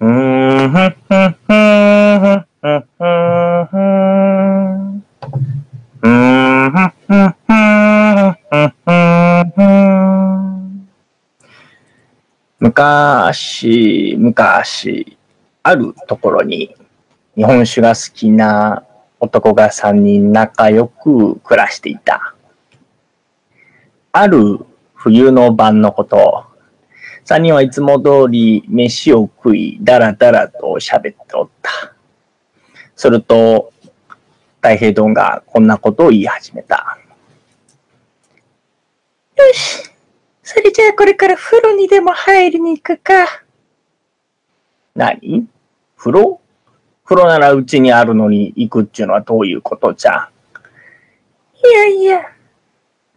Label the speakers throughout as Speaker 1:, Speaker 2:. Speaker 1: うーん、ふっふっふーん、ふっふっふーん。うーん、ふっふっふーん、ふっふっふーん。昔、昔、あるところに、日本酒が好きな男が3人仲良く暮らしていた。ある冬の晩のこと、三人はいつも通り飯を食い、だらだらと喋っておった。すると、太平丼がこんなことを言い始めた。
Speaker 2: よし。それじゃあこれから風呂にでも入りに行くか。
Speaker 1: 何風呂風呂ならうちにあるのに行くっちゅうのはどういうことじゃ
Speaker 2: いやいや。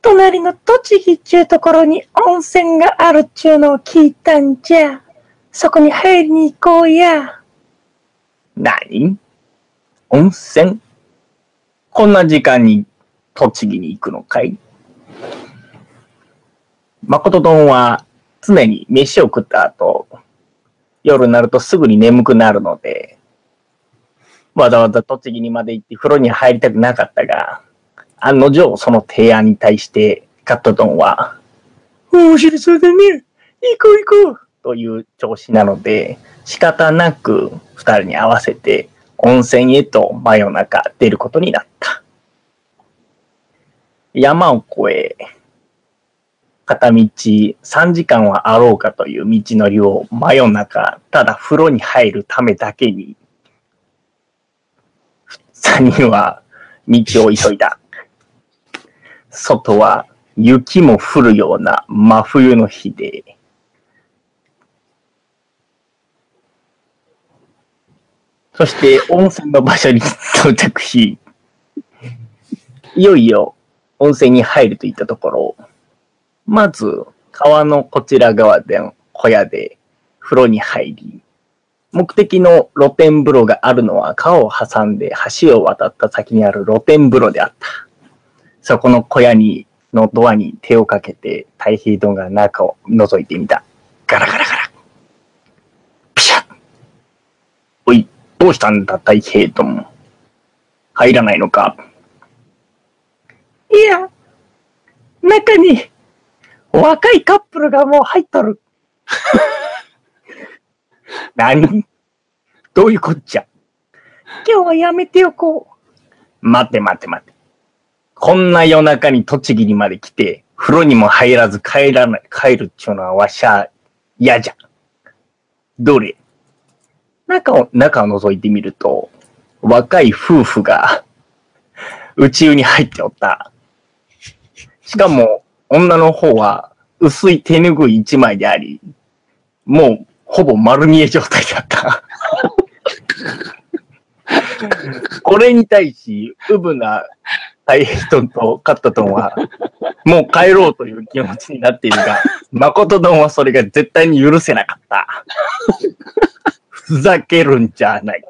Speaker 2: 隣の栃木っちゅうところに温泉があるっちゅうのを聞いたんじゃ。そこに入りに行こうや。
Speaker 1: 何温泉こんな時間に栃木に行くのかい誠どんは常に飯を食った後、夜になるとすぐに眠くなるので、わざわざ栃木にまで行って風呂に入りたくなかったが、案の定その提案に対してカットドンは、おお、知りそうだね。行こう行こうという調子なので、仕方なく二人に合わせて温泉へと真夜中出ることになった。山を越え、片道3時間はあろうかという道のりを真夜中、ただ風呂に入るためだけに、三人は道を急いだ。外は雪も降るような真冬の日で、そして温泉の場所に到着し、いよいよ温泉に入るといったところ、まず川のこちら側での小屋で風呂に入り、目的の露天風呂があるのは川を挟んで橋を渡った先にある露天風呂であった。そこの小屋に、のドアに手をかけて太平丼が中を覗いてみた。ガラガラガラ。ピシャッおい、どうしたんだ、太平丼。入らないのか。
Speaker 2: いや。中に若いカップルがもう入っとる。
Speaker 1: 何どういうこっちゃ。
Speaker 2: 今日はやめておこ
Speaker 1: 待て待て待て。こんな夜中に栃木にまで来て、風呂にも入らず帰らない、帰るっちゅうのはわしゃ嫌じゃ。どれ中を、中を覗いてみると、若い夫婦が、宇宙に入っておった。しかも、女の方は、薄い手ぬぐい一枚であり、もう、ほぼ丸見え状態だった。これに対し、うぶな太平トンとカットトンは、もう帰ろうという気持ちになっているが、誠どんはそれが絶対に許せなかった。ふざけるんじゃないか。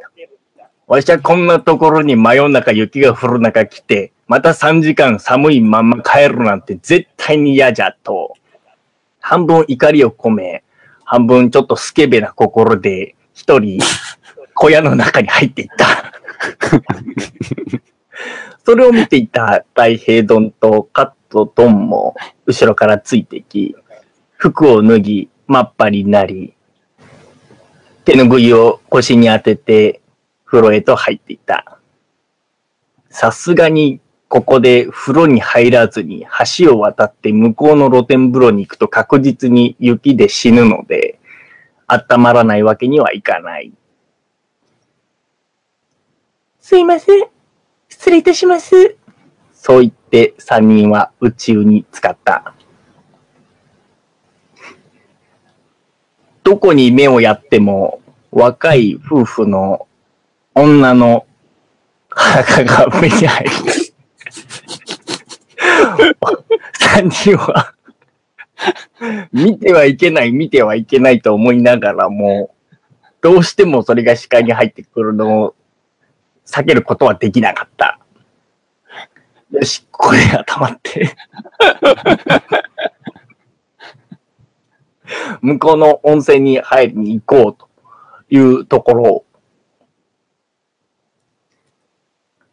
Speaker 1: わしはこんなところに真夜中雪が降る中来て、また3時間寒いまま帰るなんて絶対に嫌じゃと、半分怒りを込め、半分ちょっとスケベな心で、一人小屋の中に入っていった。それを見ていた太平丼とカットドンも後ろからついてき、服を脱ぎ、マッパになり、手ぬぐいを腰に当てて、風呂へと入っていった。さすがに、ここで風呂に入らずに橋を渡って向こうの露天風呂に行くと確実に雪で死ぬので、温まらないわけにはいかない。
Speaker 2: う。すいません。失礼いたします。
Speaker 1: そう言って三人は宇宙に使った。どこに目をやっても若い夫婦の女の裸が目に入る。三人は見てはいけない、見てはいけないと思いながらも、どうしてもそれが視界に入ってくるのを避けることはできなかった。よし、これが溜まって。 向こうの温泉に入りに行こうというところ、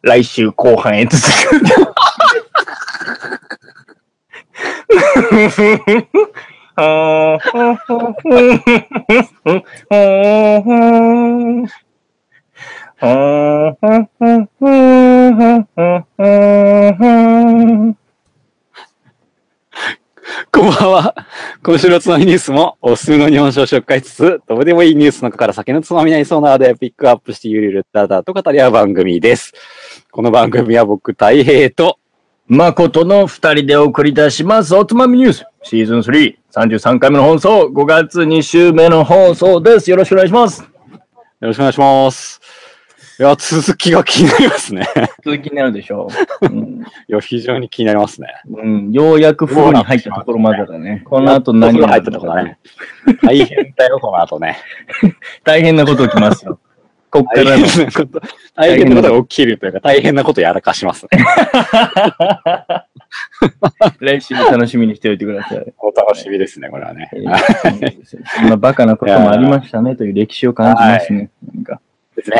Speaker 1: 来週後半へ続 く。あー
Speaker 3: こんばんは。今週のつまみニュースも、おすすめの日本酒を紹介しつつ、どうでもいいニュースの中から酒のつまみになりそうなので、ピックアップしてゆるゆるだだと語り合う番組です。この番組は僕、大平と、
Speaker 1: 誠の二人でお送り出します。おつまみニュース、シーズン3、33回目の放送、5月2週目の放送です。よろしくお願いします。
Speaker 3: よろしくお願いします。いや、続きが気になりますね。
Speaker 1: 続きになるでしょ う。うん
Speaker 3: いや、非常に気になりますね。
Speaker 1: うん、ようやく風呂に入ったところまでだね。この後何
Speaker 3: が
Speaker 1: が
Speaker 3: 入ってたことね。大変だよ、この後ね。
Speaker 1: 大変なこと起きます よ。こっか
Speaker 3: 大
Speaker 1: らの。
Speaker 3: 変なこと、大変なことが起きるというか、大変なことやらかしますね。
Speaker 1: 来週楽しみにしておいてくだ さい。
Speaker 3: お楽しみですね、これはね
Speaker 1: え。ーそんなバカなこともありましたねという歴史を感じますね。なんか
Speaker 3: ですね。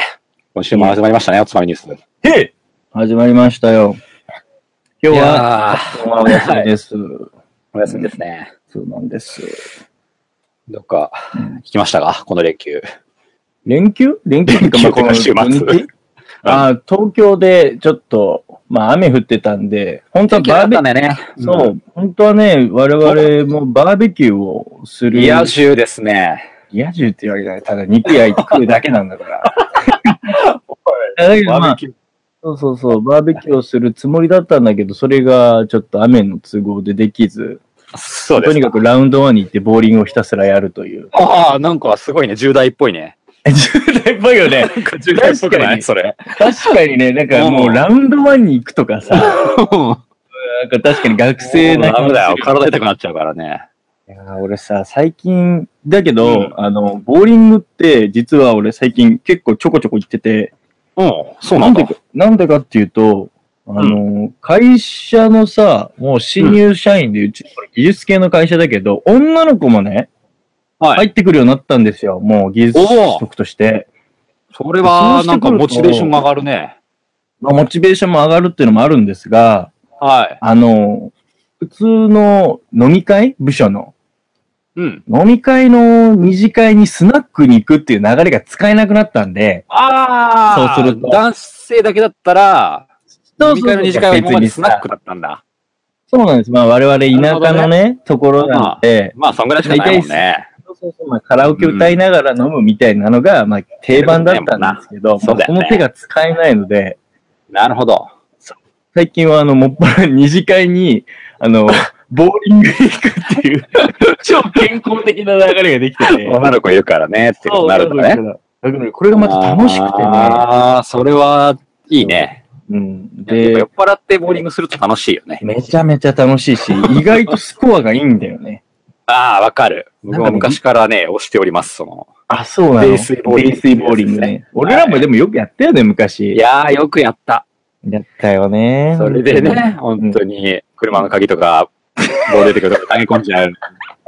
Speaker 3: 今週も始まりましたね、おつまみニュース。
Speaker 1: 始まりましたよ。今日は、
Speaker 3: や
Speaker 1: お休みです。
Speaker 3: お休みですね。
Speaker 1: そうなんです。
Speaker 3: どっか、行きましたかこの連休。
Speaker 1: 連休連休っていうか、まあ、
Speaker 3: 連休
Speaker 1: この
Speaker 3: 週末
Speaker 1: 土日あー東京でちょっと、まあ雨降ってたんで、本当はバーベ
Speaker 3: だね。
Speaker 1: そう、本当はね、我々もバーベキューをする。
Speaker 3: リア充ですね。
Speaker 1: 野獣っていうわけじゃない。ただ肉焼いて食うだけなんだ から。だけどまあ、
Speaker 3: キュー。
Speaker 1: そうそうそう、バーベキューをするつもりだったんだけど、それがちょっと雨の都合でできず、
Speaker 3: そうで
Speaker 1: と
Speaker 3: す
Speaker 1: に
Speaker 3: か。
Speaker 1: かくラウンドワンに行ってボーリングをひたすらやると いう。
Speaker 3: ああ、なんかすごいね、重大っぽいね。
Speaker 1: 10代っぽいよね。
Speaker 3: なんか重大っぽく
Speaker 1: 確
Speaker 3: な
Speaker 1: か
Speaker 3: い
Speaker 1: に
Speaker 3: それ。
Speaker 1: 確かにね、なんかもうラウンドワンに行くとかさ、な
Speaker 3: 学
Speaker 1: んか確かに学生な
Speaker 3: ダ
Speaker 1: 感
Speaker 3: メ
Speaker 1: じする
Speaker 3: だよ
Speaker 1: よ。
Speaker 3: 体痛くなっちゃうからね。
Speaker 1: いやー俺さ、最近、だけど、
Speaker 3: うん
Speaker 1: あの、ボーリングって、実は俺最近結構ちょこちょこ行ってて、
Speaker 3: うん、そうなんだ。
Speaker 1: でか、なんでかっていうと、あのー、会社のさ、もう新入社員で、うち、これ技術系の会社だけど、女の子もね、
Speaker 3: はい
Speaker 1: 入ってくるようになったんですよ。もう技術職として。
Speaker 3: それ
Speaker 1: はな
Speaker 3: は、なんん
Speaker 1: か
Speaker 3: か
Speaker 1: モ
Speaker 3: モ
Speaker 1: チ
Speaker 3: チ
Speaker 1: ベ
Speaker 3: ベ
Speaker 1: ー
Speaker 3: ー
Speaker 1: シ
Speaker 3: シ
Speaker 1: ョ
Speaker 3: ョ
Speaker 1: ン
Speaker 3: ン
Speaker 1: が
Speaker 3: が上がるね。
Speaker 1: まあ、モチベーションも上がるっていうのもあるんですが、
Speaker 3: はい。
Speaker 1: あのー、普通の飲み会部署の。
Speaker 3: うん。
Speaker 1: 飲み会の二次会にスナックに行くっていう流れが使えなくなったんで、
Speaker 3: ああ、
Speaker 1: そうすると
Speaker 3: 男性だけだったら、
Speaker 1: そうそうそう
Speaker 3: 飲み会の二次会は今まで
Speaker 1: 別
Speaker 3: ス
Speaker 1: にさ
Speaker 3: ナックだったんだ。
Speaker 1: そうなんです。まあ我々田舎のね、ところなんで、
Speaker 3: まあ、そんぐらいしかないもんね。
Speaker 1: そうそうそうまあ、カラオケ歌いながら飲むみたいなのが、まあ、定番だったんですけど、
Speaker 3: そうだよ
Speaker 1: こ
Speaker 3: ね
Speaker 1: の手が使えないので、
Speaker 3: なるほど。
Speaker 1: 最近はあの、もっぱら二次会に、あ の、ボーリングに行くっていう、超健康的な流れができてて。
Speaker 3: 女の子いるからね、ってことになるんだね。
Speaker 1: ね。だからこれがまた楽しくてね。
Speaker 3: ああ、それは、いいね。
Speaker 1: うん。
Speaker 3: やっぱ酔
Speaker 1: で
Speaker 3: っ、払ってボーリングすると楽しいよね。
Speaker 1: めちゃめちゃ楽しいし、意外とスコアがいいんだよ ね。
Speaker 3: ああ、わかる。僕
Speaker 1: なんか
Speaker 3: も
Speaker 1: ね
Speaker 3: 昔からね、推しております、その。
Speaker 1: あ、そうなの
Speaker 3: 泥酔ボーリング
Speaker 1: 泥酔ボーリングね。俺らもでもよくやったよね、昔。
Speaker 3: いやー、よくやった。
Speaker 1: やったよね。
Speaker 3: それでね、本当に、車の鍵とか、棒出てくるとか投げ込んじゃう。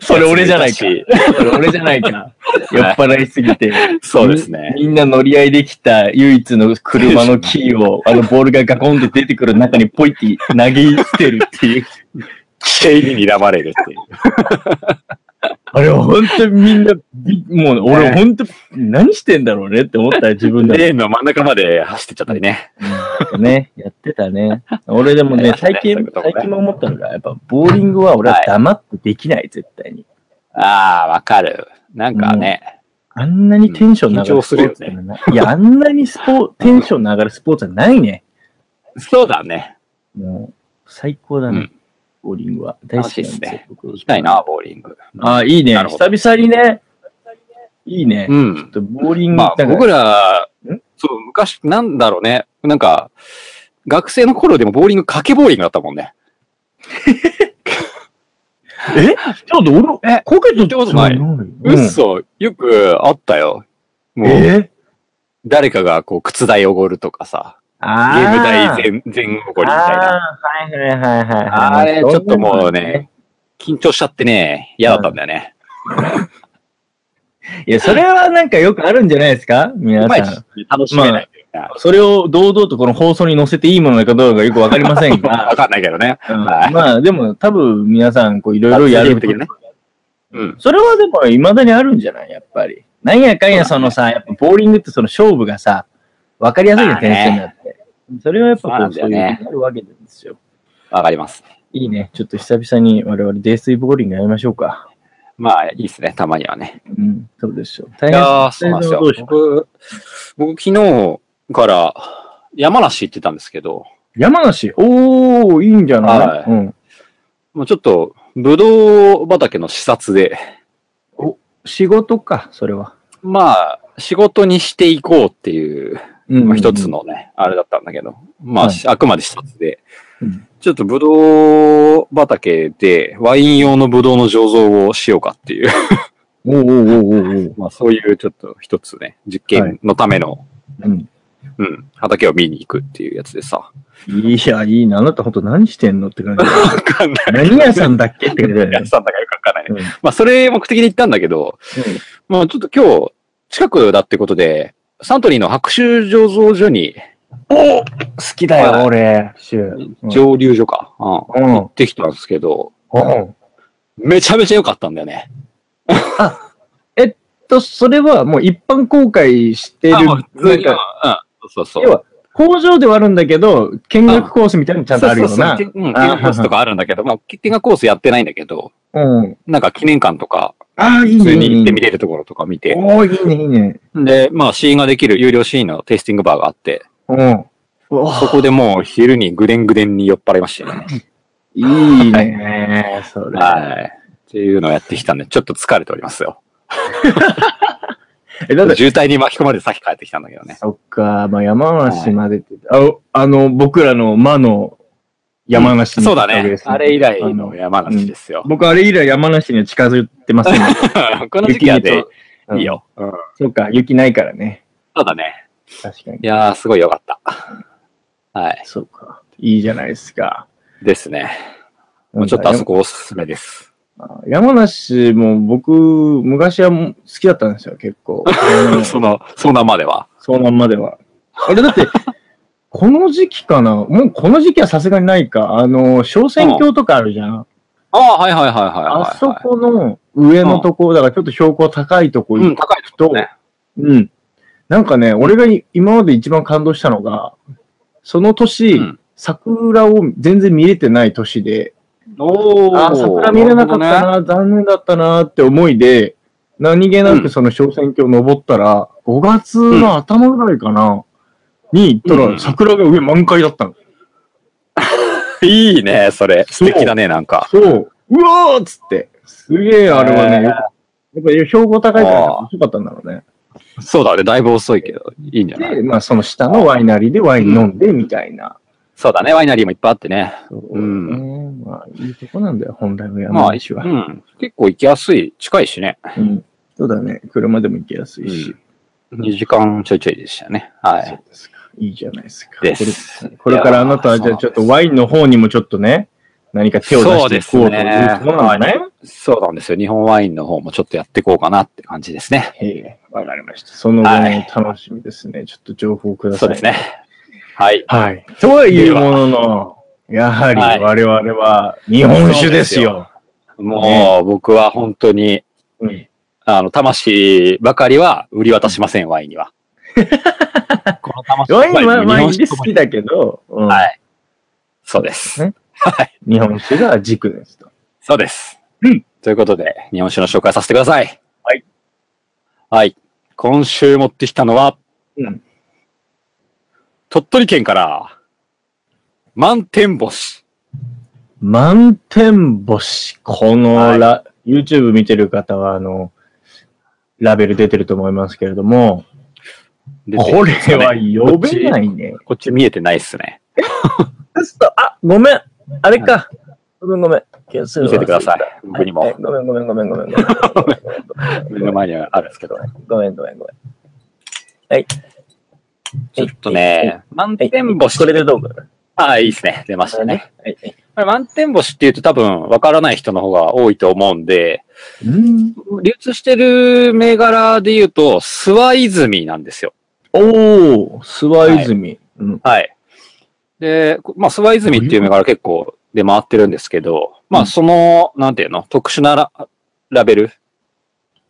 Speaker 1: それ俺じゃないか。そ
Speaker 3: やつもい
Speaker 1: れ俺じゃないか。酔っ払いすぎて。
Speaker 3: そうですね。
Speaker 1: みんな乗り合いできた唯一の車のキーを、あのボールがガコンって出てくる中にポイって投げ捨てるっていう。
Speaker 3: 警備に睨まれるっていう。
Speaker 1: あれ本当にみんなび、もう俺本当、何してんだろうねって思った自分だ
Speaker 3: レーンの真ん中まで走ってっちゃったりね。
Speaker 1: ね。やってたね。俺でもね
Speaker 3: や、ってたね
Speaker 1: 最
Speaker 3: そう
Speaker 1: 近
Speaker 3: いう、ことね
Speaker 1: 最近も思ったのが、やっぱボーリングは俺は黙ってできない、絶対に。
Speaker 3: ああ、わかる。なんかね、
Speaker 1: あんなにテンション上が
Speaker 3: うん緊
Speaker 1: る
Speaker 3: 張
Speaker 1: ス
Speaker 3: す
Speaker 1: ポ
Speaker 3: る
Speaker 1: ー
Speaker 3: よ
Speaker 1: ツ
Speaker 3: ね
Speaker 1: ってな、いや、あんなにスポテンションの上がるスポーツはないね。
Speaker 3: そうだね。
Speaker 1: もう、最高だね。
Speaker 3: うん
Speaker 1: ボーリングは。大好きなん
Speaker 3: 楽しいっすね
Speaker 1: 僕
Speaker 3: 行きたいな、ボーリング。
Speaker 1: ああ、いいね。
Speaker 3: なるほど
Speaker 1: 久々にね。いいね。
Speaker 3: う
Speaker 1: ち
Speaker 3: ん
Speaker 1: ょっ。とボーリング、
Speaker 3: まあ、
Speaker 1: なんか
Speaker 3: 僕ら
Speaker 1: ん、
Speaker 3: そう、昔、なんだろうね。なんか、学生の頃でもボーリング、掛けボーリングだったもんね。
Speaker 1: えちょっと俺、え、こけたって
Speaker 3: ことない
Speaker 1: うん、
Speaker 3: 嘘、よくあったよ。もう、
Speaker 1: え
Speaker 3: 誰かがこう、靴代おごるとかさ、ゲ
Speaker 1: あ
Speaker 3: ーム代全、全おごりみたいな。
Speaker 1: あーはいはいはいはいはい。
Speaker 3: あれ、
Speaker 1: そ
Speaker 3: ち
Speaker 1: んな
Speaker 3: ょ
Speaker 1: の
Speaker 3: っともうね、緊張しちゃってね、嫌だったんだよね。
Speaker 1: いや、それはなんかよくあるんじゃないですか皆
Speaker 3: うまい
Speaker 1: さ
Speaker 3: し
Speaker 1: ん。、
Speaker 3: 楽しめないというか。
Speaker 1: それを堂々とこの放送に載せていいものなのかどうかよくわか りません
Speaker 3: まあわ
Speaker 1: が、
Speaker 3: かんないけどね。
Speaker 1: うん
Speaker 3: はい
Speaker 1: まあでも多分皆さんこういろいろやる
Speaker 3: ゲーム。的なね。うん。
Speaker 1: それはでも未だにあるんじゃないやっぱり。なんやかんやそのさ、やっぱボーリングってその勝負がさ、わかりやすいじゃん
Speaker 3: まあね
Speaker 1: 点数になって。それはやっぱこ
Speaker 3: そうなん
Speaker 1: う、
Speaker 3: だ
Speaker 1: そ
Speaker 3: よ
Speaker 1: ういう
Speaker 3: ね
Speaker 1: ことになるわけなんですよ。
Speaker 3: わかります。
Speaker 1: いいね。ちょっと久々に我々泥酔ボーリングやりましょうか。
Speaker 3: まあ、いいっすね。たまにはね。
Speaker 1: うん、そうですよ。大
Speaker 3: い
Speaker 1: 変
Speaker 3: やー、そうなんですよ
Speaker 1: どうし。ま
Speaker 3: 僕、僕昨日から山梨行ってたんですけど、
Speaker 1: 山梨おー、いいんじゃない、
Speaker 3: はい
Speaker 1: うん。
Speaker 3: もうちょっと、ぶどう畑の視察で、
Speaker 1: 仕事か、それは。
Speaker 3: まあ、仕事にしていこうっていう、
Speaker 1: う
Speaker 3: まあ一つ。のね、あれだったんだけど、まあ、
Speaker 1: はい
Speaker 3: あくまで視察で
Speaker 1: うん、
Speaker 3: ちょっとぶどう畑でワイン用のぶどうの醸造をしようかっていう、
Speaker 1: おーおーおーおーおー
Speaker 3: まあそういうちょっと一つね、実験のための、
Speaker 1: うん。
Speaker 3: うん、畑を見に行くっていうやつで さ。
Speaker 1: いや、いいな。あなた本当何してんのって 感じ。
Speaker 3: わかんない。
Speaker 1: 何屋さんだっけって感じだよ
Speaker 3: や
Speaker 1: ね
Speaker 3: って。たんだからよくわかんないね。
Speaker 1: うん
Speaker 3: まあ、それ目的で行ったんだけど、まあ、ちょっと今日、近くだってことで、サントリーの白州醸造所に、
Speaker 1: 好きだ
Speaker 3: はい
Speaker 1: よ、俺。シュうん
Speaker 3: 蒸留所か、うん
Speaker 1: うん
Speaker 3: 行ってきたんですけど、
Speaker 1: うん
Speaker 3: めちゃめちゃ良かったんだよね。
Speaker 1: と、それはもう一般公開してる。
Speaker 3: もう普通
Speaker 1: なん
Speaker 3: にうん
Speaker 1: か、
Speaker 3: うんそうそう。
Speaker 1: 要は、工場ではあるんだけど、見学コースみたいなのちゃんとあるような
Speaker 3: そう。そうそううん見学コースとかあるんだけど、まあ、見学コースやってないんだけど、
Speaker 1: うん。
Speaker 3: なんか記念館とか、
Speaker 1: ああ、いい
Speaker 3: 普
Speaker 1: ね。
Speaker 3: 通に行ってみ
Speaker 1: て。
Speaker 3: れるところとか見て、
Speaker 1: おー、いいね、いいね。
Speaker 3: で、まあ、試飲ができる有料試飲のテイスティングバーがあって、
Speaker 1: うん。
Speaker 3: そこでもう昼にぐでんぐでんに酔っ払いましたよね。
Speaker 1: いいね、それ。
Speaker 3: はい。っていうのをやってきたんで、ちょっと疲れておりますよ。
Speaker 1: え、だって、
Speaker 3: 渋滞に巻き込まれてさっき帰ってきたんだけどね。
Speaker 1: そっか、まあ山梨までって、ああの、僕らの魔の山梨に
Speaker 3: そ
Speaker 1: 行
Speaker 3: う
Speaker 1: っ
Speaker 3: だ
Speaker 1: たわけ
Speaker 3: ね
Speaker 1: で。す、
Speaker 3: あれ以来
Speaker 1: あ
Speaker 3: の
Speaker 1: の
Speaker 3: 山梨ですよ。
Speaker 1: 僕あれ以来山梨には近づいてません、ね。
Speaker 3: この時期はね、
Speaker 1: うん
Speaker 3: いい。よ。うん
Speaker 1: そうか、雪ないからね。
Speaker 3: そうだね。
Speaker 1: 確かに。
Speaker 3: いやー、すごい良かった。はい。
Speaker 1: そうか。いいじゃないですか。
Speaker 3: ですね。もうちょっとあそこおすすめです。
Speaker 1: 山梨も僕、昔はもう好きだったんですよ、結 構。あの
Speaker 3: その、そのまでは。
Speaker 1: そうなんまでは。あれだ って、この時期かなもうこの時期はさすがにないか。あの、小仙峡とかあるじゃん。
Speaker 3: ああ、はいはいはいはいはいはい。
Speaker 1: あそこの上のところ、だからちょっと標高高いとこ
Speaker 3: う
Speaker 1: 行
Speaker 3: ん、
Speaker 1: く
Speaker 3: 高いと
Speaker 1: と、
Speaker 3: こね。
Speaker 1: うん。なんかね、俺がい今まで一番感動したのが、その年、
Speaker 3: うん
Speaker 1: 桜を全然見れてない年で、
Speaker 3: おー
Speaker 1: あー桜見れなかった
Speaker 3: るほどね
Speaker 1: な、残念だったなって思いで、何気な
Speaker 3: うん
Speaker 1: くその小選挙を登ったら、5月の頭ぐらいかな、に行った
Speaker 3: うん
Speaker 1: ら桜が上満開だったの。
Speaker 3: いいね、それ。素敵だね、なんか。
Speaker 1: そう。うわーっつって。すげえ、あれはね、
Speaker 3: へー
Speaker 1: よくやっぱ標高高いから
Speaker 3: あー
Speaker 1: 良かったんだろうね。
Speaker 3: そうだね、だいぶ遅いけど、いいんじゃない
Speaker 1: で、まあその下のワイナリーでワイン飲んでみたいな。
Speaker 3: そうだね、ワイナリーもいっぱいあってね。
Speaker 1: そう
Speaker 3: う
Speaker 1: ね。まあいいとこなんだよ、本来の
Speaker 3: ま
Speaker 1: 山
Speaker 3: あ、
Speaker 1: 梨は
Speaker 3: う。ん。結構行きやすい、近いしね。
Speaker 1: うんそうだね。車でも行きやすいし。
Speaker 3: 2時間ちょいちょいでしたね。は
Speaker 1: そう
Speaker 3: い。
Speaker 1: ですか。いいじゃないですか。
Speaker 3: です。
Speaker 1: これからあなたはじゃあちょっとワインの方にもちょっとね、何か手を出していこうということなんだね。
Speaker 3: ン。そうなんですよ。日本ワインの方もちょっとやっていこうかなって感じですね。
Speaker 1: へえ、わかりました。その後
Speaker 3: はい
Speaker 1: の楽しみですね。ちょっと情報ください。
Speaker 3: そうです。ね。はい。
Speaker 1: はい。とはいうものの、やはり我々は日本酒ですよ。
Speaker 3: も
Speaker 1: ね
Speaker 3: う僕は本当に、
Speaker 1: うん
Speaker 3: あの、魂ばかりは売り渡しません、ワイ ンには。この魂
Speaker 1: ワインはワインで
Speaker 3: 日
Speaker 1: 好
Speaker 3: 本酒とも
Speaker 1: き
Speaker 3: に
Speaker 1: だけど、うん
Speaker 3: はいそうです。
Speaker 1: ね日本酒が軸ですと。
Speaker 3: そうです。
Speaker 1: うん。
Speaker 3: ということで、日本酒の紹介させてください。
Speaker 1: はい。
Speaker 3: はい。今週持ってきたのは、
Speaker 1: うん
Speaker 3: 鳥取県から、満天星。
Speaker 1: 満天星。このラ、YouTube 見てる方は、あの、ラベル出てると思いますけれども、
Speaker 3: 出てるん
Speaker 1: これ
Speaker 3: ですかね
Speaker 1: は呼べないね。
Speaker 3: こっち見えてないっすね。
Speaker 1: ちょっと、あ、ごめん。あれか。ごめんごめん。見せ
Speaker 3: 見せてください。僕にも。
Speaker 1: ごめんごめんごめんごめんごめん。
Speaker 3: 目の前にはあるんですけど。
Speaker 1: ごめんごめんごめん。
Speaker 3: ちょっとね、満天星。
Speaker 1: これでどうかな
Speaker 3: ああ、いいですね。出ました
Speaker 1: ね
Speaker 3: ね。。
Speaker 1: はい。
Speaker 3: これ満点星って言うと多分わからない人の方が多いと思うんで、
Speaker 4: うん。
Speaker 3: 流通してる銘柄で言うと、諏訪泉なんですよ。
Speaker 1: おー、諏訪泉。うん。
Speaker 3: はい。で、こまあ、スワイズミっていう銘柄結構出回ってるんですけど、ま
Speaker 4: うん
Speaker 3: あ、その、なんていうの、特殊なララベル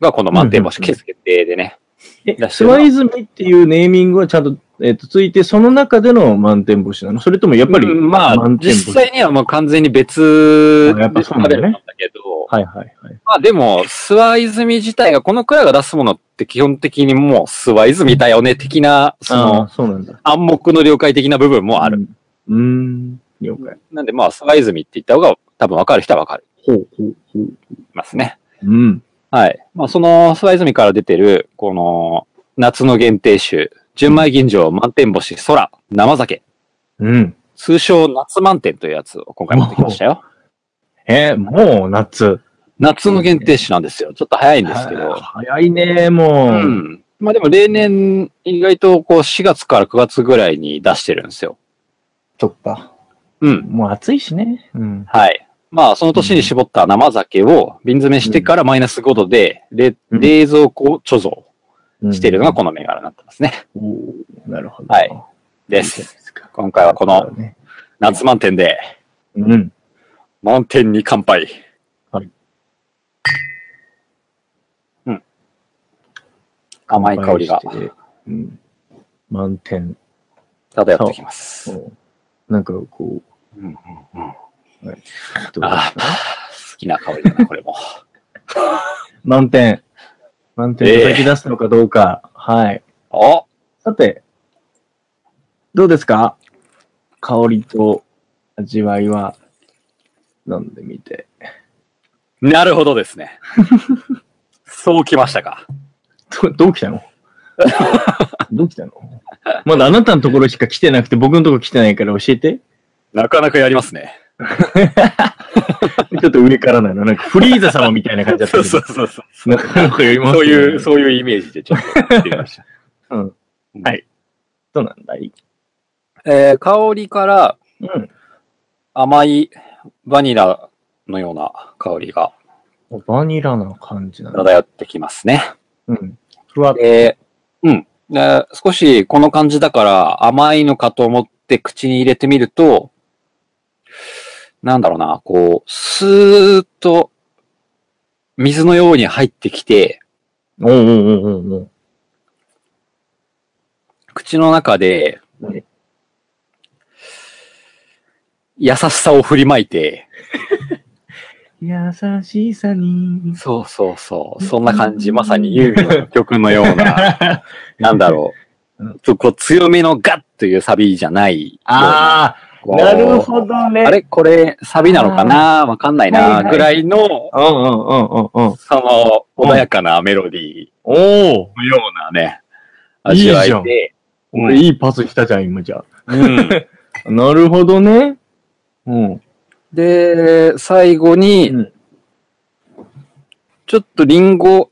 Speaker 3: がこの満点星
Speaker 1: うんうんうん
Speaker 3: 決定でね。
Speaker 1: え、
Speaker 3: らっし
Speaker 1: 諏
Speaker 3: ゃる
Speaker 1: 訪泉っていうネーミングはちゃんと、えっと、ついて、その中での満点星なのそれともやっぱり、
Speaker 3: うんまあ、
Speaker 1: 満点星
Speaker 3: 実際にはもう完全に別
Speaker 1: あやっぱそうな
Speaker 3: ラ
Speaker 1: んだね
Speaker 3: ベルなんだけど、
Speaker 1: はいはいはい。
Speaker 3: まあでも、スワイズミ自体が、このくらいが出すものって基本的にもうスワイズミだよね、的な、そ
Speaker 1: ああー、
Speaker 3: の
Speaker 1: そうなんだ。
Speaker 3: 暗黙の了解的な部分もある。
Speaker 1: うん。うん。了解。
Speaker 3: なんでまあ、スワイズミって言った方が多分わかる人はわかり
Speaker 1: ほうほうほう。
Speaker 3: ますね。
Speaker 1: うん。
Speaker 3: はい。まあ、その、スワイズミから出てる、この、夏の限定種、純米吟醸、満天星、空、生酒、
Speaker 1: うん。
Speaker 3: 通称夏満点というやつを今回持ってきましたよ。
Speaker 1: えーもう夏。
Speaker 3: 夏の限定種なんですよ。ちょっと早いんですけ
Speaker 1: は
Speaker 3: ど。
Speaker 1: 早いね、も
Speaker 3: う
Speaker 1: う。
Speaker 3: ん。まあでも例年、意外とこう4月から9月ぐらいに出してるんですよ。
Speaker 1: そっか。
Speaker 3: うん。
Speaker 1: もう暑いしね。うん。
Speaker 3: はい。まあその年に絞った生酒を瓶詰めしてからマイナス5度で、れ
Speaker 1: うん
Speaker 3: 冷蔵庫貯蔵しているのが
Speaker 1: こ
Speaker 3: この銘柄になってますね。
Speaker 1: の、おーなるほど。
Speaker 3: はいで
Speaker 1: いいじゃ
Speaker 3: す
Speaker 1: ない。ですか。
Speaker 3: 今回はこの
Speaker 1: そうだね
Speaker 3: 夏満点で、
Speaker 1: うん。
Speaker 3: 満点に乾杯。
Speaker 1: はい。
Speaker 3: うん。甘い香りが
Speaker 1: 乾杯して。うん。満点。
Speaker 3: 漂ってきます。
Speaker 1: おなんかこ
Speaker 3: うんうんうん
Speaker 1: う、はいどう
Speaker 3: ああ、好きな香りだな、これも。
Speaker 1: 満点。満点叩き出すのかどうか。はい。
Speaker 3: お
Speaker 1: さて、どうですか香りと味わいは飲んでみて。
Speaker 3: なるほどですね。そうきましたか。
Speaker 1: ど、どう来た のどう来たのまだあなたのところしか来てなくて僕のところ来てないから教えて。
Speaker 3: なかなかやりますね。
Speaker 1: ちょっと上からなの。なんかフリーザ様みたいな感じだった
Speaker 3: そ
Speaker 1: け
Speaker 3: う
Speaker 1: ど。
Speaker 3: そうそうそう。
Speaker 1: なかなかやりますね
Speaker 3: そういう、そういうイメージでちょっとやってみま した。
Speaker 1: うん。はい。どうなんだい
Speaker 3: えー香りから
Speaker 1: うん。
Speaker 3: 甘いバニラのような香りが
Speaker 1: バニラな感じなんだ。
Speaker 3: 漂ってきますね。
Speaker 1: うん。ふわっ
Speaker 3: で、うん。で少しこの感じだから甘いのかと思って口に入れてみると、なんだろうな、こう、スーッと水のように入ってきて、
Speaker 1: おうんうんうんうん。
Speaker 3: 口の中で
Speaker 1: うん、
Speaker 3: 優しさを振りまいて、
Speaker 1: 優しさ に。
Speaker 3: そうそうそう、そんな感じ、まさにユーミンの曲のよ うな、なんだろ
Speaker 1: う
Speaker 3: う、ちょっとこう強めのガッというサビじゃないよう な。
Speaker 1: ああ、
Speaker 3: こう
Speaker 1: なるほどね。
Speaker 3: あれこれ、サビなのかなわかんない
Speaker 1: はいは
Speaker 3: ないぐらいの、
Speaker 1: うんうんうんうんうん。
Speaker 3: その、穏やかなメロディー
Speaker 1: おお、
Speaker 3: のようなね、
Speaker 1: うんいい
Speaker 3: 味
Speaker 1: じゃん
Speaker 3: わいで、うん
Speaker 1: いいパスしたじゃん、今じゃ。
Speaker 3: うん
Speaker 1: なるほどね。うん。
Speaker 3: で、最後に、
Speaker 1: うん
Speaker 3: ちょっとリンゴ、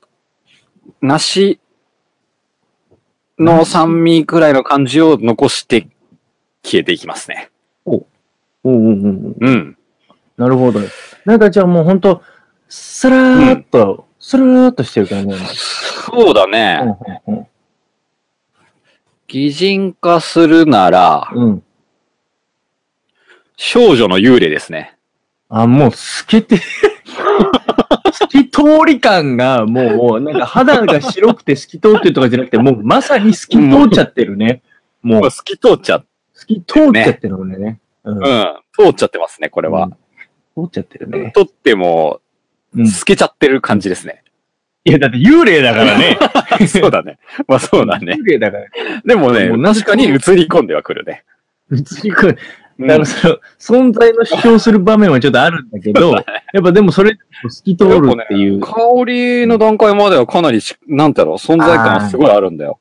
Speaker 3: 梨の酸味くらいの感じを残して消えていきますね。
Speaker 1: うんうんうんうん。
Speaker 3: うん。
Speaker 1: なるほど。なんかじゃあもうほんと、スラーっと、スラーっとしてる感じなんだ。
Speaker 3: そうだね。
Speaker 1: うんうん
Speaker 3: 擬人化するなら、
Speaker 1: うん。うん。
Speaker 3: 少女の幽霊ですね。
Speaker 1: あ、もう透けて、透き通り感がもう、なんか肌が白くて透き通ってるとかじゃなくて、もうまさに透き通っちゃってるね。もう
Speaker 3: もう、透き通っちゃっ、
Speaker 1: 透き通っちゃってるもんね。うん
Speaker 3: う
Speaker 1: こ
Speaker 3: ん。通っちゃってますね、これ
Speaker 1: れ
Speaker 3: は。。
Speaker 1: 通っちゃってるね。
Speaker 3: 取っても、
Speaker 1: うん。い
Speaker 3: 透けちゃってる感じですね。
Speaker 1: や、だって幽霊だから ね。
Speaker 3: そうだね。まあそうだね。
Speaker 1: 幽霊だから。
Speaker 3: でもね、
Speaker 1: もうな
Speaker 3: 確かに映り込んではくるね。
Speaker 1: 別にこれ、
Speaker 3: うん
Speaker 1: だからその、存在の主張する場面はちょっとあるんだけど、やっぱでもそれ、透き通るっていう。
Speaker 3: 香りの段階まではかなりし、なんだろう、存在感がすごいあるんだよ。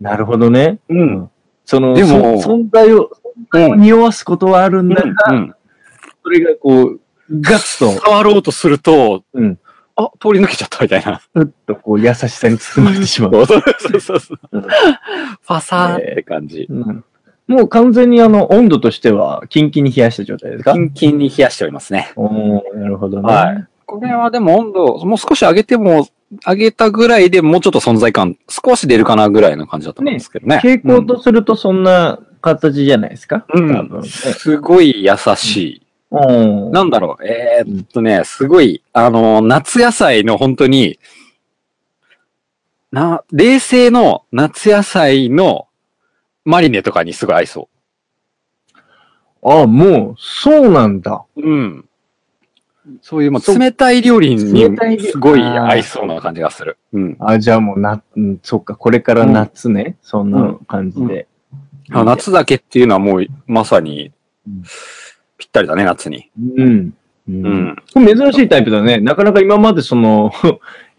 Speaker 1: なるほどね。
Speaker 3: うん
Speaker 1: その、
Speaker 3: でも
Speaker 1: そ存在を、
Speaker 3: うん。
Speaker 1: 匂わすことはあるんだが、
Speaker 3: うん。
Speaker 1: それがこう、ガッと、
Speaker 3: 触ろうとすると、
Speaker 1: うん、
Speaker 3: あ、通り抜けちゃったみたいな。
Speaker 1: ふっとこう、優しさに包まれてしまう。
Speaker 3: そうそうそうそう。
Speaker 1: うん
Speaker 3: ファサーって感じ。
Speaker 1: うんもう完全にあの、温度としては、キンキンに冷やした状態ですか
Speaker 3: キンキンに冷やしておりますね。
Speaker 1: おーなるほどね。
Speaker 3: はい。これはでも温度、もう少し上げても、上げたぐらいでもうちょっと存在感、少し出るかなぐらいの感じだと思うんですけどね。
Speaker 1: 傾向とするとそんな形じゃないですか、
Speaker 3: うん
Speaker 1: 多分ね
Speaker 3: すごい優しい。
Speaker 1: うん。
Speaker 3: なんだろう、えーっとね、すごい、あの、夏野菜の本当に、な、冷製の夏野菜のマリネとかにすごい合いそ
Speaker 1: あ、もう、そうなんだ。
Speaker 3: う。うん。そういう、ま
Speaker 1: そ
Speaker 3: あ、
Speaker 1: う
Speaker 3: 冷たい料理
Speaker 1: 冷たい
Speaker 3: に
Speaker 1: 料理
Speaker 3: すごい合いそうな感じがする。うん。
Speaker 1: あ、じゃあもうな、うん、そっか、これから夏ね。そんな感じで。
Speaker 3: あ夏だけっていうのはもう、まさに
Speaker 1: うん、
Speaker 3: ぴったりだね、夏に。
Speaker 1: うん。う。
Speaker 3: うんん。
Speaker 1: これ珍しいタイプだね。なかなか今までその、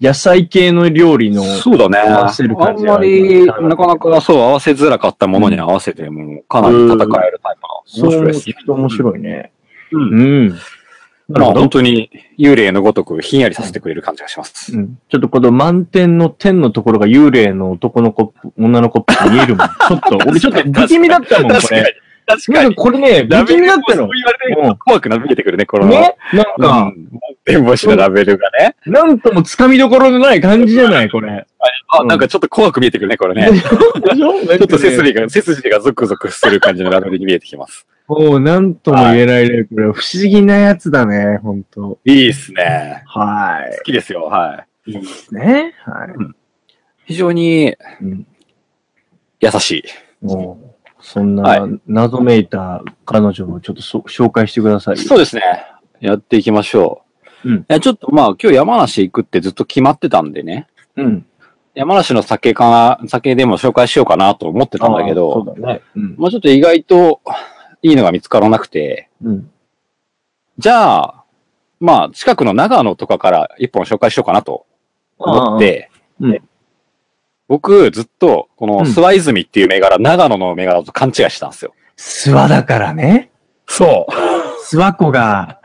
Speaker 1: 野菜系の料理の、
Speaker 3: そうだね。
Speaker 1: 合
Speaker 3: あ
Speaker 1: わせる感
Speaker 3: ん
Speaker 1: じは
Speaker 3: まり、なかなかそう合わせづらかったものに合わせて、もうかなり戦えるタイプの。面白いです
Speaker 1: そう
Speaker 3: ね
Speaker 1: 聞くと面白いね。
Speaker 3: うん
Speaker 1: うん。なる
Speaker 3: まあ
Speaker 1: ほど
Speaker 3: 本。当に幽霊のごとくひんやりさせてくれる感じがします。
Speaker 1: うんちょっとこの満点の点のところが幽霊の男の子っぽ、女の子っぽく見え るもん。ちょっと、俺ちょっと不気味だったもん、これ。。
Speaker 3: 確
Speaker 1: なんか。これね、
Speaker 3: ラ
Speaker 1: 不気味
Speaker 3: ベル
Speaker 1: だっ
Speaker 3: も
Speaker 1: た
Speaker 3: そう
Speaker 1: の。
Speaker 3: 言われてみると怖くなってきてくるね、この。
Speaker 1: ねなん
Speaker 3: うん。
Speaker 1: か、
Speaker 3: 弁護士のラベルがね。
Speaker 1: なんともつかみどころのない感じじゃない、これ。
Speaker 3: あ、
Speaker 1: うん
Speaker 3: なんかちょっと怖く見えてくるね、これね。ち
Speaker 1: ちょ
Speaker 3: ょっと背筋が、背筋がゾクゾクする感じのラベルに見えてきます。
Speaker 1: もう、なんとも言えないね。これ、不思議なやつだね、ほんと。
Speaker 3: いいっすね。
Speaker 1: は
Speaker 3: 好きですよ、はい。
Speaker 1: い。いいですね。はい。
Speaker 3: 非常に
Speaker 1: うん
Speaker 3: 優しい。
Speaker 1: もう、そん
Speaker 3: は
Speaker 1: な、謎めいた彼女をちょっとそ紹介してくださいよ。
Speaker 3: そうですね。やっていきましょう。
Speaker 1: うん
Speaker 3: いやちょっとまあ今日山梨行くってずっと決まってたんでね。
Speaker 1: うん。
Speaker 3: 山梨の酒かな、酒でも紹介しようかなと思ってたんだけど、
Speaker 1: あーそうだね。うん。
Speaker 3: まあちょっと意外といいのが見つからなくて、
Speaker 1: うん。
Speaker 3: じゃあ、まあ近くの長野とかから一本紹介しようかなと思って、
Speaker 1: あーうん
Speaker 3: 僕ずっとこ
Speaker 1: う
Speaker 3: の
Speaker 1: ん
Speaker 3: 諏訪泉っていう銘柄、長野の銘柄と勘違いしてたんですよ。
Speaker 1: 諏訪だからね。
Speaker 3: そう。
Speaker 1: 諏訪湖が。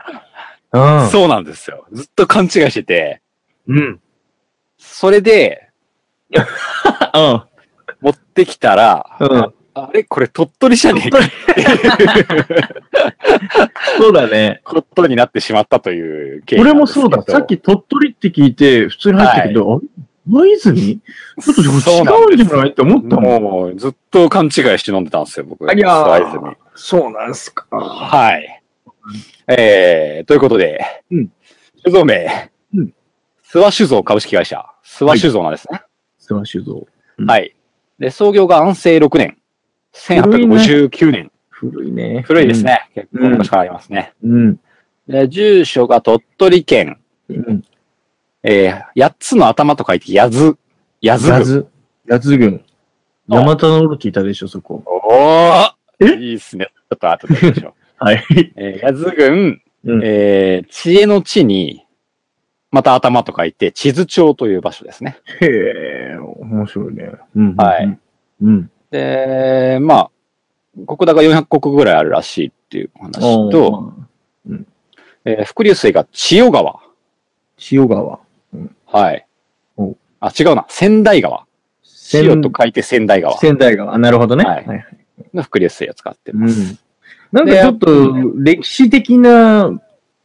Speaker 1: うん。
Speaker 3: そうなんですよ。ずっと勘違いしてて、
Speaker 1: うん。
Speaker 3: それで
Speaker 1: うん。
Speaker 3: 持ってきたら、
Speaker 1: うん
Speaker 3: あれこれ鳥取じゃねえかっていう
Speaker 1: そうだね。
Speaker 3: ことになってしまったという経緯な
Speaker 1: 俺
Speaker 3: んで
Speaker 1: も
Speaker 3: すけ
Speaker 1: そう
Speaker 3: ど
Speaker 1: だ。さっき鳥取って聞いて、普通に入ったけど、あれ大泉ちょっと
Speaker 3: そうなん
Speaker 1: 違うんじゃないって思ったもん。
Speaker 3: もう、ずっと勘違いして飲んでたんですよ、僕。
Speaker 1: ありゃー
Speaker 3: スワイズに
Speaker 1: そうなんすか。
Speaker 3: はい。えー、ということで、
Speaker 1: うん
Speaker 3: 酒造名、
Speaker 1: うん
Speaker 3: 諏訪酒造株式会社、諏訪酒造なんですね。
Speaker 1: 諏訪酒造。うん
Speaker 3: はい。で、創業が安政6年、1859年。
Speaker 1: 古いね。
Speaker 3: 古いです。ね。結構昔からありますね。
Speaker 1: うん。
Speaker 3: で、住所が鳥取県、
Speaker 1: うん。
Speaker 3: えー、八つの頭と書いて、やず、やず
Speaker 1: や
Speaker 3: 郡。
Speaker 1: ず、やず軍。
Speaker 3: あ
Speaker 1: 山田のる聞いたでしょ、そこ。
Speaker 3: おー
Speaker 1: え
Speaker 3: いいっすね。ちょっと後でやりま しょう。
Speaker 1: はい。
Speaker 3: えー、やず郡、
Speaker 1: うん
Speaker 3: えー、知恵の地に、また頭と書いて、地図町という場所ですね。
Speaker 1: へえ、面白いね。うん。
Speaker 3: はい。
Speaker 1: うん。
Speaker 3: で、まあ、国高400国ぐらいあるらしいっていうお話と、
Speaker 1: おー、
Speaker 3: えー伏流水が千代川。
Speaker 1: 塩川。
Speaker 3: はい
Speaker 1: お。
Speaker 3: あ、違うな。仙台川。千代と書いて仙台川。
Speaker 1: 仙台川。あなるほどね。
Speaker 3: はい
Speaker 1: はい
Speaker 3: の伏流水を使って
Speaker 1: う
Speaker 3: ます。
Speaker 1: ん。なんかちょっと歴史的な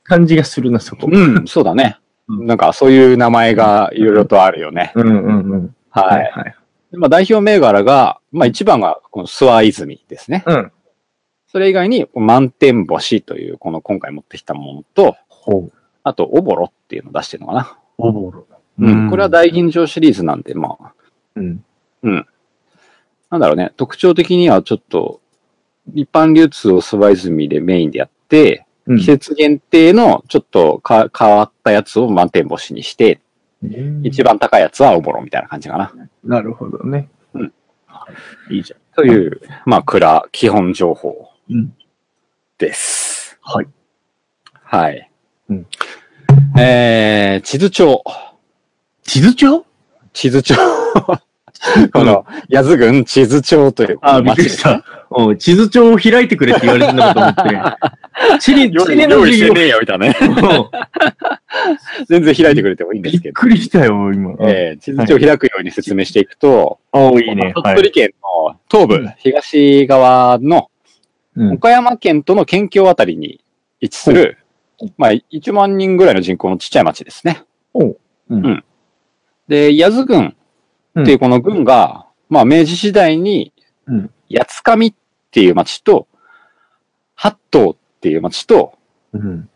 Speaker 1: 感じがするな、そこ。
Speaker 3: うん、そうだね。
Speaker 1: うん
Speaker 3: なんか、そういう名前がいろいろとあるよね。
Speaker 1: うんうんうん。
Speaker 3: は
Speaker 1: はい
Speaker 3: い。
Speaker 1: はい。
Speaker 3: でまあ、代表銘柄が、まあ、一番が、この諏訪泉ですね。
Speaker 1: うん。
Speaker 3: それ以外に、満天星という、この今回持ってきたものと、
Speaker 1: ほう。
Speaker 3: あと、おぼろっていうのを出してるのかな。
Speaker 1: おぼろ。
Speaker 3: うん。これは大吟醸シリーズなんで、まあ、
Speaker 1: うん。
Speaker 3: なんだろうね。特徴的にはちょっと、一般流通を諏訪泉でメインでやって、
Speaker 1: うん
Speaker 3: 季節限定のちょっとか変わったやつを満天星にして、一番高いやつはおぼろみたいな感じかな。
Speaker 1: なるほどね。
Speaker 3: うん。
Speaker 1: いいじゃん。
Speaker 3: という、まあ、蔵、基本情報
Speaker 1: うん
Speaker 3: です。
Speaker 1: はい。
Speaker 3: はい。
Speaker 1: うん
Speaker 3: えー、地図帳。
Speaker 1: 地図帳
Speaker 3: 地図帳。 この、八頭郡地図帳という。
Speaker 1: あー、びっくりした。うん地図帳を開いてくれって言われてんのかと思 って。地理、
Speaker 3: 用
Speaker 1: 地
Speaker 3: 意
Speaker 1: 理の
Speaker 3: 用意し
Speaker 1: 授業。
Speaker 3: てねえよ、みたい なね。
Speaker 1: うん
Speaker 3: 全然開いてくれてもいいんで
Speaker 1: び
Speaker 3: す
Speaker 1: っ
Speaker 3: けど。
Speaker 1: くりしたよ、今。
Speaker 3: えー地図帳を開くように説明していくと、
Speaker 1: ああ、いいね。
Speaker 3: 鳥
Speaker 1: は
Speaker 3: 取
Speaker 1: い。
Speaker 3: 県の東部、東側の
Speaker 1: うん
Speaker 3: 岡山県との県境あたりに位置する、まあ、1万人ぐらいの人口のちっちゃい町ですね。
Speaker 1: おううん
Speaker 3: んで、八頭郡っていうこの郡が、まあ、明治時代に
Speaker 1: うん、
Speaker 3: 八つ上っていう町と、八頭っていう町と、
Speaker 1: うん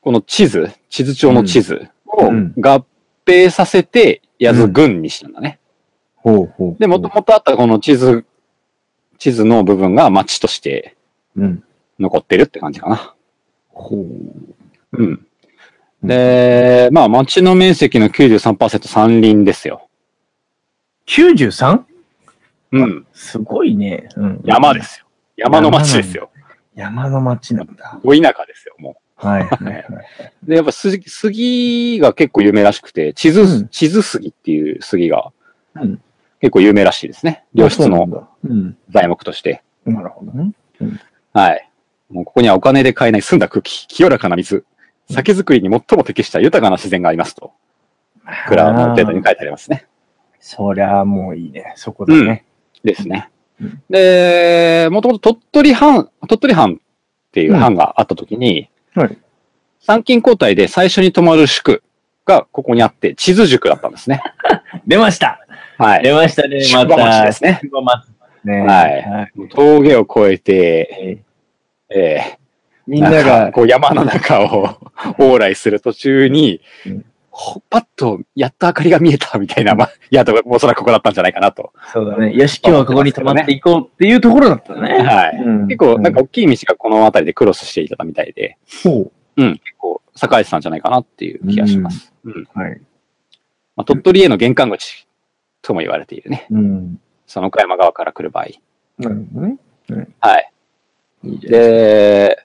Speaker 3: この地図、地図帳の地図を
Speaker 1: うん
Speaker 3: 合併させて、八頭郡にしたんだね。
Speaker 1: ほうほう。
Speaker 3: で、もともとあったこの地図、地図の部分が町として
Speaker 1: うん。
Speaker 3: 残ってるって感じかな。
Speaker 1: ほう。
Speaker 3: うん。で、まあ町の面積の93%山林ですよ。
Speaker 1: 93?
Speaker 3: うん。
Speaker 1: すごいね。うん
Speaker 3: 山で。すよ。山の町ですよ。
Speaker 1: 山の町なんだ。
Speaker 3: ご田舎ですよ、も
Speaker 1: はいはい はい。
Speaker 3: う。で、やっぱ杉杉が結構有名らしくて、地
Speaker 1: う
Speaker 3: 図、
Speaker 1: ん
Speaker 3: 地図杉っていう杉が
Speaker 1: うん
Speaker 3: 結構有名らしいですね。良質
Speaker 1: そうなん
Speaker 3: の
Speaker 1: だ。うん。
Speaker 3: 材木として。
Speaker 1: なるほどね。
Speaker 3: はい。もうここにはお金で買えない澄んだ空気、清らかな水、酒造りに最も適した豊かな自然がありますと、クラウのデータに書いてありますね。
Speaker 1: そりゃもういいね。そこだね。
Speaker 3: ですね
Speaker 1: うん。
Speaker 3: で、もともと鳥取藩、鳥取藩っていう藩があった時に、
Speaker 1: うんはい
Speaker 3: 参勤交代で最初に泊まる宿がここにあって、地図塾だったんですね。
Speaker 1: 出ました
Speaker 3: はい。
Speaker 5: 出ましたね、ま
Speaker 3: 宿場町
Speaker 5: た。
Speaker 3: ですね。
Speaker 5: 宿場町
Speaker 1: ね
Speaker 3: はい峠を越えて、
Speaker 1: い。
Speaker 3: えー
Speaker 1: みんな
Speaker 3: なん
Speaker 1: が
Speaker 3: か、こう山の中を 往来する途中に
Speaker 1: うん、
Speaker 3: ほパッとやっと明かりが見えたみたいな、まあ、宿がおそらくここだったんじゃないかなと。
Speaker 1: そうだね。よし、今日はここに泊まっていこうっていうところだったね。
Speaker 3: はい。結構、なんか、大きい道がこの辺りでクロスしていただみたいで、
Speaker 1: そ
Speaker 3: うん、結構栄えてたんじゃないかなっていう気がします。
Speaker 1: う。はい。
Speaker 3: まあ、鳥取への玄関口とも言われているね。
Speaker 1: うん。
Speaker 3: その岡山側から来る場合。
Speaker 1: なるほどね。
Speaker 3: はい。
Speaker 1: いいじゃないで
Speaker 3: で、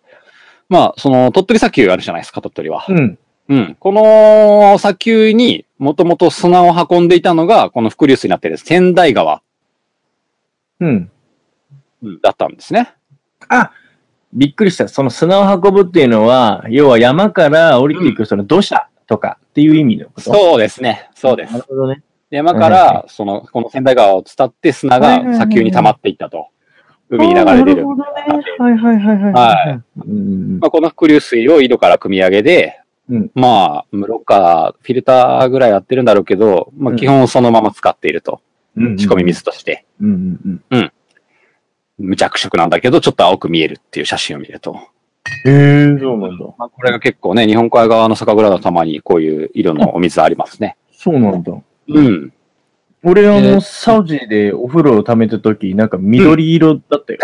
Speaker 3: まあ、その、鳥取砂丘あるじゃないですか、鳥取は
Speaker 1: す。か。うん。
Speaker 3: うん。この砂丘にもともと砂を運んでいたのが、この伏流水になってる仙台川
Speaker 1: うん。
Speaker 3: だったんですね。
Speaker 1: あびっくりした。その砂を運ぶっていうのは、要は山から降りていくその土砂とかっていう意味のこと。
Speaker 3: そうですね。そうで
Speaker 1: な
Speaker 3: す
Speaker 1: る。ほどね。
Speaker 3: 山から、その、この仙台川を伝って砂が砂丘に溜まっていったと。海に流れ出る。
Speaker 2: ほどね
Speaker 3: なる
Speaker 2: はいはいはいはい。
Speaker 3: はい。
Speaker 1: うん。
Speaker 3: まあ、この伏流水を井戸から汲み上げで、
Speaker 1: うん
Speaker 3: まあ、室か、フィルターぐらいやってるんだろうけど、まあ、
Speaker 1: うん
Speaker 3: 基本そのまま使っていると。
Speaker 1: うん
Speaker 3: 仕込み。水として。
Speaker 1: うんうんうん。
Speaker 3: 無着色なんだけど、ちょっと青く見えるっていう写真を見ると。
Speaker 1: へえ、そうなんだ。
Speaker 3: まあ、これが結構ね、日本海側の酒蔵のたまにこういう色のお水ありますね。
Speaker 1: そうなんだ。
Speaker 3: うん。
Speaker 1: 俺、あ
Speaker 3: えー
Speaker 1: の、サウジでお風呂を溜めた時、なんか緑色だったよ。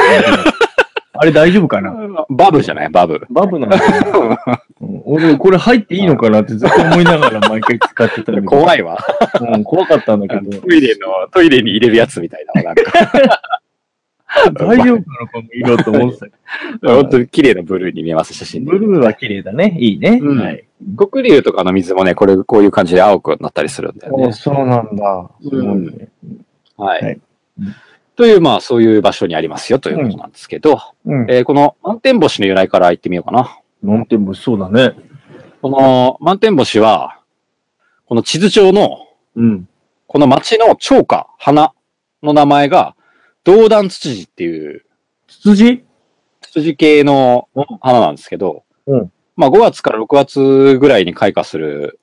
Speaker 1: あれ大丈夫かな
Speaker 3: バブじゃない バブ。
Speaker 1: バブなのかなうん俺、これ入っていいのかなってずっと思いながら毎回使ってたんだけど。
Speaker 3: 怖
Speaker 1: い。
Speaker 3: いわ。
Speaker 1: うん、怖かったんだけ
Speaker 3: ト
Speaker 1: ど。
Speaker 3: イレの、トイレに入れるやつみたいな。なんか、
Speaker 1: 大丈夫なのかも、色と思ってたけ
Speaker 3: 本当に綺麗なブルーに見えます、写真
Speaker 1: ど。
Speaker 3: で
Speaker 1: ブ。ルーは綺麗だね。いいね。
Speaker 3: うん
Speaker 1: はい。
Speaker 3: 黒竜とかの水もね、これ、こういう感じで青くなったりするんだよね。
Speaker 1: そうなんだ。
Speaker 3: うん
Speaker 1: すごいね。
Speaker 3: はい。
Speaker 1: はい
Speaker 3: という、まあ、そういう場所にありますよということなんですけど、
Speaker 1: うん。
Speaker 3: えーこの満天星の由来から言ってみようかな。
Speaker 1: なんてもそうだね。
Speaker 3: この満天星は、この地図上の
Speaker 1: うん。
Speaker 3: この町の蝶花、花の名前が、銅弾ツツジっていう、
Speaker 1: 羊
Speaker 3: ツツジ系の花なんですけど、
Speaker 1: うん
Speaker 3: まあ5月から6月ぐらいに開花する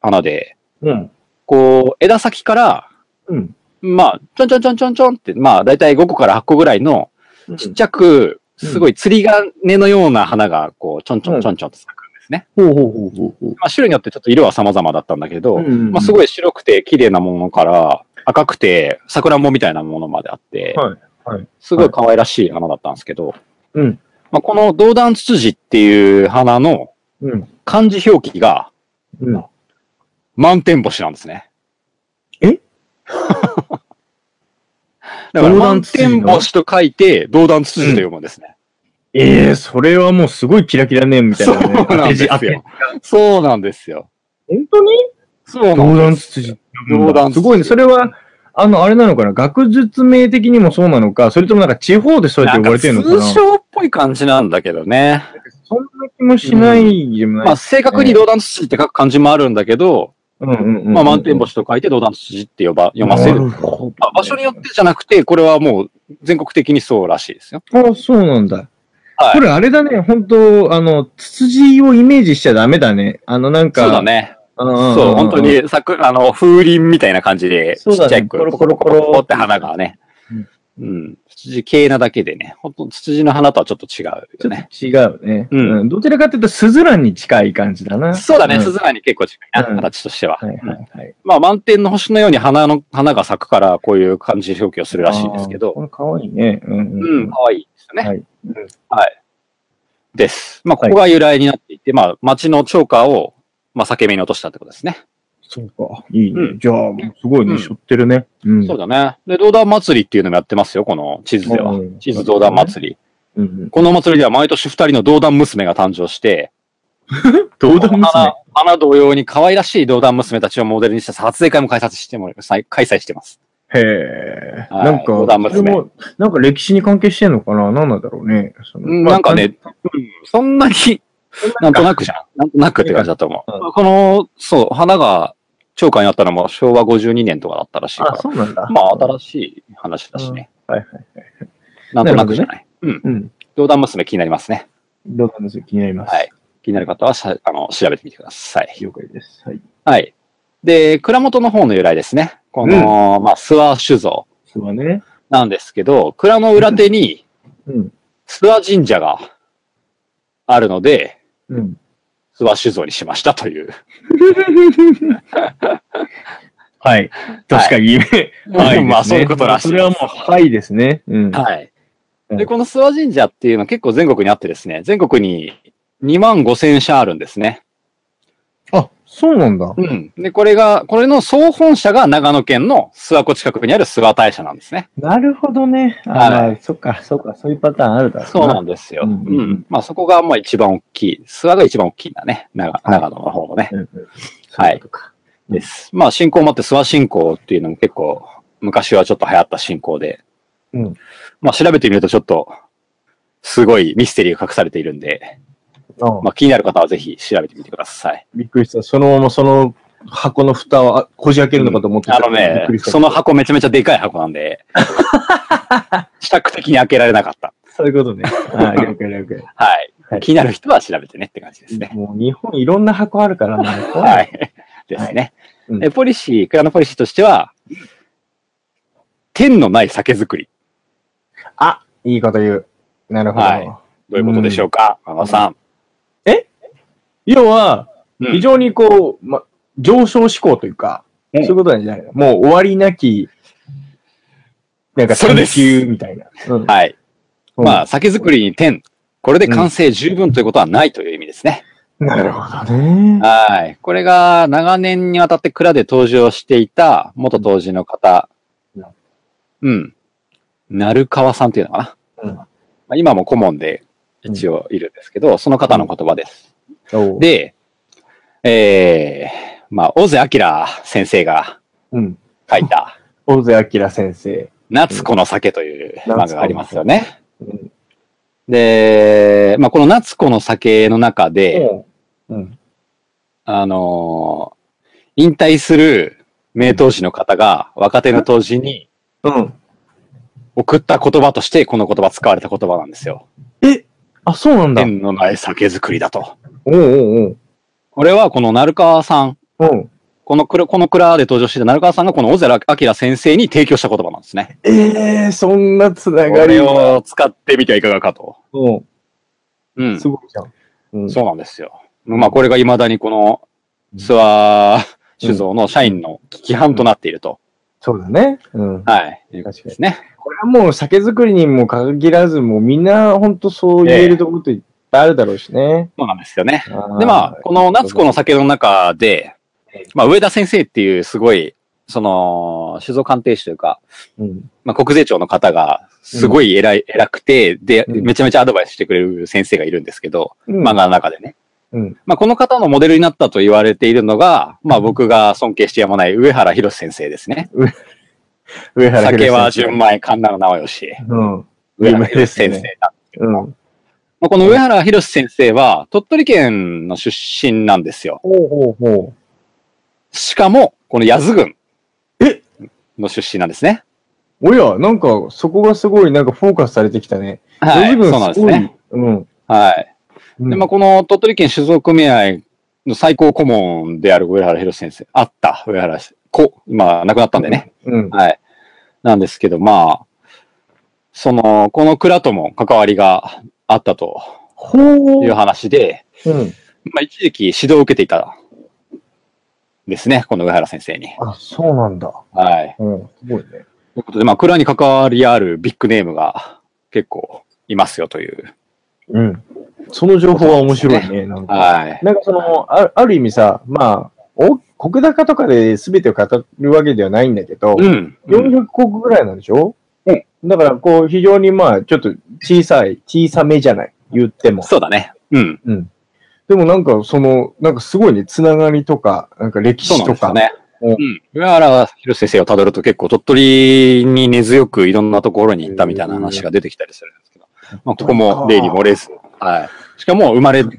Speaker 3: 花で、
Speaker 1: うん。
Speaker 3: こう、枝先から、
Speaker 1: うん。
Speaker 3: まあ、ちょんちょんちょんちょんちょんって、まあ、だいたい5個から8個ぐらいの、ちっちゃく、すごい釣り鐘のような花が、こう、ちょんちょんちょんちょんと咲くんですね。
Speaker 1: ほうほうほうほうほう。
Speaker 3: まあ、種類によってちょっと色は様々だったんだけど、
Speaker 1: うん
Speaker 3: まあ、すごい白くて綺麗なものから、赤くて桜んぼみたいなものまであって、
Speaker 1: はいはい
Speaker 3: すごい可愛らしい花だったんですけど、
Speaker 1: うん
Speaker 3: まあ、この銅弾ツツジっていう花の
Speaker 1: うん。
Speaker 3: 漢字表記が
Speaker 1: うん。
Speaker 3: 満天星なんですね。
Speaker 1: え
Speaker 3: だから
Speaker 1: 銅弾
Speaker 3: 満
Speaker 1: ツツジの
Speaker 3: 天星と書いて銅弾ツツジと読むんですね。
Speaker 1: ええ、それはもうすごいキラキラね、みたいなね。
Speaker 3: そうなんです
Speaker 1: 当
Speaker 3: よ
Speaker 1: て字。
Speaker 3: そうなんですよ。
Speaker 1: 当て字本当に
Speaker 3: そうなん
Speaker 1: 銅
Speaker 3: で
Speaker 1: 弾
Speaker 3: す。
Speaker 1: ツツジ。
Speaker 3: 銅弾ツツジ
Speaker 1: すごいね。それは、あの、あれなのかな学術名的にもそうなのか、それともなんか地方でそうやって呼ばれてるのかな
Speaker 3: なんか通称っぽい感じなんだけどね。
Speaker 1: そんな気もしないでもな
Speaker 3: ま
Speaker 1: い
Speaker 3: あ、。正確に道断土って書く漢字もあるんだけど、
Speaker 1: うんうんうんうん
Speaker 3: まあ、満点星と書いて道断土って呼ば、読ませ
Speaker 1: な
Speaker 3: る。
Speaker 1: るほ
Speaker 3: まあ場所によってじゃなくて、これはもう全国的にそうらしいですよ。
Speaker 1: ど。あ、そうなんだ。
Speaker 3: はい
Speaker 1: これあれだね、本当あの、ツツジをイメージしちゃダメだね。あの、なんか。
Speaker 3: そうだね。
Speaker 1: んんん。
Speaker 3: そう、本当に、桜、あの、風鈴みたいな感じで、ち
Speaker 1: そうだね
Speaker 3: っちゃい子、
Speaker 1: コロコロコロ
Speaker 3: ポって花がね。うん。ツツジ系なだけでね。本当ツツジの花とはちょっと違う
Speaker 1: ちょ
Speaker 3: よね。
Speaker 1: っと違うね。
Speaker 3: うん
Speaker 1: うん。どちらかというと、スズランに近い感じだな。
Speaker 3: そうだね、
Speaker 1: ん
Speaker 3: 鈴蘭に結構近いな、
Speaker 1: うん
Speaker 3: 形としては。
Speaker 1: はいはいはい。
Speaker 3: まあ、満天の星のように花の、花が咲くから、こういう感じ表記をするらしいんです
Speaker 1: あ
Speaker 3: け
Speaker 1: ー
Speaker 3: ど、
Speaker 1: これかわいいね。うんうん
Speaker 3: う、
Speaker 1: うんん。
Speaker 3: 可愛いですよね。
Speaker 1: はい
Speaker 3: うんはいです。まあ、ここが由来になっていて、まあ、町の超過を、まあ、裂け目に落としたってことですね。
Speaker 1: そうか。いいね
Speaker 3: う。
Speaker 1: じゃあ、もうすごい
Speaker 3: うん
Speaker 1: ね、しょってるね。うん。
Speaker 3: そうだね。で、道断祭りっていうのもやってますよ、この地図では
Speaker 1: うんうん。
Speaker 3: 地図道断祭り。
Speaker 1: うんうん。
Speaker 3: この祭りでは毎年二人の道断娘が誕生して、
Speaker 1: どうだも
Speaker 3: 花花同様に可愛らしい道断娘たちをモデルにした撮影会も開催しても開催してます。
Speaker 1: へえ。
Speaker 3: はい
Speaker 1: なん
Speaker 3: 五段
Speaker 1: か、
Speaker 3: 娘
Speaker 1: それも、なんか歴史に関係してんのかな何なんだろうね。その
Speaker 3: うん
Speaker 1: まあ
Speaker 3: なんかね、うんそんなに、なんとなくじゃん。なんとなくって感じだと思
Speaker 1: うん
Speaker 3: う。この、そう、花が超過になったのも昭和52年とかだったらしいから
Speaker 1: あ、。そうなんだ。
Speaker 3: まあ、新しい話だしね。
Speaker 1: うんはい
Speaker 3: はい。なんとなくじゃない。うん。
Speaker 1: うん。
Speaker 3: 冗談娘気になりますね。
Speaker 1: どうなんですか気になります。
Speaker 3: はい。気になる方はしゃあの調べてみてください。
Speaker 1: 了解です。はい。
Speaker 3: はい。で、蔵元の方の由来ですね。この、まあ、諏訪酒造
Speaker 1: そうだね。
Speaker 3: なんですけど、蔵の裏手に
Speaker 1: うん。
Speaker 3: 諏訪神社があるので、
Speaker 1: うん。
Speaker 3: 諏訪酒造にしましたという。
Speaker 1: はい。確かに。はい
Speaker 3: まあ、そういうことらしい
Speaker 1: それはもう、はいですね。うん。
Speaker 3: はい。
Speaker 1: うん
Speaker 3: で、この諏訪神社っていうのは結構全国にあってですね、全国に2万5千社あるんですね。
Speaker 1: あ、そうなんだ。
Speaker 3: うん。で、これが、これの総本社が長野県の諏訪湖近くにある諏訪大社なんですね。
Speaker 1: なるほどね。
Speaker 3: は
Speaker 1: ああ、そっか、そっか、そういうパターンあるだろ
Speaker 3: そうなん
Speaker 1: だ。
Speaker 3: ですよ。
Speaker 1: う
Speaker 3: う
Speaker 1: んん。
Speaker 3: まあそこがまあ一番大きい。諏訪が一番大きいんだね。長長野の方のね。
Speaker 1: うんうん
Speaker 3: はい。です。まあ信仰もあって諏訪信仰っていうのも結構昔はちょっと流行った信仰で。
Speaker 1: うん。
Speaker 3: まあ調べてみるとちょっとすごいミステリーが隠されているんで、
Speaker 1: あ
Speaker 3: まあ気になる方はぜひ調べてみてくだ さい。
Speaker 1: びっくりした。そのままその箱の蓋をあこじ開けるのかと思ってた。
Speaker 3: あの
Speaker 1: びっ
Speaker 3: ね
Speaker 1: くり、した
Speaker 3: その箱めちゃめちゃでかい箱なん で、支度的に開けられなかった。
Speaker 1: そういうことね。はい、了解了解。
Speaker 3: はい。
Speaker 1: はい
Speaker 3: 気になる人は調べてねって感じですね。
Speaker 1: もう日本いろんな箱あるからな。。
Speaker 3: はいい。 ですね。
Speaker 1: はいうん
Speaker 3: えポリシー、蔵のポリシーとしては、天のない酒造り。
Speaker 1: いいこと言う。なるほ
Speaker 3: は
Speaker 1: ど。
Speaker 3: いどういうことでしょうか、馬場さん。
Speaker 1: 要は、
Speaker 3: うん
Speaker 1: 非常にこう、ま、上昇志向というか、
Speaker 3: う
Speaker 1: そ
Speaker 3: ん
Speaker 1: ういうことなんじゃないのもう終わりなき、なんか
Speaker 3: それ
Speaker 1: 探
Speaker 3: です
Speaker 1: 求みたいな。うん
Speaker 3: はい。
Speaker 1: うん
Speaker 3: まあ、酒造りに天。これで完成十分ということはないという意味ですね。
Speaker 1: なるほど ね。
Speaker 3: はい。これが長年にわたって蔵で登場していた元当時の方
Speaker 1: うん。
Speaker 3: うん。鳴川さんっていうのかな。
Speaker 1: うん
Speaker 3: まあ、今も顧問で一応いるんですけど、その方の言葉です。
Speaker 1: おう、
Speaker 3: で、えー、まあ、大瀬明先生が
Speaker 1: うん。
Speaker 3: 書い た、
Speaker 1: 大瀬明先生。
Speaker 3: 夏子の酒という
Speaker 1: うん
Speaker 3: 漫画がありますよね。
Speaker 1: うん
Speaker 3: で、まあ、この夏子の酒の中で、
Speaker 1: うん。
Speaker 3: あのー引退する名当時の方が若手の当時に
Speaker 1: うん。
Speaker 3: 送った言葉として、この言葉使われた言葉なんですよ。
Speaker 1: あ、そうなんだ。
Speaker 3: 天のない酒造りだと。
Speaker 1: おうおう
Speaker 3: これはこの鳴川さん、
Speaker 1: おう。うん。
Speaker 3: この蔵この蔵で登場していた鳴川さんがこの大瀬明先生に提供した言葉なんですね。
Speaker 1: ええー、そんなつな
Speaker 3: こ
Speaker 1: がり
Speaker 3: れ
Speaker 1: は。
Speaker 3: を使ってみてはいかがかと。
Speaker 1: う。
Speaker 3: うんん。
Speaker 1: す
Speaker 3: そ
Speaker 1: ごいじゃん。うん。
Speaker 3: うなんですよ。まあ、これが未だにこの、諏訪酒造の社員の規範となっていると。
Speaker 1: そうだね。うん。
Speaker 3: はい。いうことですね。
Speaker 1: これはもう酒造りにも限らず、もうみんな本当そう言えるところっていっぱいあるだろうしね。
Speaker 3: そうなんですよね。
Speaker 1: で、
Speaker 3: で、まあ、この夏子の酒の中で、まあ、上田先生っていうすごい、その、酒造鑑定士というか、
Speaker 1: うん。
Speaker 3: まあ、国税庁の方が、すごい偉い、偉くて、で、
Speaker 1: うん
Speaker 3: めちゃめちゃアドバイスしてくれる先生がいるんですけど、
Speaker 1: うん
Speaker 3: 漫画の中でね。
Speaker 1: うん。
Speaker 3: まあ、この方のモデルになったと言われているのが、まあ、僕が尊敬してやまない上原博先生ですね。
Speaker 1: 上原
Speaker 3: 酒は
Speaker 1: 博先
Speaker 3: 純米、神田の直義。
Speaker 1: 生。うん。
Speaker 3: 上
Speaker 1: 有
Speaker 3: 原
Speaker 1: 名で
Speaker 3: 博
Speaker 1: すよ
Speaker 3: 先生
Speaker 1: ね。
Speaker 3: だ。
Speaker 1: うん。
Speaker 3: まあ、この上原博先生は、鳥取県の出身なんですよ。
Speaker 1: ほうほうほ
Speaker 3: しかも、この八頭郡。
Speaker 1: え
Speaker 3: の出身なんですね。
Speaker 1: う。おや、なんか、そこがすごい、なんかフォーカスされてきたね。
Speaker 3: はい。
Speaker 1: ジョブ
Speaker 3: そう
Speaker 1: 君
Speaker 3: なんですね。。
Speaker 1: ごいうん。
Speaker 3: はい。
Speaker 1: うん
Speaker 3: で、まあ、この鳥取県酒造組合の最高顧問である上原博先生、あった、上原し、こ、まあ、亡くなったんでね。
Speaker 1: うん。
Speaker 3: はい。なんですけど、まあ、その、この蔵とも関わりがあったと
Speaker 1: ほ
Speaker 3: いう話で、
Speaker 1: うん。
Speaker 3: まあ、一時期指導を受けていたんですね、この上原先生に。
Speaker 1: あ、そうなんだ。
Speaker 3: はい。
Speaker 1: うん。すごいね。
Speaker 3: ということで、まあ、蔵に関わりあるビッグネームが結構いますよという。
Speaker 1: うん。その情報は面白いね。なんか、
Speaker 3: はい。
Speaker 1: なんかそのあ、ある意味さ、まあ、お国高とかで全てを語るわけではないんだけど、
Speaker 3: うん。うん
Speaker 1: 400国ぐらいなんでしょ
Speaker 3: う
Speaker 1: だから、こう、非常にまあ、ちょっと小さい、小さめじゃない、言っても。
Speaker 3: そうだね。うん。
Speaker 1: でもなんか、その、なんかすごいね、つながりとか、なんか歴
Speaker 3: そう
Speaker 1: 史
Speaker 3: なんで
Speaker 1: と
Speaker 3: すよ
Speaker 1: か。
Speaker 3: ね。
Speaker 1: うん
Speaker 3: うん。上原博先生をたどると結構鳥取に根強くいろんなところに行ったみたいな話が出てきたりするんですけど、まあ、ここも例に漏れず、はい。しかも生まれど、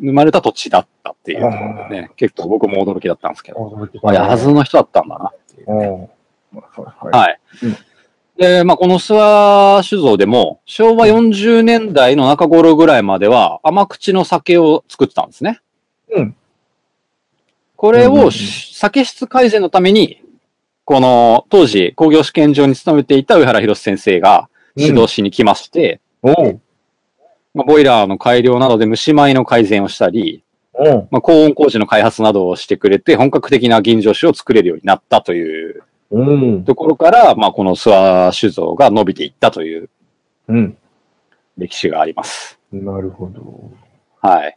Speaker 3: 生まれた土地だったっていうところでね、結構僕も驚きだったんですけど、
Speaker 1: 驚き
Speaker 3: ま
Speaker 1: だ
Speaker 3: あ、
Speaker 1: ね
Speaker 3: やずの人だったんだな。
Speaker 1: うんはいはい
Speaker 3: はい
Speaker 1: うん。
Speaker 3: で、まあ、この諏訪酒造でも、昭和40年代の中頃ぐらいまでは甘口の酒を作ってたんですね。
Speaker 1: うん。
Speaker 3: これ
Speaker 1: うんうんう
Speaker 3: を
Speaker 1: ん
Speaker 3: 酒質改善のために、この当時工業試験場に勤めていた上原博先生が指導しに来まして、
Speaker 1: おう
Speaker 3: まあボイラーの改良などで蒸し米の改善をしたり、
Speaker 1: おう
Speaker 3: まあ、高温工事の開発などをしてくれて、本格的な吟醸酒を作れるようになったという
Speaker 1: うん。
Speaker 3: ところから、まあ、この諏訪酒造が伸びていったという
Speaker 1: うん。
Speaker 3: 歴史があります。
Speaker 1: なるほど。
Speaker 3: はい。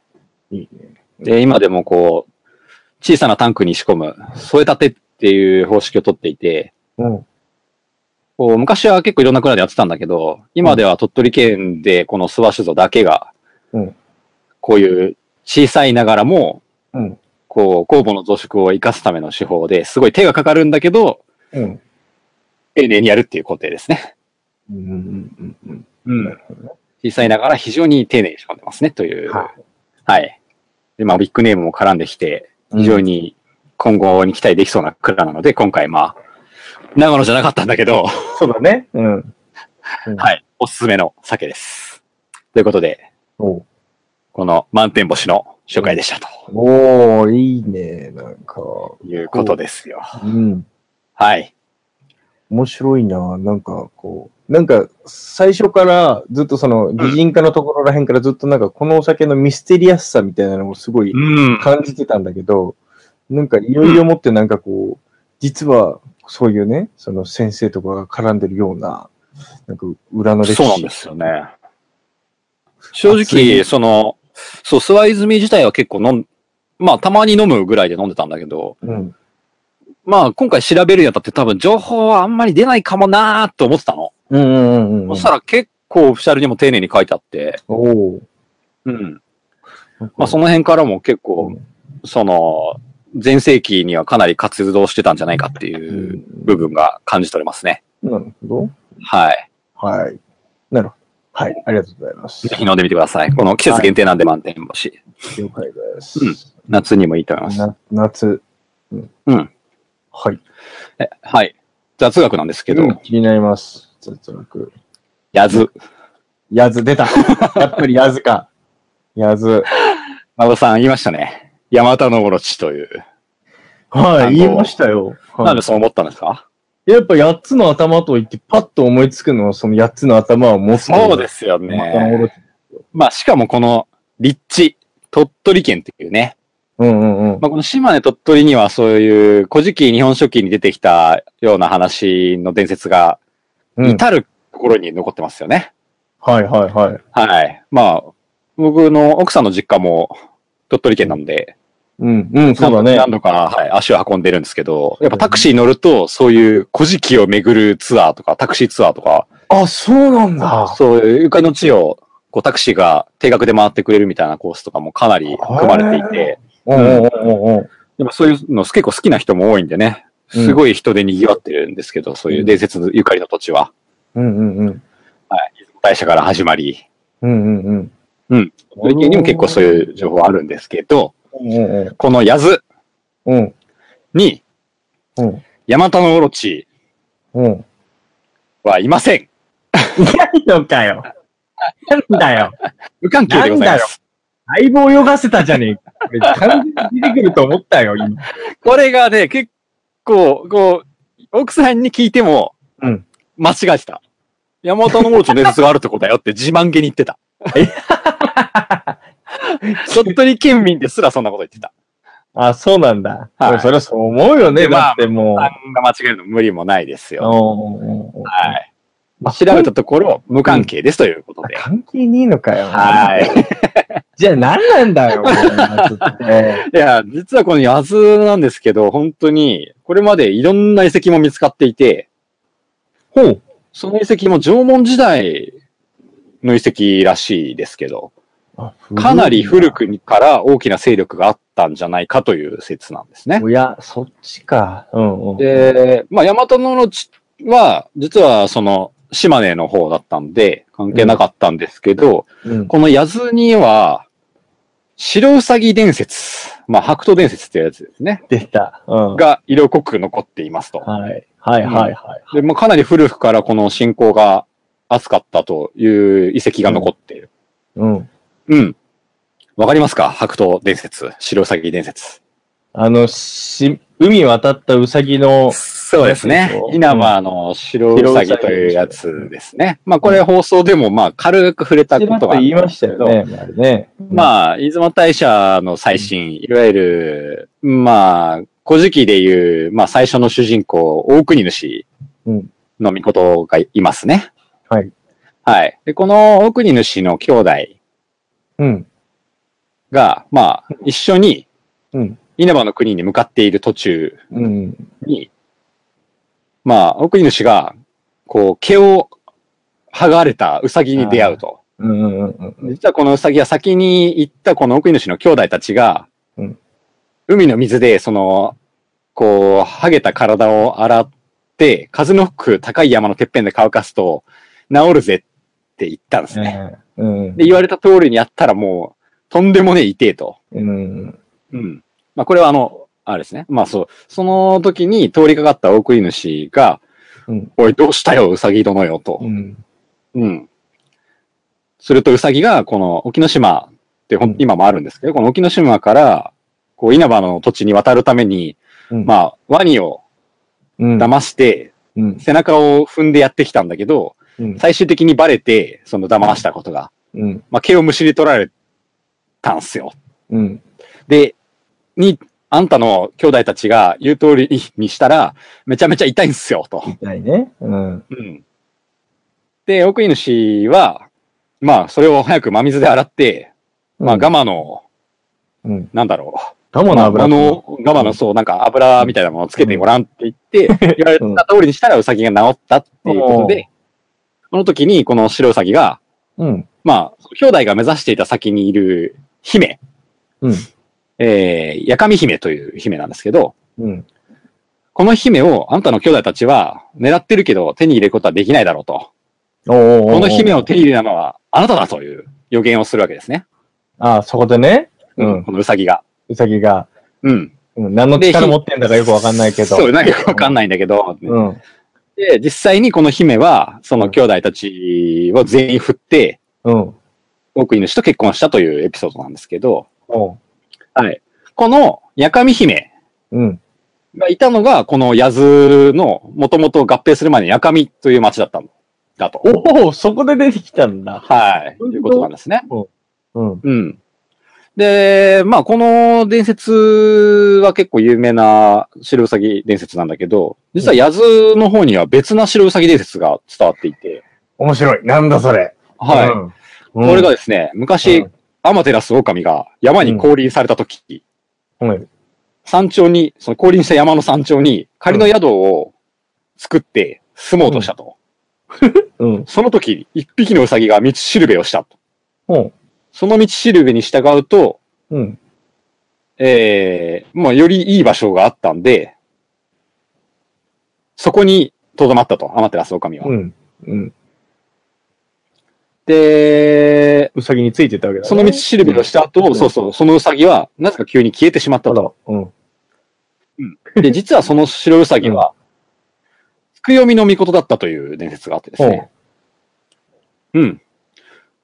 Speaker 1: いいね。
Speaker 3: で、今でもこう、小さなタンクに仕込む、添え立てっていう方式をとっていて、
Speaker 1: うん。
Speaker 3: こう昔は結構いろんな蔵でやってたんだけど、今では鳥取県でこの諏訪酒造だけが、
Speaker 1: うん
Speaker 3: こういう小さいながらも、
Speaker 1: うん
Speaker 3: こう、酵母の増殖を生かすための手法ですごい手がかかるんだけど、
Speaker 1: うん。
Speaker 3: 丁寧にやるっていう工程ですね。
Speaker 1: うんうんうん
Speaker 3: うん。小さいながら非常に丁寧に仕込んでますね、という。
Speaker 1: は
Speaker 3: はい。で、まあ、ビッグネームも絡んできて、
Speaker 1: うん。
Speaker 3: 非常に今後に期待できそうな蔵なので、今回まあ、長野じゃなかったんだけど、
Speaker 1: そうだね。うん。
Speaker 3: はい、おすすめの酒です。ということで、
Speaker 1: おう
Speaker 3: この満天星の紹介でしたと
Speaker 1: おー、いいね。なんか、
Speaker 3: いうことですよ。
Speaker 1: うん。
Speaker 3: はい。
Speaker 1: 面白いな。なんか、こう、なんか、最初からずっとその、擬人化のところらへんからずっとなんか、このお酒のミステリアスさみたいなのをすごい
Speaker 3: うん。
Speaker 1: 感じてたんだけど、なんか、いよいよもってなんかこう、実は、そういうね、その先生とかが絡んでるような、なんか、裏の歴史。
Speaker 3: そうなんですよね。正
Speaker 1: 熱い
Speaker 3: 直、その、そう、諏訪泉自体は結構飲ん、まあ、たまに飲むぐらいで飲んでたんだけど、
Speaker 1: うん。
Speaker 3: まあ、今回調べるにあたって多分情報はあんまり出ないかもなーって思ってたの。
Speaker 1: うんうんうんうん。
Speaker 3: そしたら結構オフィシャルにも丁寧に書いてあって、
Speaker 1: おー
Speaker 3: うん。まあ、その辺からも結構、その、前世紀にはかなり活動してたんじゃないかっていううん部分が感じ取れますね。
Speaker 1: なるほど。
Speaker 3: はい。
Speaker 1: はい。なるほど。はい。ありがとうございます
Speaker 3: ぜ。ひ飲んでみてください。この季節限定なんで満点星。
Speaker 1: 了解です。
Speaker 3: うん夏にもいいと思います。
Speaker 1: な夏。うん。
Speaker 3: うん
Speaker 1: はい。
Speaker 3: えはい。雑学なんですけ
Speaker 1: け
Speaker 3: ど、
Speaker 1: ど、気になります。雑学。
Speaker 3: ヤズ。
Speaker 1: やず、出た。 やっぱりやずか。やず。
Speaker 3: 馬場さん言いましたね。ヤマタノオロチという。
Speaker 1: は
Speaker 3: あの
Speaker 1: い、言いましたよ。
Speaker 3: なん
Speaker 1: は
Speaker 3: でそう思ったんですか
Speaker 1: い、やっぱ8つの頭と言って、パッと思いつくのは、その8つの頭を持つ。
Speaker 3: そうですよ
Speaker 1: まあこの
Speaker 3: ね。まあ、しかもこの、立地、鳥取県っていうね。
Speaker 1: うんうんうん。
Speaker 3: まあ、この島根鳥取にはそういう古事記日本書紀に出てきたような話の伝説が
Speaker 1: うん
Speaker 3: 至るところに残ってますよね。
Speaker 1: はいはいはい。
Speaker 3: はい。まあ、僕の奥さんの実家も鳥取県なんで、
Speaker 1: うん、うん、そうだね。
Speaker 3: 何度か、はい、足を運んでるんですけど、やっぱタクシーに乗ると、そういう古事記を巡るツアーとか、タクシーツアーとか、
Speaker 1: あ、そうなんだ。
Speaker 3: そういうゆかりの地を、こうタクシーが定額で回ってくれるみたいなコースとかもかなり組まれていて、
Speaker 1: うんうんうんうん。
Speaker 3: やっぱそういうの結構好きな人も多いんでね、すごい人で賑わってるんですけど、そういう伝説ゆかりの土地は。
Speaker 1: うんうんうん。
Speaker 3: はい。出雲大社から始まり、
Speaker 1: うんうんうん。
Speaker 3: うん。
Speaker 1: おー
Speaker 3: にも結構そういう情報あるんですけど、
Speaker 1: うんうん
Speaker 3: このヤズ
Speaker 1: うん。
Speaker 3: に、
Speaker 1: うん。
Speaker 3: ヤマタノオロチ
Speaker 1: うん。
Speaker 3: はいません。
Speaker 5: ないのかよ。なんだよ。
Speaker 3: 無関係でございます。
Speaker 5: 相棒泳がせたじゃねえか。これ完全に出てくると思ったよ、今。
Speaker 3: これがね、結構、こう、奥さんに聞いても、
Speaker 1: うん
Speaker 3: 間違えてた。ヤマタノオロチの伝説があるってことだよって自慢げに言っ てた。 鳥取県民ですらそんなこと言ってた。
Speaker 1: あ、そうなんだ。
Speaker 3: はい
Speaker 1: でもそれはそう思うよね。
Speaker 3: でまあ
Speaker 1: だってもう
Speaker 3: さ。んが間違えるの無理もないですよ。
Speaker 1: うんうんうん
Speaker 3: はい。調べたところ、無関係ですということで。
Speaker 1: 関係ねえのかよ。
Speaker 3: はい。
Speaker 1: じゃあ何なんだよ、この夏って。
Speaker 3: いや、実はこのヤズなんですけど、本当に、これまでいろんな遺跡も見つかっていて、
Speaker 1: ほう。
Speaker 3: その遺跡も縄文時代の遺跡らしいですけど、
Speaker 1: あ
Speaker 3: かなり古。くから大きな勢力があったんじゃないかという説なんですね。
Speaker 1: おや、そっちか。うんうん。
Speaker 3: で、まあ、ヤマタノオロチは、実はその、島根の方だったんで、関係なかったんですけど、
Speaker 1: うん、
Speaker 3: このヤズには、白ウサギ伝説、まあ、白頭伝説っていうやつですね、
Speaker 1: 出た。うん。
Speaker 3: が色濃く残っていますと。
Speaker 1: はい。はいはいはい。
Speaker 3: で、まあ、かなり古くからこの信仰が熱かったという遺跡が残っている。
Speaker 1: うん。
Speaker 3: うん。わ、かりますか白頭伝説、白ウサギ伝説。
Speaker 1: あの、し、海渡ったウサギの、
Speaker 3: そう
Speaker 1: ですね
Speaker 3: 稲葉の白ウサギというやつですね。まあ、これ放送でもまあ、軽く触れた
Speaker 1: ち
Speaker 3: こ
Speaker 1: らっ
Speaker 3: と
Speaker 1: と
Speaker 3: があ
Speaker 1: 言い
Speaker 3: るん
Speaker 1: ま
Speaker 3: で
Speaker 1: し
Speaker 3: すけ
Speaker 1: た
Speaker 3: ど。
Speaker 1: よね。あれね。あ、
Speaker 3: まあ、出雲大社の最新、いわゆる、まあ、古事記でいう、まあ、最初の主人公、大国主
Speaker 1: うん
Speaker 3: の御事がいますね。
Speaker 1: はい。
Speaker 3: はい。で、この大国主の兄弟
Speaker 1: うん。
Speaker 3: が、まあ、一緒に、
Speaker 1: うん
Speaker 3: 稲葉の国に向かっている途中
Speaker 1: うん。
Speaker 3: に、まあ、大国主が、こう、毛を剥がれたウサギに出会うと。
Speaker 1: うんうんうんうん。
Speaker 3: 実はこのウサギは先に行ったこの奥主の兄弟たちが、
Speaker 1: うん
Speaker 3: 海の水で、その、こう、剥げた体を洗って、風の吹く高い山のてっぺんで乾かすと、治るぜって言ったんですね。
Speaker 1: うん。
Speaker 3: で、言われた通りにやったらもう、とんでもねえ痛えと。
Speaker 1: うん。
Speaker 3: うん。まあ、これはあの、あれですね。まあそう。その時に通りかかった奥主が、
Speaker 1: うん
Speaker 3: おい、どうしたよ、うさぎ殿よ、と。
Speaker 1: うん。
Speaker 3: うん。すると、ウサギが、この、沖ノ島ってほん、
Speaker 1: うん
Speaker 3: 今もあるんですけど、この沖ノ島から、こう、稲葉の土地に渡るために、
Speaker 1: うん
Speaker 3: まあ、ワニを
Speaker 1: うん。
Speaker 3: 騙して、
Speaker 1: うん。
Speaker 3: 背中を踏んでやってきたんだけど、
Speaker 1: うん。
Speaker 3: 最終的にバレて、その騙したことが、
Speaker 1: うん。
Speaker 3: まあ、毛をむしり取られたんすよ。
Speaker 1: うん。
Speaker 3: で、に、あんたの兄弟たちが言う通りににしたら、めちゃめちゃ痛いんすよ、と。
Speaker 1: 痛いね。うん。
Speaker 3: うん。で、奥犬氏は、まあ、それを早く真水で洗って、まあ、ガマの、
Speaker 1: うん。
Speaker 3: なんだろう。
Speaker 1: ガマの油。
Speaker 3: あの、ガマの、そう、なんか油みたいなものをつけてごらんって言って、言われた通りにしたらウサギが治ったっていうことで、この時にこの白ウサギが、
Speaker 1: うん。
Speaker 3: まあ、兄弟が目指していた先にいる姫、
Speaker 1: うん。
Speaker 3: えー、ヤカミ姫という姫なんですけど、
Speaker 1: うん。
Speaker 3: この姫をあんたの兄弟たちは狙ってるけど手に入れることはできないだろうと。
Speaker 1: おーおー
Speaker 3: この姫を手に入れたのはあなただという予言をするわけですね。
Speaker 1: ああ、そこでね。うん。
Speaker 3: このウサギが。
Speaker 1: うさぎが。
Speaker 3: うん。
Speaker 1: うん何の力持ってんだかよくわかんないけど。
Speaker 3: そう、なんかよくわかんないんだけど。
Speaker 1: うん。
Speaker 3: で、実際にこの姫は、その兄弟たちを全員振って、
Speaker 1: うん。
Speaker 3: 奥犬と結婚したというエピソードなんですけど、
Speaker 1: おう
Speaker 3: はい。この、ヤカミ姫
Speaker 1: うん。
Speaker 3: がいたのが、このヤズの、もともと合併する前にヤカミという町だったんだと。
Speaker 1: おお、そこで出てきたんだ。
Speaker 3: はい。いうことなんですね。
Speaker 1: うん。
Speaker 3: うん。で、まあ、この伝説は結構有名な白ウサギ伝説なんだけど、実はヤズの方には別な白ウサギ伝説が伝わっていて、
Speaker 1: 面白い。なんだそれ。
Speaker 3: は
Speaker 1: う
Speaker 3: い。
Speaker 1: ん。
Speaker 3: こ
Speaker 1: うん
Speaker 3: れがですね、昔、
Speaker 1: うん
Speaker 3: アマテラス狼が山に降臨された時、
Speaker 1: うん。
Speaker 3: 山頂に、その降臨した山の山頂に仮の宿を作って住もうとしたと。
Speaker 1: うん。
Speaker 3: その時、一匹のウサギが道しるべをしたと。
Speaker 1: うん。
Speaker 3: その道しるべに従うと、
Speaker 1: うん。
Speaker 3: えー、まあ、よりいい場所があったんで、そこにとどまったと、アマテラスオオカミは。
Speaker 1: うん。うん。
Speaker 3: で、
Speaker 1: うさぎについてたわけだ、ね。
Speaker 3: その道しるべをした後、
Speaker 1: うん
Speaker 3: そうそう、そのウサギは、なぜか急に消えてしまったと。
Speaker 1: うん。
Speaker 3: で、実はその白ウサギは、福読みの御事だったという伝説があってですね。うん。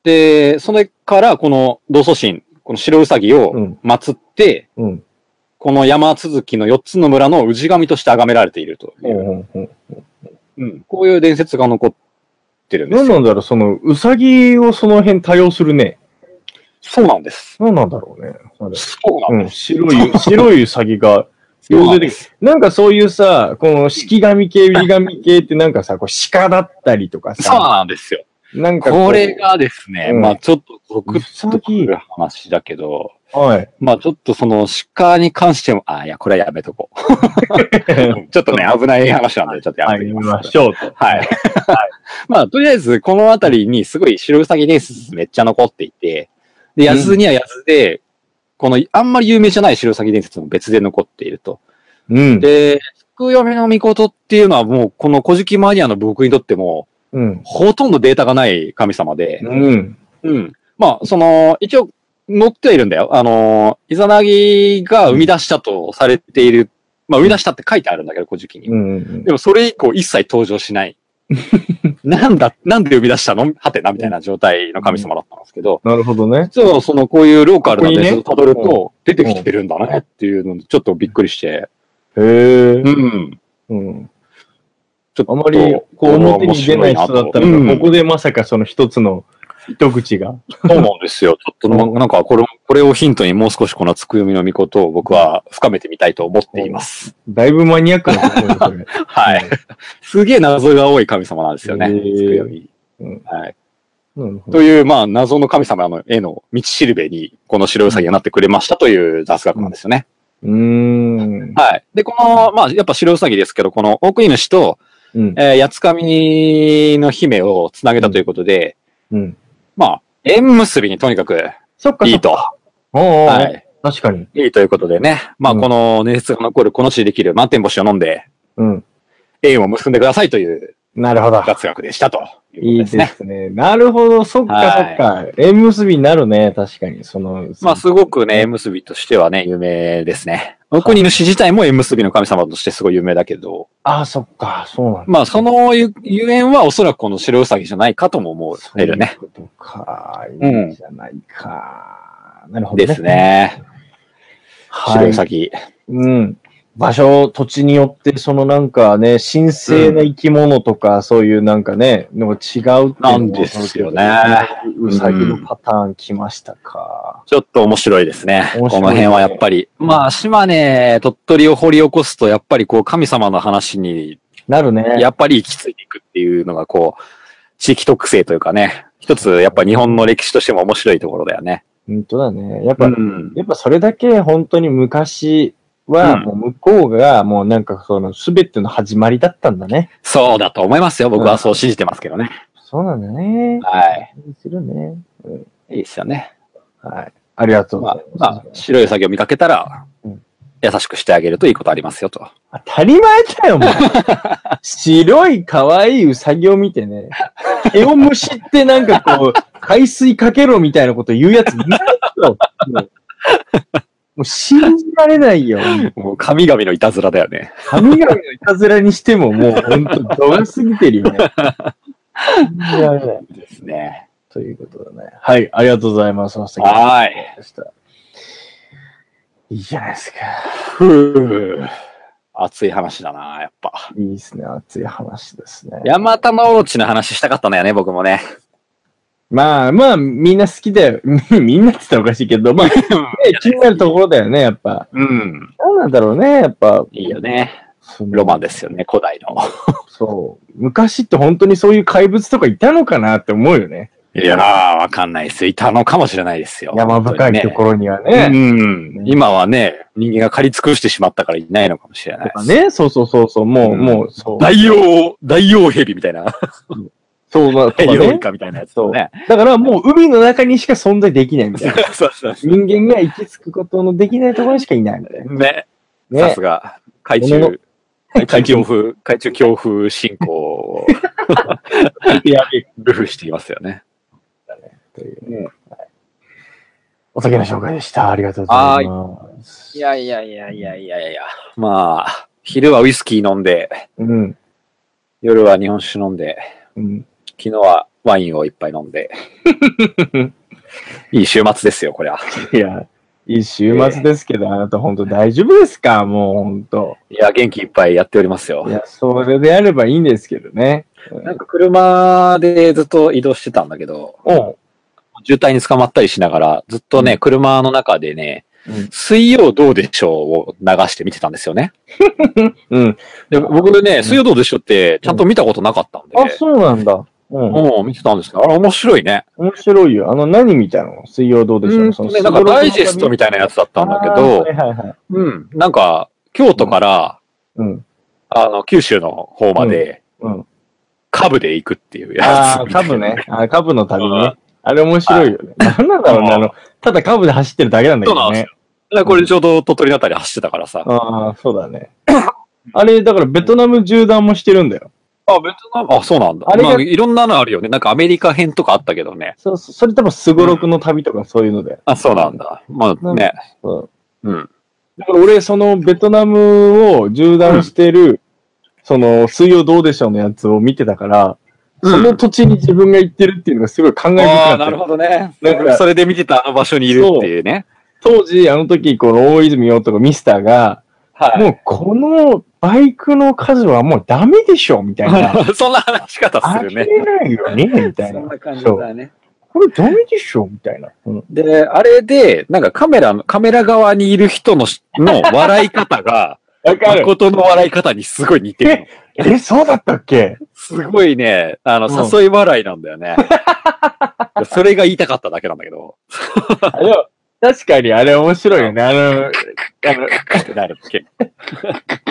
Speaker 3: で、それから、この同祖神、この白ウサギ
Speaker 1: う
Speaker 3: を
Speaker 1: ん。
Speaker 3: 祀って、
Speaker 1: うん。
Speaker 3: この山続きの4つの村の氏神として崇められているとい
Speaker 1: うん。うん。
Speaker 3: う、
Speaker 1: うん。
Speaker 3: うんこういう伝説が残ってるんで
Speaker 1: 何
Speaker 3: すよ。
Speaker 1: なんだろう、その、うさぎをその辺多用するね。
Speaker 3: そうなんです。
Speaker 1: 何なんだろうね。あれ
Speaker 3: そうなん
Speaker 1: うん、
Speaker 3: です。
Speaker 1: 白い、 白いウサギが、
Speaker 3: そうなん
Speaker 1: 要す
Speaker 3: で
Speaker 1: る
Speaker 3: す。
Speaker 1: になんかそういうさ、この式神系、売り神系ってなんかさ、こう鹿だったりとか
Speaker 3: そう
Speaker 1: さ、
Speaker 3: なんですよ。
Speaker 1: なんかう
Speaker 3: これ、がですね、
Speaker 1: うん
Speaker 3: まあちょっと続々とくる話だけど、
Speaker 1: はい。
Speaker 3: まあちょっとその鹿に関しても、あ、いや、これはやめとこう。 ちょっとね、危ない話なんで、ちょっとや
Speaker 1: は
Speaker 3: め
Speaker 1: い、
Speaker 3: とき
Speaker 1: 見
Speaker 3: ま。
Speaker 1: ますしょうと。
Speaker 3: はい。まあ、とりあえず、この辺りにすごい白ウサギ伝説めっちゃ残っていて、で、安には安で、この、あんまり有名じゃない白ウサギ伝説も別で残っていると。
Speaker 1: うん。
Speaker 3: で、福嫁の御事っていうのはもう、この古事記マニアの僕にとっても、
Speaker 1: うん。
Speaker 3: ほとんどデータがない神様で、
Speaker 1: うん。
Speaker 3: うん。まあ、その、一応、載ってはいるんだよ。あの、イザナギが生み出したとされている、まあ、生み出したって書いてあるんだけど、古事記に。
Speaker 1: うん
Speaker 3: で。も、それ以降一切登場 しない。なんだ、なんで生み出したのはてな、みたいな状態の神様だったんですけど、
Speaker 1: なるほどね。
Speaker 3: 実はその、こういうローカルな
Speaker 1: ここにね
Speaker 3: 伝説を辿る
Speaker 1: う
Speaker 3: と、出てきてるんだねっていうのに、ちょっとびっくりして。
Speaker 1: へえ
Speaker 3: う。ん。
Speaker 1: うん。
Speaker 3: ちょっと
Speaker 1: あまり、こう、表に出ない人だった
Speaker 3: う
Speaker 1: のが、
Speaker 3: ん
Speaker 1: ここでまさかその一つの一口が。
Speaker 3: そうなん ですよ。ちょっとな、なんか、これ、これをヒントにもう少しこのつくよみのみことを僕は深めてみたいと思っています。
Speaker 1: だいぶマニアックなところですね。
Speaker 3: はい。すげえ謎が多い神様なんですよ
Speaker 1: へ
Speaker 3: ね。つ
Speaker 1: ー
Speaker 3: くよみ
Speaker 1: うん。
Speaker 3: はい。
Speaker 1: なるほど
Speaker 3: という、まあ、謎の神様の絵の道しるべに、この白ウサギがなってくれましたという雑学なんですよね。
Speaker 1: うーん。
Speaker 3: はい。で、この、まあ、やっぱ白ウサギですけど、この奥犬氏と、
Speaker 1: うん。
Speaker 3: えー、八つ神の姫をつなげたということで、
Speaker 1: うん。
Speaker 3: まあ、縁結びにとにかく
Speaker 1: そっか、
Speaker 3: い
Speaker 1: そ
Speaker 3: い
Speaker 1: っか。
Speaker 3: と。
Speaker 1: おうおうおう
Speaker 3: はい。
Speaker 1: 確かに。
Speaker 3: いいということでね。まあ、
Speaker 1: うん
Speaker 3: この熱が残るこの地でできる満天星を飲んで、
Speaker 1: うん。
Speaker 3: 縁を結んでくださいという
Speaker 1: なるほど。
Speaker 3: 雑学でしたということ
Speaker 1: いい
Speaker 3: ですね。
Speaker 1: ですね。なるほど、そっかそっか。縁結びになるね、確かに。その、
Speaker 3: まあ、すごくね、縁結びとしてはね、有名ですね。奥に主自体も縁結びの神様としてすごい有名だけど、
Speaker 1: ああ、そっか、そうなんだ。
Speaker 3: まあ、そのゆゆえんはおそらくこの白ウサギじゃないかとも思
Speaker 1: そうう
Speaker 3: ね
Speaker 1: い
Speaker 3: るね。
Speaker 1: うことか。い
Speaker 3: うん
Speaker 1: いじゃないか。なるほどね。
Speaker 3: です。ね。
Speaker 1: は
Speaker 3: 白
Speaker 1: い
Speaker 3: ウ。サギ。
Speaker 1: うん。場所、土地によって、そのなんかね、神聖な生き物とか、そういうなんかね、のが違うっていうのも
Speaker 3: なんですよね。
Speaker 1: うさぎのパターン来ましたか。
Speaker 3: ちょっと面白いですね。
Speaker 1: 面白いね
Speaker 3: この辺はやっぱり。まあ、島根、鳥取を掘り起こすと、やっぱりこう、神様の話に
Speaker 1: なるね。
Speaker 3: やっぱり行き着いていくっていうのが、こう、地域特性というかね、一つ、やっぱ日本の歴史としても面白いところだよね。
Speaker 1: 本当だね。やっぱ、
Speaker 3: うん。
Speaker 1: やっぱそれだけ本当に昔
Speaker 3: う
Speaker 1: は、
Speaker 3: ん
Speaker 1: もう向こうがもうなんかその全ての始まりだったんだね。
Speaker 3: そうだと思いますよ。僕はそう信じてますけどね。
Speaker 1: そうなんだね。
Speaker 3: はい。
Speaker 1: するね。
Speaker 3: いいですよね。
Speaker 1: はい。ありがとうご
Speaker 3: ま
Speaker 1: ざ
Speaker 3: あ
Speaker 1: い、
Speaker 3: ま
Speaker 1: ま
Speaker 3: あ、白い作業見かけたら
Speaker 1: うん、
Speaker 3: 優しくしてあげるといいことありますよと。
Speaker 1: す。当たり前だよ、もう。 白い可愛いウサギを見てね、毛をむしってなんかこ う、海水かけろみたいなこと言うやついないよ。もうもう信じられないよ。
Speaker 3: もう神々のいたずらだよね。
Speaker 1: 神々のいたずらにしてももう本当度が過ぎてるよね。信じられない。
Speaker 3: ですね。
Speaker 1: ということだね。はい、ありがとうございます。まさき
Speaker 3: はーい。
Speaker 1: でした。いいじゃないですか。
Speaker 3: ふぅ。熱い話だな、やっぱ。
Speaker 1: いいですね。熱い話ですね。
Speaker 3: ヤマタマオロチの話したかったんだよね、僕もね。
Speaker 1: まあまあ、みんな好きだよ。 みみんなって言ったらおかしいけど、まあ、ね 気になるところだよね、やっぱ。
Speaker 3: うん。
Speaker 1: なんなんだろうね、やっぱ。
Speaker 3: いいよね。
Speaker 1: その
Speaker 3: ロマンですよね、古代の。
Speaker 1: そう。昔って本当にそういう怪物とかいたのかなって思うよね。
Speaker 3: いやー、わかんないです。いたのかもしれないですよ。
Speaker 1: 山深いところには
Speaker 3: ろ
Speaker 1: ね。
Speaker 3: うん。今はね、人間が狩り尽くしてしまったからいないのかもしれない
Speaker 1: と。かね、そうそうそうそう、もう、
Speaker 3: うん
Speaker 1: もう、そう。
Speaker 3: 大王、大王蛇みたいな。
Speaker 1: そうな、とか
Speaker 3: 大王イ
Speaker 1: ね。
Speaker 3: カみたいなやつをね。
Speaker 1: だからもう海の中にしか存在できないみたいな。
Speaker 3: そうそうそ。
Speaker 1: 人間が行き着くことのできないところにしかいないみたいう
Speaker 3: ね。
Speaker 1: な。
Speaker 3: さ
Speaker 1: ね
Speaker 3: す。が、海中。海中恐風、海中恐風進行を
Speaker 1: やべえ。
Speaker 3: ルフしていますよね。
Speaker 1: というね。お酒の紹介でした。ありがとうございます。
Speaker 3: いやいやいやいやいやいや。まあ、昼はウイスキー飲んで、
Speaker 1: うん。
Speaker 3: 夜は日本酒飲んで、
Speaker 1: うん。
Speaker 3: 昨日はワインをいっぱい飲んで。いい週末ですよ、こりゃ。
Speaker 1: いや、いい週末ですけど、あなた本当大丈夫ですかもう本当。
Speaker 3: いや、元気いっぱいやっておりますよ
Speaker 1: い。や、それであればいいんですけどね。
Speaker 3: なんか車でずっと移動してたんだけど、
Speaker 1: お
Speaker 3: 渋滞に捕まったりしながら、ずっとね、車の中でね、
Speaker 1: うん
Speaker 3: 水曜どうでしょうを流して見てたんですよね。
Speaker 1: うん。
Speaker 3: で僕ね、水曜どうでしょうって、ちゃんと見たことなかったんで、
Speaker 1: あ、そうなんだ。うん。
Speaker 3: うん、見てたんですけど、あれ面白いね。
Speaker 1: 面白いよ。あの、何見たの水曜どうでしょ
Speaker 3: う
Speaker 1: うん
Speaker 3: とねなんかダイジェストみたいなやつだったんだけど
Speaker 1: あー、はいはいはい。
Speaker 3: うん、なんか、京都から、
Speaker 1: うん。
Speaker 3: あの、九州の方まで、
Speaker 1: うん。
Speaker 3: カブで行くっていうや
Speaker 1: あ
Speaker 3: つ。
Speaker 1: あ、株ね。あー株の旅
Speaker 3: うん
Speaker 1: ね。あれ面白いよね。なんなんだろうね。あの、ただ株で走ってるだけなんだけどね。
Speaker 3: だからこれちょうど鳥取のあたり走ってたからさ。
Speaker 1: ああ、そうだね。あれ、だからベトナム縦断もしてるんだよ。
Speaker 3: あ、別な、あ、そうなんだ。
Speaker 1: あれが
Speaker 3: まあ、いろんなのあるよね。なんかアメリカ編とかあったけどね。
Speaker 1: そそそれ多分スゴロクの旅とかそういうので。
Speaker 3: あ、そうなんだ。まあね。
Speaker 1: うん
Speaker 3: うん。
Speaker 1: だから俺、そのベトナムを縦断してる、その水曜どうでしょうのやつを見てたから、その土地に自分が行ってるっていうのがすごい考え深
Speaker 3: あ
Speaker 1: か
Speaker 3: あ、
Speaker 1: った
Speaker 3: な
Speaker 1: よ
Speaker 3: るほどね。
Speaker 1: なんか
Speaker 3: それで見てたあの場所にいるっていうね。
Speaker 1: 当時、あの時、この大泉洋とかミスターが、
Speaker 3: は
Speaker 1: もうこのバイクの数はもうダメでしょみたい な。
Speaker 3: い。そんな話し方
Speaker 1: あ
Speaker 3: する
Speaker 1: り
Speaker 3: ね。
Speaker 1: えないよねみたいな。
Speaker 3: 感ね。
Speaker 1: これダメでしょみたいな。うん
Speaker 3: で、あれで、なんかカメラの、カメラ側にいる人のし、の笑い方が、
Speaker 1: わかる。
Speaker 3: 誠の笑い方にすごい似 てる
Speaker 1: え、そうだったっけ
Speaker 3: の。すごいね、あの、
Speaker 1: うん
Speaker 3: 誘い笑いなんだよね。それが言いたかっただけなんだけど、
Speaker 1: あでも確かにあれ面白いよね。あの、あの
Speaker 3: ってなるっけ。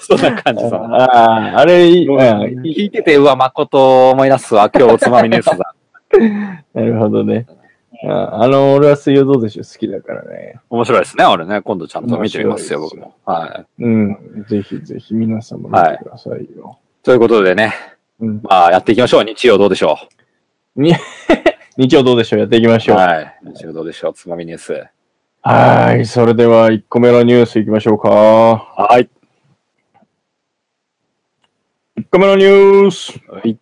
Speaker 3: そんな感じさ。
Speaker 1: あーあれ、いいあーいい
Speaker 3: 聞いてて、うわ、誠を思い出すわ。今日おつまみニュース だ。
Speaker 1: なるほどね。あーあの、俺は水曜どうでしょう好きだからね。
Speaker 3: 面白いですね、あれね。今度ちゃんと見てみますよ、
Speaker 1: 面
Speaker 3: 僕
Speaker 1: 白いです
Speaker 3: も。はい。
Speaker 1: うん。ぜひぜひ皆さんも見てくださいよ。
Speaker 3: ということでね、
Speaker 1: うん
Speaker 3: まあ、やっていきましょう。日曜どうでしょ
Speaker 1: に日曜どうでしょうやっていきまし
Speaker 3: う。
Speaker 1: ょう。は
Speaker 3: はい。日曜どうでしょう。つまみニュース。
Speaker 1: ーい。それでは1個目のニュースいきましょうか。
Speaker 3: はい。
Speaker 1: 1個目のニュース。
Speaker 3: はい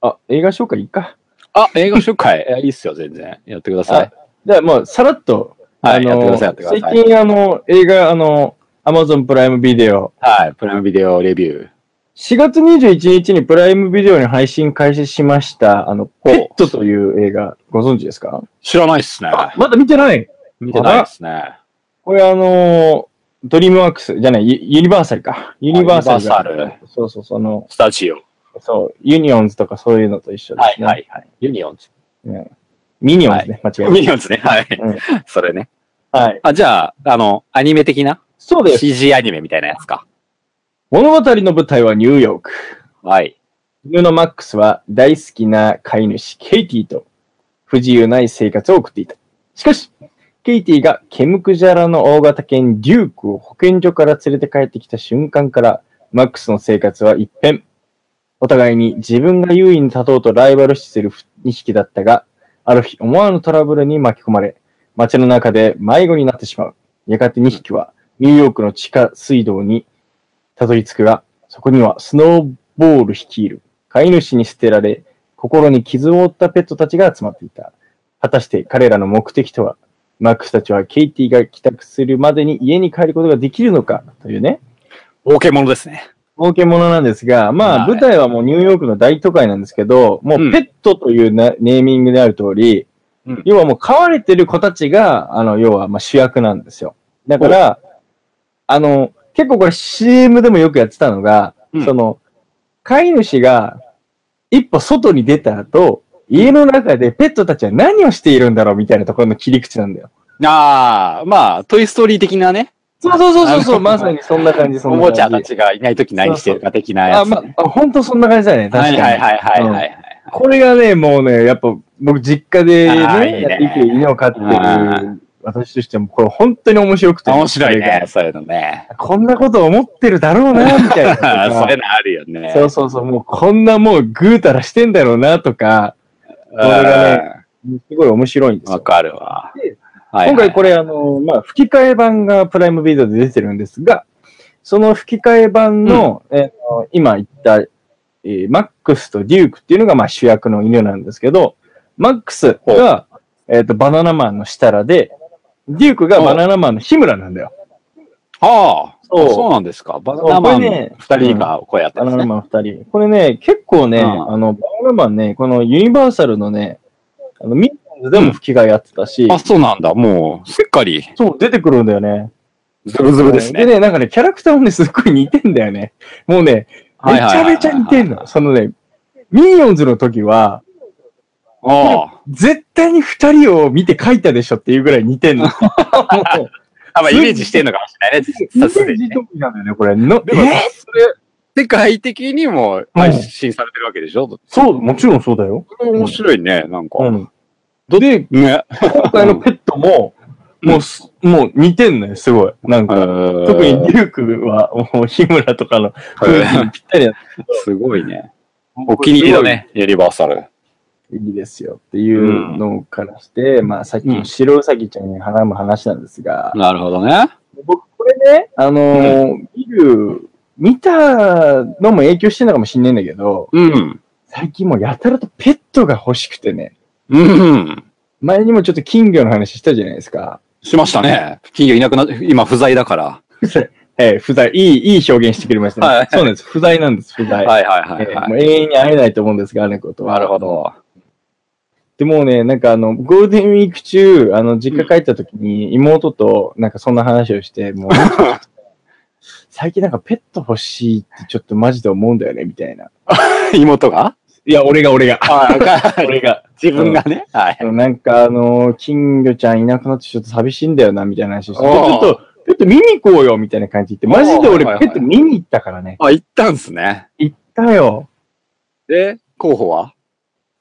Speaker 1: あ、映画紹介いいか。
Speaker 3: あ、映画紹介。 えいいっすよ、全然。やってください。
Speaker 1: じゃあもうさらっと。
Speaker 3: はい、
Speaker 1: あ
Speaker 3: やってく
Speaker 1: の
Speaker 3: ださい、やってください。
Speaker 1: 最近あの、映画、あの、Amazon プライムビデオ。
Speaker 3: はい、プライムビデオレビュー。
Speaker 1: 4月21日にプライムビデオに配信開始しました、あの、ペットという映画、ご存知ですか
Speaker 3: 知らないっすね。
Speaker 1: まだ見てない
Speaker 3: 見てないっすね。
Speaker 1: これあの、ドリームワークス、じゃない、ユユニバーサルか。ユニバーサルが。
Speaker 3: ユニバーサ
Speaker 1: そうそう、その、
Speaker 3: スタジオ。
Speaker 1: そう、ユニオンズとかそういうのと一緒で
Speaker 3: は
Speaker 1: す
Speaker 3: い、
Speaker 1: ね。
Speaker 3: はい、はい。ユニオンズ。
Speaker 1: ミニオンズね、間違
Speaker 3: ユ
Speaker 1: えない。
Speaker 3: ニオンズね。はい
Speaker 1: うん。
Speaker 3: それね。
Speaker 1: はい。
Speaker 3: あ、じゃあ、あの、アニメ的な
Speaker 1: そうです。
Speaker 3: ?CG アニメみたいなやつか。
Speaker 1: 物語の舞台はニューヨーク。
Speaker 3: はい。
Speaker 1: 犬のマックスは大好きな飼い主、ケイティと不自由ない生活を送っていた。しかし、ケイティがケムクジャラの大型犬デュークを保健所から連れて帰ってきた瞬間から、マックスの生活は一変。お互いに自分が優位に立とうとライバル視する2匹だったが、ある日思わぬトラブルに巻き込まれ、街の中で迷子になってしまう。やがて2匹はニューヨークの地下水道にたどり着くが、そこにはスノーボール率いる飼い主に捨てられ、心に傷を負ったペットたちが集まっていた。果たして彼らの目的とは、マックスたちはケイティが帰宅するまでに家に帰ることができるのかというね、
Speaker 3: 冒険者ですね。
Speaker 1: 儲け物なんですが、ま
Speaker 3: は
Speaker 1: あ
Speaker 3: い
Speaker 1: 舞台はもうニューヨークの大都会なんですけど、も
Speaker 3: うん
Speaker 1: うペットというなネーミングである通り
Speaker 3: うん、
Speaker 1: 要はもう飼われてる子たちが、あの、要はまあ主役なんですよ。だから、あの、結構これ CM でもよくやってたのが、
Speaker 3: うん
Speaker 1: その、飼い主が一歩外に出た後、家の中でペットたちは何をしているんだろうみたいなところの切り口なんだよ。
Speaker 3: ああ、まあ、トイストーリー的なね、
Speaker 1: そうそうそうそうそ
Speaker 3: あ
Speaker 1: う、まさにそんな感じ、そ
Speaker 3: お
Speaker 1: んな
Speaker 3: もちゃ
Speaker 1: 感
Speaker 3: た
Speaker 1: じ。
Speaker 3: ちがいないとき何してるか的な
Speaker 1: あ、
Speaker 3: やつ。
Speaker 1: まあ、本当そんな感じだね、確
Speaker 3: は
Speaker 1: か
Speaker 3: い
Speaker 1: に。
Speaker 3: はいはいはいはい。
Speaker 1: これがね、もうね、やっぱ僕実家で
Speaker 3: あー
Speaker 1: ね、
Speaker 3: いいね
Speaker 1: やっていて犬を飼ってる
Speaker 3: うん
Speaker 1: 私としてはもうこれ本当に面白くて。
Speaker 3: 面白いね、。そういうのね。
Speaker 1: こんなこと思ってるだろうな、みたいな。
Speaker 3: そういうのあるよね。
Speaker 1: そうそうそう、もうこんなもうぐうたらしてんだろうな、とか、
Speaker 3: うん
Speaker 1: 俺がねすごい面白いんです
Speaker 3: わ
Speaker 1: よ。
Speaker 3: かるわ
Speaker 1: で。
Speaker 3: はいはい
Speaker 1: 今回これ、あの、まあ、吹き替え版がプライムビデオで出てるんですが、その吹き替え版の、えー今言った、えーマックスとデュークっていうのが、まあ、主役の犬なんですけど、マックスが、えっ、と、バナナマンの設楽で、デュークがバナナマンの日村なんだよ。
Speaker 3: はあ、
Speaker 1: そう
Speaker 3: そうなんですか。バナナマ
Speaker 1: こ
Speaker 3: ン
Speaker 1: れね
Speaker 3: 2人が声やって
Speaker 1: バ
Speaker 3: るんで
Speaker 1: ナ
Speaker 3: す
Speaker 1: ナ
Speaker 3: ね。
Speaker 1: マン二人。これね、結構ね、
Speaker 3: うん
Speaker 1: あの、バナナマンね、このユニバーサルのね、あの、ミッションズでも吹き替えやってたし、
Speaker 3: あ、そうなんだ。もう、すっかり、
Speaker 1: そう、出てくるんだよね。
Speaker 3: ズブズブです
Speaker 1: で
Speaker 3: ね。
Speaker 1: ね、なんかね、キャラクターもね、すっごい似てんだよね。もうね、め
Speaker 3: はい
Speaker 1: ち
Speaker 3: はいはい
Speaker 1: ゃ
Speaker 3: はい
Speaker 1: めちゃ似てんの。そのね、ミニオンズの時は、
Speaker 3: ああ。
Speaker 1: 絶対に二人を見て書いたでしょっていうぐらい似て んの。もう
Speaker 3: あ、まあ、イメージしてんのかもしれないね。
Speaker 1: イメ
Speaker 3: さすが
Speaker 1: ージ
Speaker 3: にね。
Speaker 1: 通りなんだよね、これ。の
Speaker 3: でも
Speaker 1: え、
Speaker 3: それ、世界的にも配信されてるわけでしょ、
Speaker 1: そう、もちろんそうだよ。
Speaker 3: これ面白いね、なんか。
Speaker 1: うん。で、
Speaker 3: ね。
Speaker 1: 今回のペットも、
Speaker 3: うん
Speaker 1: もうす、もう似てんのよ、すごい。なんか。
Speaker 3: 特
Speaker 1: 特に、リュークは、もう、日村とかの雰囲気にぴったりだ
Speaker 3: すごいね。お気に入りだね、ユニバーサル。
Speaker 1: いいですよっていうのからして、まあさっきの白ウサギちゃんに絡む話なんですが、
Speaker 3: なるほどね。
Speaker 1: 僕これね、あのー見る、見たのも影響してるのかもしんないんだけど、
Speaker 3: うん。
Speaker 1: 最近もうやたらとペットが欲しくてね、
Speaker 3: うん。
Speaker 1: 前にもちょっと金魚の話したじゃないですか。
Speaker 3: しましたね。金魚いなくな、今不在だから。
Speaker 1: えー不在、いい、いい表現してくれましたね。
Speaker 3: はい
Speaker 1: そうなんです。不在なんです、不在。
Speaker 3: はいはいは
Speaker 1: え
Speaker 3: い
Speaker 1: ー
Speaker 3: は
Speaker 1: も
Speaker 3: い。
Speaker 1: う永遠に会えないと思うんですが、あのことは。
Speaker 3: なるほど。
Speaker 1: でもうね、なんかあの、ゴールデンウィーク中、あの、実家帰った時に妹と、なんかそんな話をして、 もう、最近なんかペット欲しいってちょっとマジで思うんだよね、みたいな。
Speaker 3: 妹が
Speaker 1: いや、俺が俺が。 俺が。
Speaker 3: 自分がね。はい。
Speaker 1: なんかあの、金魚ちゃんいなくなってちょっと寂しいんだよな、みたいな話をして、ち
Speaker 3: おー
Speaker 1: ょっと、ペット見に行こうよ、みたいな感じで言って、マジで俺
Speaker 3: おーはいはいは
Speaker 1: ペ
Speaker 3: い
Speaker 1: ット見に行ったからね。
Speaker 3: あ、行ったんすね。
Speaker 1: 行ったよ。
Speaker 3: で、候補は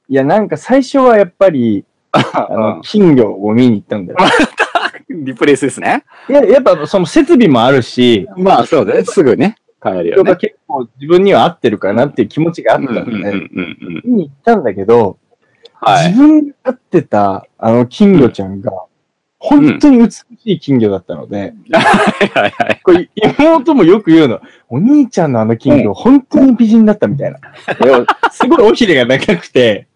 Speaker 3: い
Speaker 1: や、なんか最初はやっぱり、あの、金魚を見に行ったんだ よ。
Speaker 3: リプレイスですね。
Speaker 1: いや、やっぱその設備もあるし、
Speaker 3: まあそうね。すぐね。帰る
Speaker 1: 人
Speaker 3: よね
Speaker 1: が。結構自分には合ってるかなっていう気持ちがあったん
Speaker 3: うんうんう
Speaker 1: で、
Speaker 3: んうん
Speaker 1: 見に行ったんだけど、
Speaker 3: はい。
Speaker 1: 自分が飼ってたあの金魚ちゃんが、本当に美しい金魚だったので、
Speaker 3: はいはい。
Speaker 1: これ妹もよく言うの、お兄ちゃんのあの金魚、本当に美人だったみたいな。でもすごい尾ひれが長くて、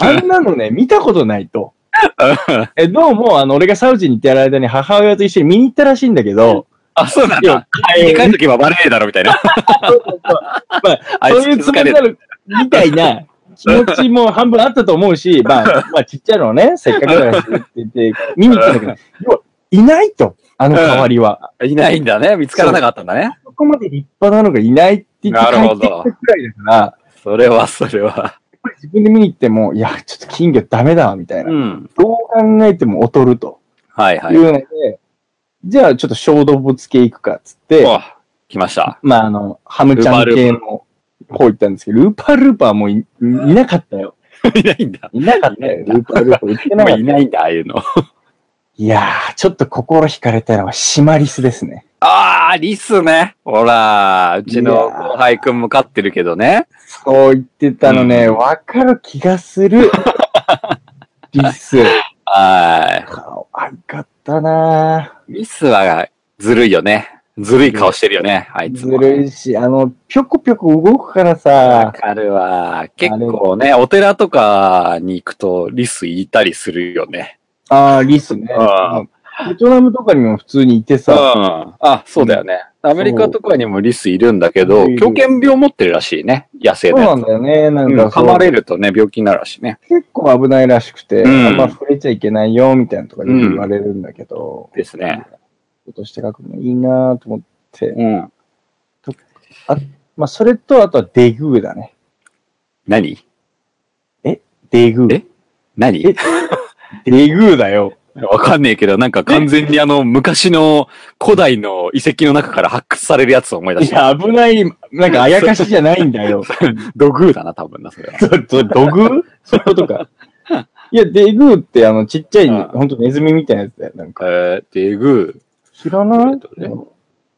Speaker 1: あんなのね、見たことないと。えどうも、あの、俺がサウジに行ってる間に母親と一緒に見に行ったらしいんだけど、
Speaker 3: あ、そうなん
Speaker 1: いや
Speaker 3: だ。家に 帰るときはバレねえだろみたいな。
Speaker 1: まあ、
Speaker 3: あい
Speaker 1: そういう
Speaker 3: つ
Speaker 1: つも
Speaker 3: 気づか
Speaker 1: り
Speaker 3: れ
Speaker 1: な
Speaker 3: る。
Speaker 1: るみたいな気持ちも半分あったと思う し、まあ、まあ、ちっちゃいのをね、せっかくだしって言って、 見に行ったんだけど、要はいないと、あの代わりは。
Speaker 3: いないんだね。見つからなかったんだね。
Speaker 1: そこまで立派なのがいないって言って帰
Speaker 3: なるほ
Speaker 1: っ
Speaker 3: ど
Speaker 1: てきたくらいだから、やっ
Speaker 3: それは、それは。
Speaker 1: ぱり自分で見に行っても、いや、ちょっと金魚ダメだわ、みたいな。
Speaker 3: ん。
Speaker 1: どう考えても劣ると
Speaker 3: はいはいい。
Speaker 1: うので、じゃあちょっと小動物系行くかっつって、
Speaker 3: お来ました。
Speaker 1: まあ、あの、ハムちゃん系の方行ったんですけど、ルーパールーパーもいいなかったよ。
Speaker 3: いないんだ。
Speaker 1: いなかったよ。ルーパールーパー売ってなか
Speaker 3: も
Speaker 1: っ
Speaker 3: う
Speaker 1: た
Speaker 3: い。ないんだ、ああいうの。
Speaker 1: いやー、ちょっと心惹かれたのはシマリスですね。
Speaker 3: ああ、リスね。ほら、うちの後輩くんも飼ってるけどね。
Speaker 1: そう言ってたのね、
Speaker 3: うん
Speaker 1: わ、かる気がする。リス。
Speaker 3: は。
Speaker 1: 可愛かったない
Speaker 3: リスは、ずるいよね。ずるい顔してるよね、あい
Speaker 1: ー
Speaker 3: つ
Speaker 1: ず
Speaker 3: も。
Speaker 1: るいし、あの、ぴょこぴょこ動くから
Speaker 3: わ
Speaker 1: さ、
Speaker 3: かるわ。結構ね、お寺とかに行くと、リスいたりするよね。
Speaker 1: あー、リスね。
Speaker 3: あ
Speaker 1: ベトナムとかにも普通にいて
Speaker 3: うん。
Speaker 1: さ、
Speaker 3: あ、そうだよね。アメリカとかにもリスいるんだけど
Speaker 1: そう、
Speaker 3: 狂犬病持ってるらしいね。野生
Speaker 1: そう
Speaker 3: の
Speaker 1: な
Speaker 3: やつ
Speaker 1: んだよね。な
Speaker 3: うんん
Speaker 1: か
Speaker 3: 噛
Speaker 1: そう、
Speaker 3: まれるとね、病気になるらしいね。
Speaker 1: 結構危ないらしくて、
Speaker 3: うん
Speaker 1: あんま触れちゃいけないよ、みたいなとかよく言われるんだけど、
Speaker 3: ですね。
Speaker 1: ちょっとして書くのいいなーと思って、
Speaker 3: うん。
Speaker 1: まあ、それと、あとはデグーだね。
Speaker 3: 何
Speaker 1: デグー。
Speaker 3: え何
Speaker 1: デグーだよ。
Speaker 3: わかんねえけど、なんか完全にあの、昔の古代の遺跡の中から発掘されるやつを思い出
Speaker 1: い
Speaker 3: した。
Speaker 1: や、危ない、なんかあやかしじゃないんだよ。
Speaker 3: ドグーだな、多分な、それは。
Speaker 1: ちょっと、土偶そういうことか。いや、デグーってあの、ちっちゃい、
Speaker 3: うん
Speaker 1: ほんとネズミみたいなやつだよ。なんか、
Speaker 3: えー、デグ
Speaker 5: 知ら
Speaker 3: ー。
Speaker 5: な
Speaker 3: え
Speaker 5: い
Speaker 3: っとね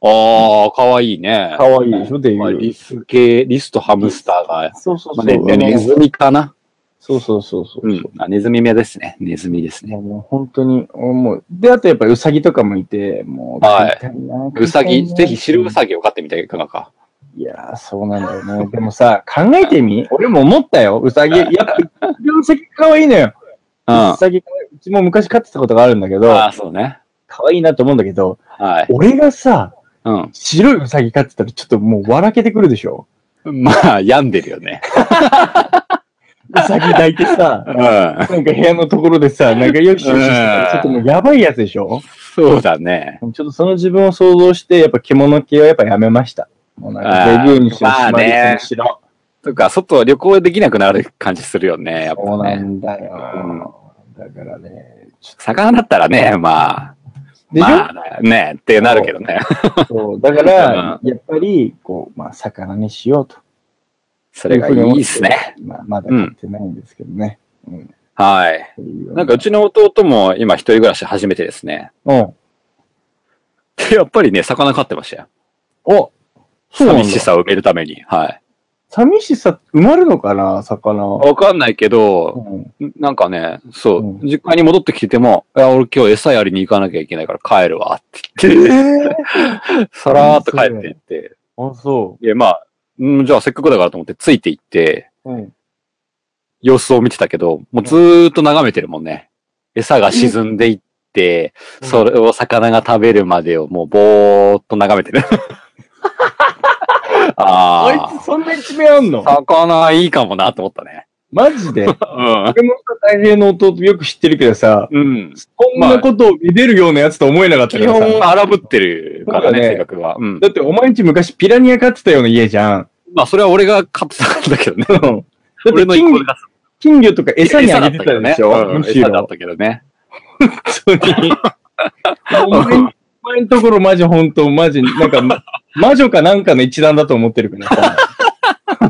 Speaker 3: ああ、かわいいね。
Speaker 1: かわいいでしょ、デグ
Speaker 3: まあリ
Speaker 1: ー。
Speaker 3: ス系、リスとハムスターが、
Speaker 1: そうそうそ
Speaker 3: まあ
Speaker 1: う。
Speaker 3: ねねネズミかな
Speaker 1: そうそうそうそう。
Speaker 3: うん。あネズミ目ですね。ネズミです
Speaker 1: い
Speaker 3: ね。
Speaker 1: やもう本当に、もう、で、あとやっぱウサギとかもいて、もう、
Speaker 3: はい
Speaker 1: 食いたいな
Speaker 3: うさぎ、ぜひ白う
Speaker 1: ぎ。
Speaker 3: さぎを飼ってみたいかがか。
Speaker 1: いやー、そうなんだよね。でもさ、考えてみ俺も思ったよ、ウ サギ。やっぱ、ウサギ可愛いのよ。
Speaker 3: うん。
Speaker 1: ウ
Speaker 3: あ
Speaker 1: サギ、うちも昔飼ってたことがあるんだけど、
Speaker 3: あ、そうね。
Speaker 1: 可愛いなと思うんだけど、
Speaker 3: はい。
Speaker 1: 俺がさ、
Speaker 3: うん。
Speaker 1: 白いウサギ飼ってたらちょっともう笑けてくるでしょ
Speaker 3: まあ、病んでるよね。
Speaker 1: ウサギ抱いてさ
Speaker 3: う、ん。
Speaker 1: なんか部屋のところでさ、なんかよしよししてたらちょっともうやばいやつでしょ
Speaker 3: そうだね。
Speaker 1: ちょっとその自分を想像して、やっぱ獣系はやっぱやめました。もうなん
Speaker 3: あ
Speaker 1: か、
Speaker 3: ー
Speaker 1: デグーにしろ、
Speaker 3: まあ
Speaker 1: シマリス
Speaker 3: ね
Speaker 1: にしろ。
Speaker 3: とか、外旅行できなくなる感じするよね。やっ
Speaker 1: そう
Speaker 3: ぱ
Speaker 1: な
Speaker 3: ね。
Speaker 1: んだよ。だからね、ち
Speaker 3: 魚だったらね、まあ。
Speaker 1: でしょ
Speaker 3: まあ、ね、ってなるけどね。
Speaker 1: ょっと、だから、やっぱり、こう、まあ、魚にしようと。
Speaker 3: それがいいっすね。
Speaker 1: まあ、まだ買ってないんですけどね。
Speaker 3: はい。なんか、うちの弟も今一人暮らし始めてですね。
Speaker 1: うん。
Speaker 3: で やっぱりね、魚飼ってましたよ。
Speaker 1: おそうなんだ
Speaker 3: 寂しさを埋めるために。はい。
Speaker 1: 寂しさ、埋まるのかな、魚。
Speaker 3: わかんないけど、
Speaker 1: うん
Speaker 3: なんかね、そう、
Speaker 1: うん
Speaker 3: 実家に戻ってきてても、いや、俺今日餌やりに行かなきゃいけないから帰るわって
Speaker 1: え
Speaker 3: 言って、
Speaker 1: ぇ
Speaker 3: さらーっと帰っていって、
Speaker 1: あ、そ
Speaker 3: で、まあ、うんじゃあせっかくだからと思ってついて行って、
Speaker 1: う。うん。
Speaker 3: 様子を見てたけど、もうずーっと眺めてるもんね。餌が沈んでいって、
Speaker 1: うん
Speaker 3: それを魚が食べるまでをもうぼーっと眺 めてる。あ
Speaker 1: あい
Speaker 3: あ
Speaker 1: つ、そんな一面あんの
Speaker 3: 魚いいかもなと思ったね。
Speaker 1: マジで。
Speaker 3: うん。
Speaker 1: 俺もさ、大平の弟よく知ってるけどさ、
Speaker 3: うん。
Speaker 1: こんなことを見れるようなやつと思えなかったか
Speaker 3: 基
Speaker 1: らさ。
Speaker 3: 本荒ぶってるか
Speaker 1: そ
Speaker 3: らね、
Speaker 1: うだね
Speaker 3: 性格は。うん。
Speaker 1: だってお前んち昔ピラニア飼ってたような家じゃん。
Speaker 3: まあ、それは俺が飼ってたんだけどね。
Speaker 1: だって
Speaker 3: 俺の一個
Speaker 1: 金
Speaker 3: が
Speaker 1: 金魚とか餌にあげてたでしょ
Speaker 3: うん
Speaker 1: むし
Speaker 3: 餌だっ
Speaker 1: ろ。
Speaker 3: たけどね。
Speaker 1: 本当に。お前んお前んところマジ本当、マジ、なんか、ま魔女かなんかの一団だと思ってる からさ。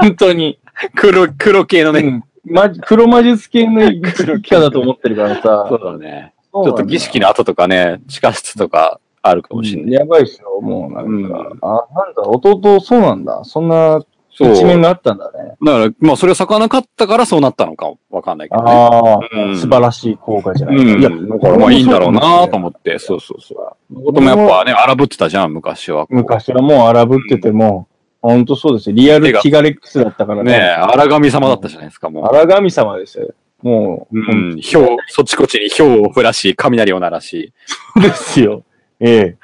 Speaker 1: 本当に。
Speaker 3: 黒、黒系の
Speaker 1: う
Speaker 3: ね。
Speaker 1: ん。ま、黒魔術系の一家だと思ってる から
Speaker 3: そ
Speaker 1: さ
Speaker 3: う。だね。ちょっと儀式の後とかね、地下室とかあるかもしれない。
Speaker 1: やばいっすよ、もうなんか。あ、なんだ、弟、そうなんだ。そんな
Speaker 3: そう。
Speaker 1: 一面
Speaker 3: だ
Speaker 1: があったんだね。
Speaker 3: から、まあ、それは魚飼ったからそうなったのかわかんないけどね。
Speaker 1: ああ、
Speaker 3: うん
Speaker 1: 素晴らしい効果じゃない、
Speaker 3: うん。
Speaker 1: いや、
Speaker 3: だからまあいいんだろうなと思って、そうそうそう。こともやっぱね、荒ぶってたじゃん、昔は。
Speaker 1: 昔はもう荒ぶってても、ほんとそうですよ。リアルティガレックスだったから
Speaker 3: ねえ、
Speaker 1: ね。
Speaker 3: 荒神様だったじゃないですか、もう。
Speaker 1: 荒神様ですよ。もう、
Speaker 3: う
Speaker 1: ほん
Speaker 3: ん、ひょう、そっちこっちにひょうを降らし、雷を鳴らし。
Speaker 1: とですよ。え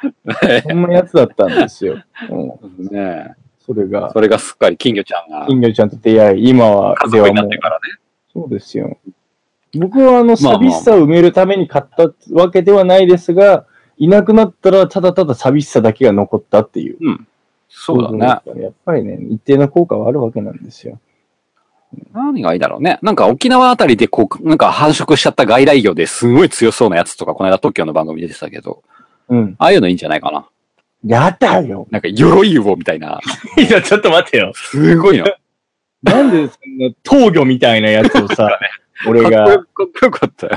Speaker 1: え。そんなやつだったんですよ。うん、
Speaker 3: ね
Speaker 1: それ
Speaker 3: え
Speaker 1: が、
Speaker 3: それがすっかり金魚ちゃんが
Speaker 1: 金魚ちゃんと出会い、今は
Speaker 3: 家、
Speaker 1: で
Speaker 3: 族
Speaker 1: は
Speaker 3: にな
Speaker 1: も
Speaker 3: っ
Speaker 1: う
Speaker 3: て、からね。
Speaker 1: そうですよ。僕はあの、
Speaker 3: まあまあ
Speaker 1: 寂しさを埋めるために買ったわけではないですが、いなくなったら、ただただ寂しさだけが残ったっていう。
Speaker 3: そうだね。
Speaker 1: ね。やっぱりね、一定の効果はあるわけなんですよ。
Speaker 3: 何がいいだろうね。なんか沖縄あたりでこう、なんか繁殖しちゃった外来魚ですごい強そうなやつとか、この間東京の番組でしたけど、
Speaker 1: うん。
Speaker 3: ああいうのいいんじゃないかな。
Speaker 1: やだよ
Speaker 3: なんか鎧魚みたいな。
Speaker 1: いや、ちょっと待てよ。
Speaker 3: すごいの。かっ
Speaker 1: なんでそんな闘魚みたいなやつを さ、俺
Speaker 3: こよ
Speaker 1: が、
Speaker 3: かっこよかったよ。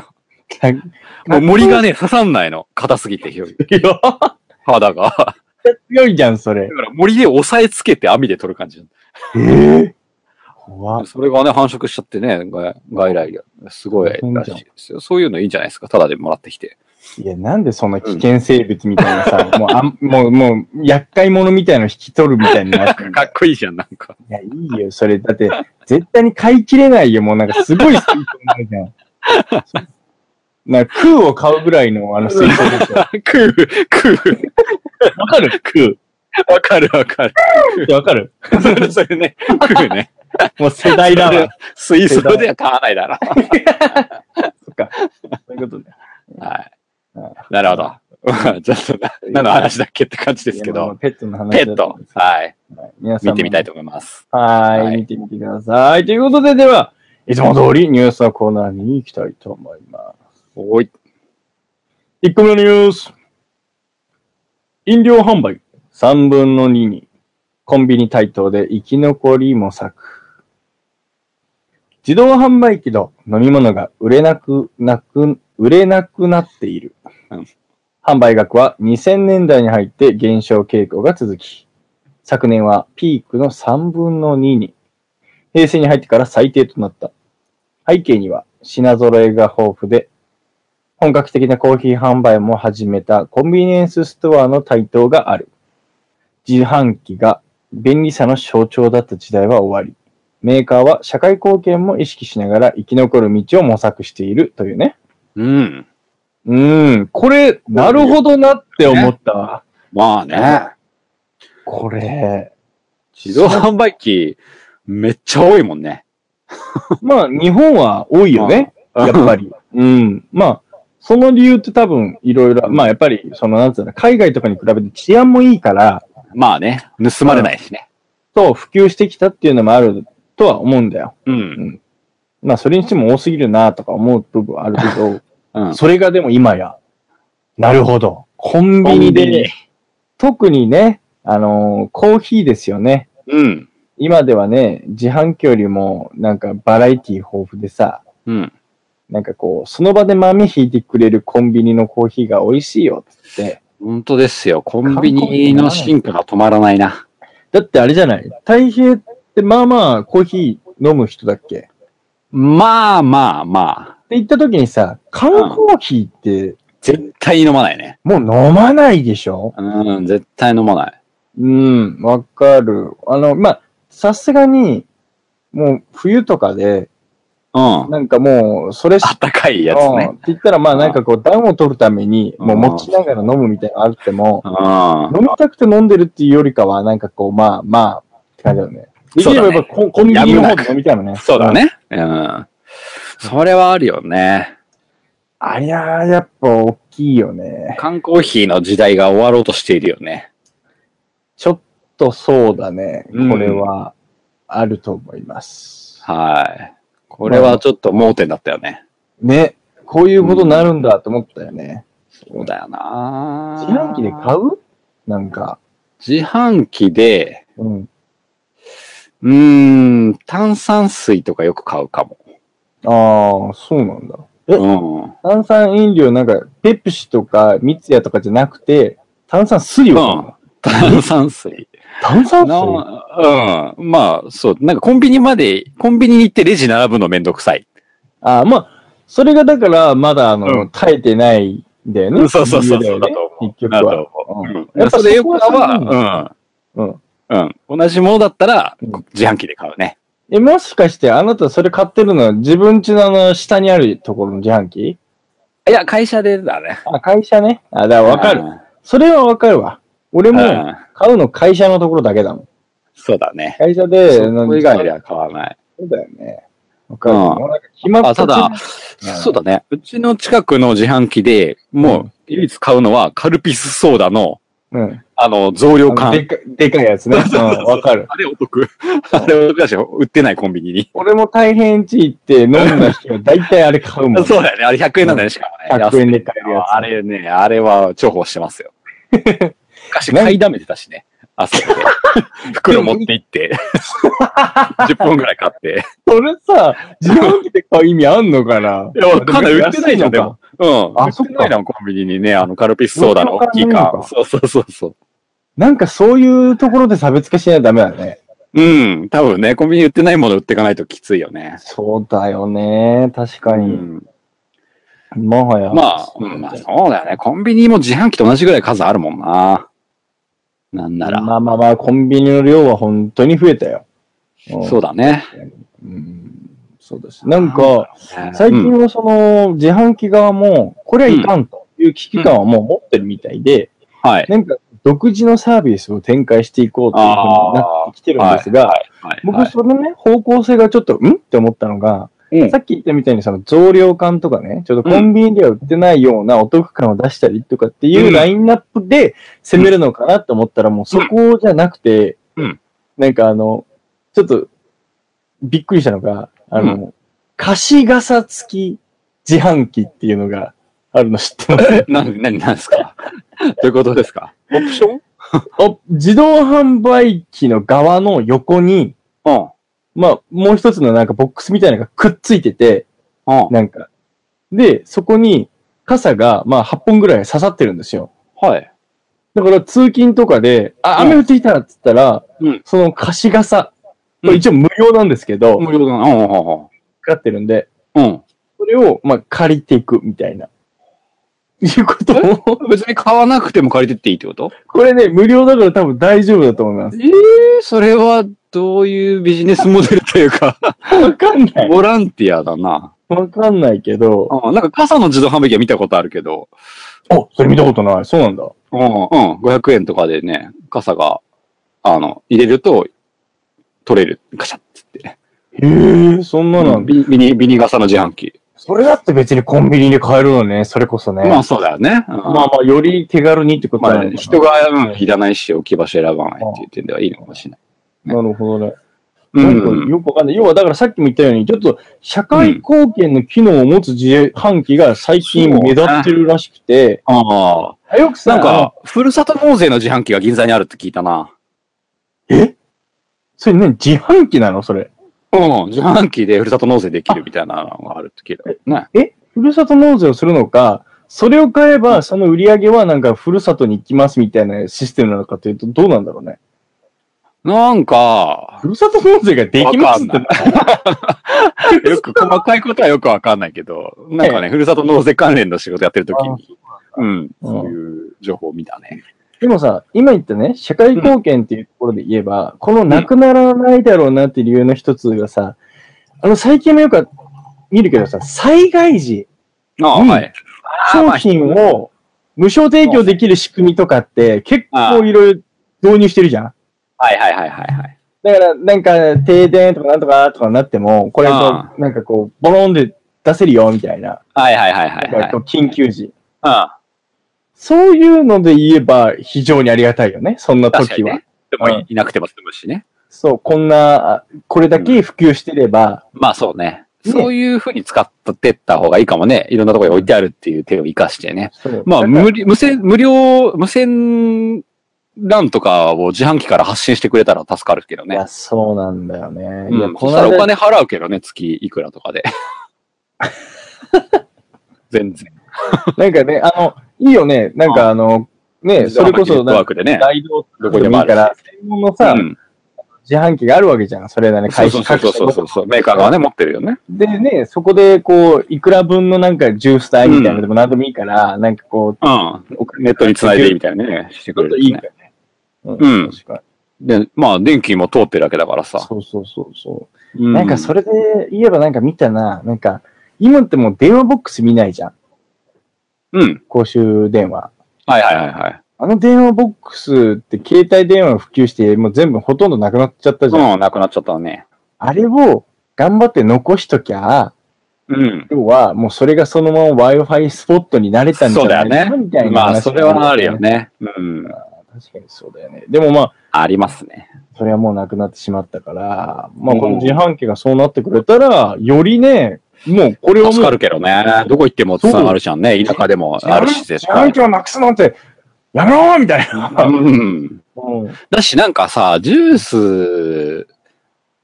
Speaker 1: かっこ
Speaker 3: もう森がね、刺さんないの。硬すぎて、ひょい
Speaker 1: いいよ。
Speaker 3: 肌が。だか
Speaker 1: 強いじゃん、それ。
Speaker 3: ら森で押さえつけて網で取る感じ。
Speaker 1: ええ怖っ
Speaker 3: それがね、繁殖しちゃってね、外外来魚。すごいらしいですよ。そういうのいいんじゃないですか。ただでもらってきて。
Speaker 1: いや、なんでそんな危険生物みたいな さ、もうあん、もう、もう、厄介者みたいの引き取るみたいにな ってん
Speaker 3: か
Speaker 1: だ
Speaker 3: っこいいじゃん、なんか。
Speaker 1: いや、いいよ、それ。だって、絶対に買い切れないよ、もうなんかすごいスイートになるじゃん。 なんか空を買うぐらいのあの水槽 ですよ。
Speaker 3: 食う、食う。
Speaker 1: わかる空。
Speaker 3: わかるわ かる。
Speaker 1: わかる
Speaker 3: それそれね、食うね。
Speaker 1: もう世代だわ。
Speaker 3: 水槽では買わないだろ。
Speaker 1: そっか。そういうことで。
Speaker 3: はい。なるほど。 まあちょっとな、何の話だっけって感じですけ
Speaker 1: いやまあ
Speaker 3: ど。
Speaker 1: ペットの話
Speaker 3: ペ
Speaker 1: だ
Speaker 3: ッ
Speaker 1: った
Speaker 3: ト
Speaker 1: んです。けど。
Speaker 3: はい。
Speaker 1: はい。皆さん
Speaker 3: 見
Speaker 1: も
Speaker 3: てみたいと思います。
Speaker 1: はい
Speaker 3: はい
Speaker 1: 見てみてください。ということで、では、いつも通りニュースのコーナーに行きたいと思います。
Speaker 3: おい。
Speaker 1: 1個目のニュース。飲料販売3分の2に、コンビニ台頭で生き残り模索。自動販売機の飲み物が売れなくなく、売れなくなっている
Speaker 3: うん。
Speaker 1: 販売額は2000年代に入って減少傾向が続き、昨年はピークの3分の2に、平成に入ってから最低となった。背景には品揃えが豊富で、本格的なコーヒー販売も始めたコンビニエンスストアの台頭がある。自販機が便利さの象徴だった時代は終わり、メーカーは社会貢献も意識しながら生き残る道を模索しているというね。
Speaker 3: うん。
Speaker 1: うん、これ、なるほどなって思ったわ。
Speaker 3: まあね。
Speaker 1: これ、
Speaker 3: 自動販売機、めっちゃ多いもんね。
Speaker 1: まあ、日本は多いよね。やっぱ り。うん。まあ、その理由って多分、いろいろ、まあ、やっぱり、その、なんつうの、海外とかに比べて治安もいいから、
Speaker 3: まあね。盗まれないしね。
Speaker 1: と普及してきたっていうのもあるとは思うんだよ。
Speaker 3: うん。
Speaker 1: まあ、それにしても多すぎるなとか思う部分はあるけど、
Speaker 3: うん。
Speaker 1: それがでも今や、なるほど。コンビニ
Speaker 3: コンビ
Speaker 1: で、特にね、あのーコーヒーですよね。
Speaker 3: うん。
Speaker 1: 今ではね、自販機よりも、なんかバラエティ豊富でさ、
Speaker 3: うん。
Speaker 1: なんかこう、その場で豆引いてくれるコンビニのコーヒーが美味しいよってって。
Speaker 3: 本当ですよ。コンビニの進化が止まらないな。
Speaker 1: だってあれじゃない太平ってまあまあコーヒー飲む人だっけ
Speaker 3: まあまあまあ。
Speaker 1: って言った時にさ、缶コーヒーって
Speaker 3: 絶対飲まないね。
Speaker 1: もう飲まないでしょ
Speaker 3: うん。絶対飲まない。
Speaker 1: うん、わかる。あの、まあ、さすがに、もう冬とかで、
Speaker 3: うん。あ
Speaker 1: なんかもう、それし
Speaker 3: ったかいやつ
Speaker 1: うん
Speaker 3: ね
Speaker 1: っ。て言ったら、まあなんかこう、暖を取るために、もう
Speaker 3: うん
Speaker 1: 持ちながら飲むみたいなのあっても、
Speaker 3: う
Speaker 1: 飲みたくて飲んでるっていうよりかは、なんかこう、まあまあ、って感じだよね。できればやっぱコ,、コンビニの方で飲みたいのね。
Speaker 3: ん。そうだ。ね。うん。それはあるよね。
Speaker 1: ありゃー、やっぱ大きいよね。
Speaker 3: 缶コーヒーの時代が終わろうとしているよね。
Speaker 1: ちょっとそうだね。
Speaker 3: うん
Speaker 1: これは、あると思います。
Speaker 3: はい。これはちょっと盲点だったよね。
Speaker 1: ね。こういうことになるんだと思ったよね。
Speaker 3: そうだよな
Speaker 1: 自販機で買うなんか。
Speaker 3: 自販機で、
Speaker 1: うん。
Speaker 3: うーん、炭酸水とかよく買うかも。
Speaker 1: ああ、そうなんだ。え
Speaker 3: うん。
Speaker 1: 炭酸飲料なんか、ペプシとか、ミツヤとかじゃなくて、炭酸水を買うの、
Speaker 3: 炭酸水。
Speaker 1: 炭酸水
Speaker 3: なうん。まあ、そう。なんかコンビニまで、コンビニに行ってレジ並ぶのめんどくさい。
Speaker 1: ああ、まあ、それがだから、まだ、あの、
Speaker 3: うん
Speaker 1: 耐えてないんだよね。
Speaker 3: そうそうそう
Speaker 1: 理
Speaker 3: そ
Speaker 1: 由
Speaker 3: う。
Speaker 1: だよ
Speaker 3: だと
Speaker 1: ね
Speaker 3: 思う。
Speaker 1: 結局
Speaker 3: だ
Speaker 1: は。
Speaker 3: と思う。うん。
Speaker 1: やっぱ
Speaker 3: それよ
Speaker 1: そこ
Speaker 3: く
Speaker 1: は
Speaker 3: か
Speaker 1: そうなんだ
Speaker 3: は、
Speaker 1: うん。
Speaker 3: うん。うん。同じものだったら、
Speaker 1: うん
Speaker 3: 自販機で買うね。
Speaker 1: え、もしかして、あなたそれ買ってるのは、自分家のあの、下にあるところの自販機
Speaker 3: いや、会社でだね。
Speaker 1: あ、会社ね。あ、だからわか
Speaker 3: う
Speaker 1: る。
Speaker 3: ん
Speaker 1: それはわかるわ。俺
Speaker 3: う
Speaker 1: も、
Speaker 3: ん。
Speaker 1: 買うの会社のところだけだもん。
Speaker 3: そうだね。
Speaker 1: 会社で、
Speaker 3: そこ以外で
Speaker 1: だ。
Speaker 3: は買わない。
Speaker 1: そうだよね。わかる。
Speaker 3: うん
Speaker 1: もうなんか決まった
Speaker 3: あただ、
Speaker 1: うん
Speaker 3: そうだね。うちの近くの自販機で、も
Speaker 1: う
Speaker 3: う、唯一買うのは、カルピスソーダの、
Speaker 1: うん。
Speaker 3: あの、増量
Speaker 1: あので
Speaker 3: 缶。
Speaker 1: かでかいやつね。うん、わかる。
Speaker 3: あれお得。 あれお得だし、売ってないコンビニに。
Speaker 1: 俺も大変地行って飲んだ人は大体あれ買うもん。
Speaker 3: そうだよね。あれ100円なんだよね、しかもね。
Speaker 1: 100円で買えるやつ
Speaker 3: あれね、あれは重宝してますよ。昔買いだめてたしね。朝 で。袋持って行って。10本ぐらい買って。
Speaker 1: それさ、自販機で買う意味あんのかない
Speaker 3: や、わかんない。売ってないじゃん、でも。。うん。
Speaker 1: あ
Speaker 3: 売ってないな、コンビニにね、あの、カルピスソーダの大きい
Speaker 1: わかん
Speaker 3: 缶。
Speaker 1: ない
Speaker 3: そうそうそうそう。
Speaker 1: なんかそういうところで差別化しないとダメだね。
Speaker 3: うん。多分ね、コンビニ売ってないもの売っていかないときついよね。
Speaker 1: そうだよね。確か
Speaker 3: う
Speaker 1: に。
Speaker 3: ん。
Speaker 1: もはや。
Speaker 3: まあ、うんまあ、そうだよね。コンビニも自販機と同じぐらい数あるもんな。なんなら。
Speaker 1: まあまあまあ、コンビニの量は本当に増えたよ。
Speaker 3: そうだね。
Speaker 1: うん。うんそうです。なんか、最近はその、自販機側も、これはいかんという危機感はもう持ってるみたいで、
Speaker 3: うんはい。
Speaker 1: なんか独自のサービスを展開していこうというふうになってきてるんですが、
Speaker 3: はいはいは
Speaker 1: 僕
Speaker 3: い
Speaker 1: そのね、方向性がちょっと、んって思ったのが、
Speaker 3: うん
Speaker 1: さっき言ったみたいにその増量感とかね、ちょっとコンビニでは売ってないようなお得感を出したりとかっていううんラインナップで攻めるのかなと思ったら、もうそこじゃなくて、
Speaker 3: うん
Speaker 1: なんかあの、ちょっと、びっくりしたのが、あの、
Speaker 3: う
Speaker 1: 貸し傘付き自販機っていうのがあるの知ってます
Speaker 3: な、な、なんですかどういうことですかオプション
Speaker 1: お自動販売機の側の横に、
Speaker 3: うん。
Speaker 1: まあ、もう一つのなんかボックスみたいなのがくっついてて、
Speaker 3: うん。
Speaker 1: なんか。で、そこに傘が、まあ、8本ぐらい刺さってるんですよ。
Speaker 3: はい。
Speaker 1: だから通勤とかで、あ、
Speaker 3: うん
Speaker 1: 雨降ってきたっつったら、
Speaker 3: うん
Speaker 1: その貸し傘、こ
Speaker 3: うん
Speaker 1: れ一応無料なんですけど、
Speaker 3: 無料だな。うん、うん
Speaker 1: かかってるんで、
Speaker 3: うん、
Speaker 1: それを、まあ、借りていくみたいな。いうことを、
Speaker 3: うん。別に買わなくても借りてっていいってこと
Speaker 1: これね、無料だから多分大丈夫だと思います。
Speaker 3: ええそれはどういうビジネスモデルというか、
Speaker 1: わかんない。
Speaker 3: ボランティアだな。
Speaker 1: わかんないけど、
Speaker 3: うん、なんか傘の自動販売機は見たことあるけど、
Speaker 1: あ、それ見たことない。そうなんだ。
Speaker 3: うん、うん、500円とかでね、傘が、あの、入れると、取れる。ガシャッつって。
Speaker 1: へえ、そんな
Speaker 3: う、
Speaker 1: なんんだ。
Speaker 3: ビビニ、ビニ傘の自販機。
Speaker 1: それだって別にコンビニで買えるのね、それこそね。
Speaker 3: まあそうだよね。うん
Speaker 1: まあまあ、より手軽にってこと
Speaker 3: ま
Speaker 1: な
Speaker 3: あ、
Speaker 1: のかな
Speaker 3: 人が、うん、いらないし、置き場所選ばないっていう点ではいいのかもしれない。
Speaker 1: なるほどね。
Speaker 3: う
Speaker 1: なんか
Speaker 3: ん。
Speaker 1: よくわかんない。要はだからさっきも言ったように、ちょっと社会貢献の機能を持つ自販機が最近目立ってるらしくて、
Speaker 3: ああ。
Speaker 1: よくさ
Speaker 3: なん、か、ふるさと納税の自販機が銀座にあるって聞いたな。
Speaker 1: えそれ何自販機なのそれ。
Speaker 3: うん。自販機でふるさと納税できるみたいなのがあるって聞いた。ね。
Speaker 1: ふるさと納税をするのか、それを買えば、その売り上げはなんかふるさとに行きますみたいなシステムなのかというと、どうなんだろうね。
Speaker 3: なんか、
Speaker 1: ふるさと納税ができますって
Speaker 3: わ。よく細かいことはよくわかんないけど、なんかね、ふるさと納税関連の仕事やってる時に、うん、そういう情報を見たね。
Speaker 1: でもさ、今言ったね、社会貢献っていうところで言えば、このなくならないだろうなっていう理由の一つがさ、あの、最近もよく見るけどさ、災害時、
Speaker 3: ああ、
Speaker 1: うん
Speaker 3: はい。あーま
Speaker 1: 商
Speaker 3: あ
Speaker 1: 品を無償提供できる仕組みとかって、結構いろいろ導入してるじゃん。
Speaker 3: はいはいはいはいはい。
Speaker 1: だから、なんか、停電とかなんとかとかなっても、これ、
Speaker 3: あ
Speaker 1: なんかこう、ボロンで出せるよ、みたいな。
Speaker 3: はいはいはいはいは
Speaker 1: ないんか。緊急時。
Speaker 3: うん。
Speaker 1: そういうので言えば、非常にありがたいよね、そんな
Speaker 3: 確か
Speaker 1: 時
Speaker 3: に
Speaker 1: は。
Speaker 3: ね。でも
Speaker 1: う
Speaker 3: い
Speaker 1: ん
Speaker 3: いなくても済むしね。
Speaker 1: そう、こんな、あこれだけ普及してれば、
Speaker 3: まあそうね。
Speaker 1: ね
Speaker 3: そういうふうに使ってった方がいいかもね。いろんなところに置いてあるっていう手を活かしてね。
Speaker 1: そう
Speaker 3: まあ、
Speaker 1: だから
Speaker 3: 無理無線、無料、無線 LAN とかを自販機から発信してくれたら助かるけど
Speaker 1: い
Speaker 3: ね
Speaker 1: や、。そうなんだよね。いや
Speaker 3: うん、、そしたらお金払うけどね、月いくらと かで。全然。
Speaker 1: なんかね、あの、いいよね。なんかあの、ね、それこそ、
Speaker 3: ネット
Speaker 1: な
Speaker 3: ワ
Speaker 1: んか、
Speaker 3: ークでね。
Speaker 1: 大道
Speaker 3: ど
Speaker 1: とか
Speaker 3: こで
Speaker 1: でも
Speaker 3: も
Speaker 1: い
Speaker 3: あ
Speaker 1: い
Speaker 3: る
Speaker 1: か
Speaker 3: し
Speaker 1: ら、専門の
Speaker 3: う
Speaker 1: さ、
Speaker 3: ん。
Speaker 1: 自販機があるわけじゃん。それなりに
Speaker 3: そう
Speaker 1: 会
Speaker 3: そう
Speaker 1: 社
Speaker 3: そうそうそうそう。メーカー側ね、持ってるよね。
Speaker 1: でね、そこで、こう、いくら分のなんかジュース代みたいなのでも何でもいいから、なんかこう、
Speaker 3: うん。ネットに繋いでみたいなね、して
Speaker 1: ち
Speaker 3: く
Speaker 1: ょっ
Speaker 3: れ
Speaker 1: と
Speaker 3: る
Speaker 1: い
Speaker 3: し
Speaker 1: いか
Speaker 3: ね。
Speaker 1: らね。う
Speaker 3: うん
Speaker 1: 確かに
Speaker 3: で、まあ、電気も通ってるわけだからさ。
Speaker 1: そうそうそうそうう。なんかそれで言えばなんか見たな、なんか、今ってもう電話ボックス見ないじゃん。
Speaker 3: うん。
Speaker 1: 公衆電話。
Speaker 3: はいはいはいはい。
Speaker 1: あの電話ボックスって携帯電話が普及して、もう全部ほとんどなくなっちゃったじゃん。
Speaker 3: うん、なくなっちゃったね。
Speaker 1: あれを頑張って残しときゃ、
Speaker 3: うん。
Speaker 1: 要はもうそれがそのまま Wi-Fi スポットになれたんじ
Speaker 3: そ
Speaker 1: ゃ
Speaker 3: うだ
Speaker 1: な
Speaker 3: よ
Speaker 1: いか
Speaker 3: ね
Speaker 1: みたい。な
Speaker 3: ま
Speaker 1: 話
Speaker 3: あ、それはあるよ。ね。うん。
Speaker 1: 確かにそうだよね。でもまあ、
Speaker 3: ありますね。
Speaker 1: それはもうなくなってしまったから、まあ
Speaker 3: うん
Speaker 1: この自販機がそうなってくれたら、よりね、もうこれをもう、
Speaker 3: 助かるけどね。どこ行ってもつながるじゃんね。田舎でもあるし、絶
Speaker 1: 自販
Speaker 3: 対
Speaker 1: 機。をなくすなんて、やめろみたいな。
Speaker 3: うん。
Speaker 1: うん
Speaker 3: だし、なんかさ、ジュース、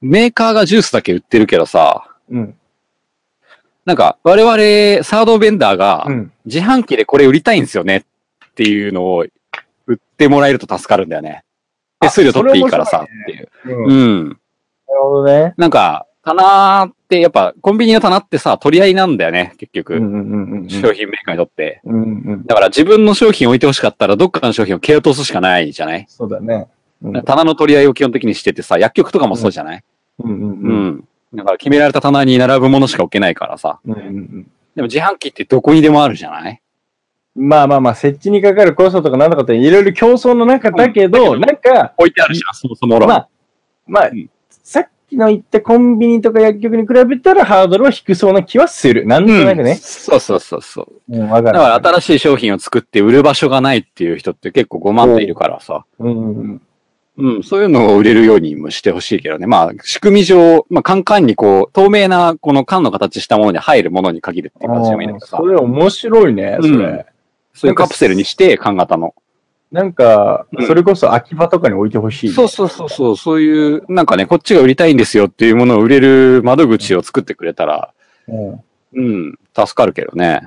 Speaker 3: メーカーがジュースだけ売ってるけどさ、
Speaker 1: うん。
Speaker 3: なんか、我々、サードベンダーが
Speaker 1: う、ん。
Speaker 3: 自販機でこれ売りたいんですよねっていうのを、売ってもらえると助かるんだよね。手数料取っていいからさ、っていう。
Speaker 1: うんなる
Speaker 3: うん。
Speaker 1: ほどね。
Speaker 3: なんか、棚って、やっぱ、コンビニの棚ってさ、取り合いなんだよね、結局。
Speaker 1: うんうんうんうん
Speaker 3: 商品メーカーにとって。
Speaker 1: うんうん。
Speaker 3: だから自分の商品置いてほしかったら、どっかの商品を蹴落とすしかないじゃない、
Speaker 1: そうだね。うん
Speaker 3: 棚の取り合いを基本的にしててさ、薬局とかもそうじゃない、
Speaker 1: うんうん
Speaker 3: うん、
Speaker 1: うん
Speaker 3: だから決められた棚に並ぶものしか置けないからさ。
Speaker 1: うんうん
Speaker 3: でも自販機ってどこにでもあるじゃない
Speaker 1: うん。まあまあまあ、設置にかかるコストとかなんとかっていろいろ競争の中だけど、
Speaker 3: うん
Speaker 1: なんか、
Speaker 3: 置いてあるじゃん、そもそも論。
Speaker 1: まあ、まあ
Speaker 3: うん、
Speaker 1: さっきの言ったコンビニとか薬局に比べたらハードルは低そうな気はする。なんとなく
Speaker 3: うん
Speaker 1: ね。
Speaker 3: そうそうそうそ
Speaker 1: う
Speaker 3: う。
Speaker 1: ん、わか
Speaker 3: だ
Speaker 1: る。
Speaker 3: から新しい商品を作って売る場所がないっていう人って結構5万でいるからさ。
Speaker 1: うんうん
Speaker 3: うん、そういうのを売れるようにもしてほしいけどね。まあ、仕組み上、まあ、カンカンにこう、透明な、この缶の形したものに入るものに限るって
Speaker 1: う
Speaker 3: いう形でもいい
Speaker 1: ん。
Speaker 3: の
Speaker 1: あ
Speaker 3: か
Speaker 1: ー
Speaker 3: さ
Speaker 1: そ。れ面白いね、そ
Speaker 3: うん
Speaker 1: れ。
Speaker 3: そういうカプセルにして、缶型の。
Speaker 1: なんか
Speaker 5: う、ん
Speaker 1: それこそ秋葉とかに置いてほしい。
Speaker 3: そうそうそうそう、そういう、なんかね、こっちが売りたいんですよっていうものを売れる窓口を作ってくれたら、
Speaker 1: うん。
Speaker 3: うん、助かるけどね。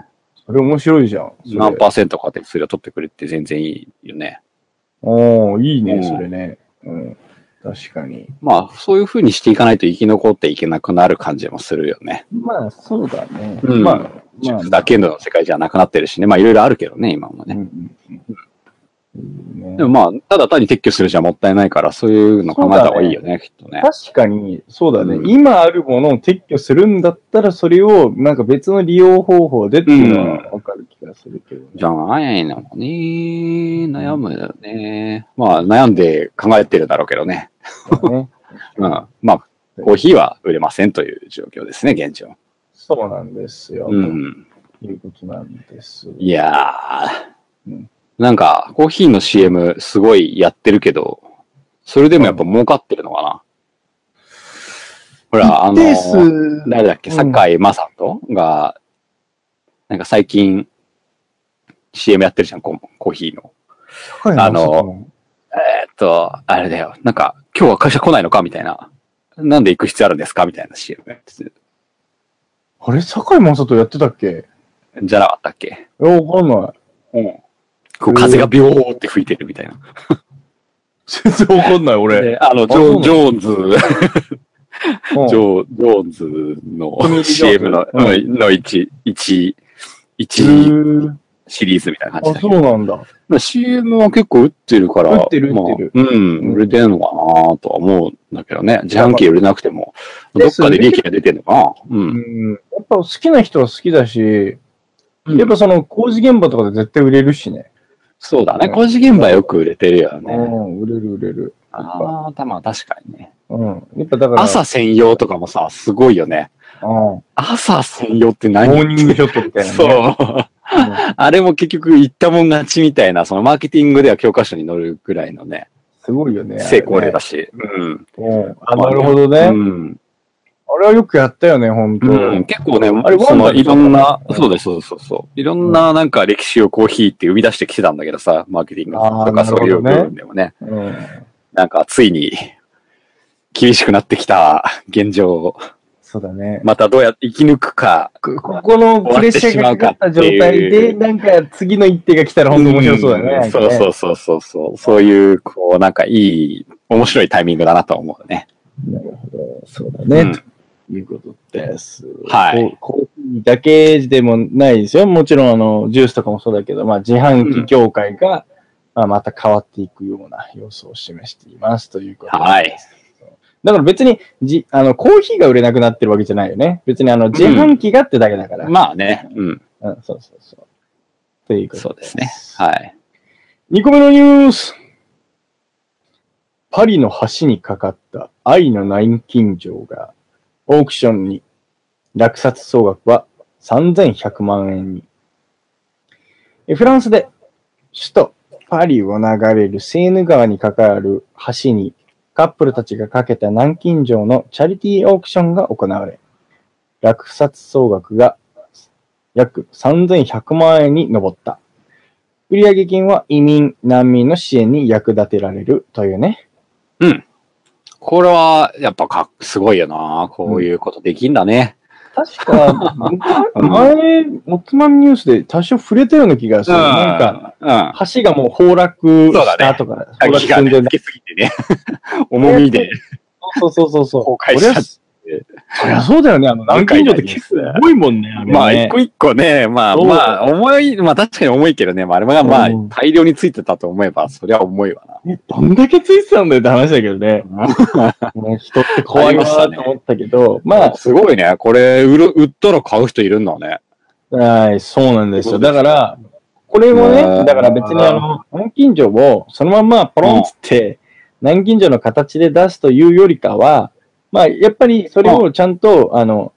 Speaker 1: それ面白いじゃん。それ
Speaker 3: 何パーセントかでそれを取ってくれって全然いいよね。
Speaker 1: おー、いいね、
Speaker 3: うん
Speaker 1: それね。うん。確かに。
Speaker 3: まあ、そういう風にしていかないと生き残っていけなくなる感じもするよね。
Speaker 1: まあ、そうだね。
Speaker 3: うん
Speaker 1: まあ、まあ
Speaker 3: だけの世界じゃなくなってるしね。まあ、いろいろあるけどね、今も
Speaker 1: う
Speaker 3: ね。
Speaker 1: んうんうん。
Speaker 3: でもまあ、ただ単に撤去するじゃもったいないから、そういうの考えた方がいいよね、きっとね。
Speaker 1: 確かに、そうだね、
Speaker 3: うん
Speaker 1: 今あるものを撤去するんだったら、それを、なんか別の利用方法でっていうのはわかる気がするけどね。
Speaker 3: じゃないのね。悩むよね。まあ、悩んで考えてるだろうけどね。
Speaker 1: ね
Speaker 3: うん。まあ、コーヒーは売れませんという状況ですね、現状。
Speaker 1: そうなんですよ。
Speaker 3: う
Speaker 1: と
Speaker 3: ん。
Speaker 1: いうことなんです。
Speaker 3: いや
Speaker 1: う
Speaker 3: ー
Speaker 1: ん
Speaker 3: なんか、コーヒーの CM すごいやってるけど、それでもやっぱ儲かってるのかな。ほら、あの、
Speaker 1: です。
Speaker 3: 誰だっけ、
Speaker 1: うん
Speaker 3: 坂井正人が、なんか最近、CM やってるじゃん、ココーヒーの。
Speaker 1: 高いな
Speaker 3: あの、えーっと、あれだよ。なんか、今日は会社来ないのかみたいな。なんで行く必要あるんですかみたいな CM やってて
Speaker 1: あれ、坂井正人やってたっけ
Speaker 3: じゃなかったっけ
Speaker 1: えわかんない。
Speaker 3: うん。こう風がビョーって吹いてるみたいな。
Speaker 1: 全然わかんない、俺。
Speaker 3: であの、ジ
Speaker 1: そうな
Speaker 3: ョ
Speaker 1: の
Speaker 3: ジョーンズ、
Speaker 1: うん
Speaker 3: ジョージョーンズ
Speaker 1: トミー
Speaker 3: の
Speaker 1: ジョーンズ
Speaker 3: CM の、
Speaker 1: うん
Speaker 3: うんの1、1、
Speaker 1: へ
Speaker 3: 1
Speaker 1: ー
Speaker 3: シリーズみたいな感じ
Speaker 1: あ、
Speaker 3: だ
Speaker 1: そ
Speaker 3: け
Speaker 1: うなんだ。
Speaker 3: ど。CM は結構売ってるから。
Speaker 1: 売ってる売ってる
Speaker 3: まあうん、売れてるのかなとは思うんだけどね。自販機売れなくても、ど
Speaker 1: で
Speaker 3: っ
Speaker 1: すよ
Speaker 3: か
Speaker 1: ね
Speaker 3: で利益が出てるのかなう。
Speaker 1: うんん。やっぱ好きな人は好きだし、
Speaker 3: うん
Speaker 1: やっぱその工事現場とかで絶対売れるしね。
Speaker 3: そうだ
Speaker 1: う
Speaker 3: ね。
Speaker 1: ん
Speaker 3: 工事現場よく売れてるよ
Speaker 1: う
Speaker 3: ね。
Speaker 1: ん、売れる売れる。
Speaker 3: ああ、たまあ確かにね。
Speaker 1: うん。やっぱだから、
Speaker 3: 朝専用とかもさ、すごいよね。
Speaker 1: うん、モ
Speaker 3: 朝専用って何
Speaker 1: ーニングショットみたいな、ね。
Speaker 3: そ。う。あれも結局言ったもん勝ちみたいな、そのマーケティングでは教科書に載るぐらいのね、
Speaker 1: すごいよね。
Speaker 3: 成功例だし。うん。
Speaker 1: あれね。うん。あ、なるほどね、
Speaker 3: うん。
Speaker 1: あれはよくやったよね、ほんと。
Speaker 3: うん結構ね
Speaker 1: れ、
Speaker 3: そ
Speaker 1: ワ
Speaker 3: の
Speaker 1: ンダ
Speaker 3: い
Speaker 1: とか
Speaker 3: ろ
Speaker 1: ね
Speaker 3: んな
Speaker 1: う、ん
Speaker 3: そうです、そうですそうそう。いろんななんか歴史をコーヒーって生み出してきてたんだけどさ、マーケティングと
Speaker 1: あー
Speaker 3: かそういう部
Speaker 1: なるほどね
Speaker 3: 分でもね。
Speaker 1: うん。
Speaker 3: なんかついに厳しくなってきた現状を
Speaker 1: そうだね。
Speaker 3: またどうやって生き抜くか。
Speaker 1: ここのプレッシャーがかかった状態で、なんか次の一手が来たらほんと面白そうだね。。
Speaker 3: んそうそううそうそうそう。そういう、こう、なんかいい、面白いタイミングだなと思うね。
Speaker 1: なるほど。そうだね。
Speaker 3: うん
Speaker 1: ということです。
Speaker 3: はい
Speaker 1: コ。コーヒーだけでもないですよ。もちろん、あの、ジュースとかもそうだけど、まあ、自販機業界が、まあ、また変わっていくような様子を示していますということです。
Speaker 3: はい。
Speaker 1: だから別に、じ、あの、コーヒーが売れなくなってるわけじゃないよね。別に、あの、自販機がってだけだから。
Speaker 3: まあね。うん。
Speaker 1: うん、そうそうそう。ということ
Speaker 3: そうですね。はい。
Speaker 1: 2個目のニュース。パリの橋にかかった愛の南京錠がオークションに落札総額は3100万円に。えフランスで首都パリを流れるセーヌ川にかかる橋にカップルたちがかけた南京錠のチャリティーオークションが行われ、落札総額が約3100万円に上った。売上金は移民、難民の支援に役立てられるというね。
Speaker 3: これは、やっぱかっ、すごいよな。こういうことできんだね。
Speaker 1: 確か、
Speaker 3: うん
Speaker 1: 前、おつまみニュースで多少触れたような気がする。なんか、
Speaker 3: か、
Speaker 1: 橋がもう崩落
Speaker 3: そう
Speaker 1: し
Speaker 3: だ
Speaker 1: た
Speaker 3: ね
Speaker 1: とか、
Speaker 3: う
Speaker 1: 崩
Speaker 3: ん。
Speaker 1: 落
Speaker 3: 気が
Speaker 1: 寸前
Speaker 3: 抜
Speaker 1: だ
Speaker 3: けすぎて ね。重みで
Speaker 1: そうそうそうそう。
Speaker 3: 崩壊しちゃっ
Speaker 1: そりゃそうだよね。あの、南京錠って結構重いもんね。あれね
Speaker 3: まあ、一個一個ね、まあ
Speaker 1: そう
Speaker 3: まあ、重い、まあ確かに重いけどね、まああれはまあ
Speaker 1: うん、
Speaker 3: 大量についてたと思えば、そりゃ重いわな。
Speaker 1: ねどんだけついてたんだよって話だけどね。もう人って怖いわーって思ったけど、まあ、
Speaker 3: すごいね。これ、売る、売ったら買う人いるんだね。
Speaker 1: はい、そうなんですよ。だから、これもね、
Speaker 3: うん
Speaker 1: だから別にあの、南京錠をそのまんまポロンつって、南京錠の形で出すというよりかは、まあ、やっぱりそれをちゃんと、あの、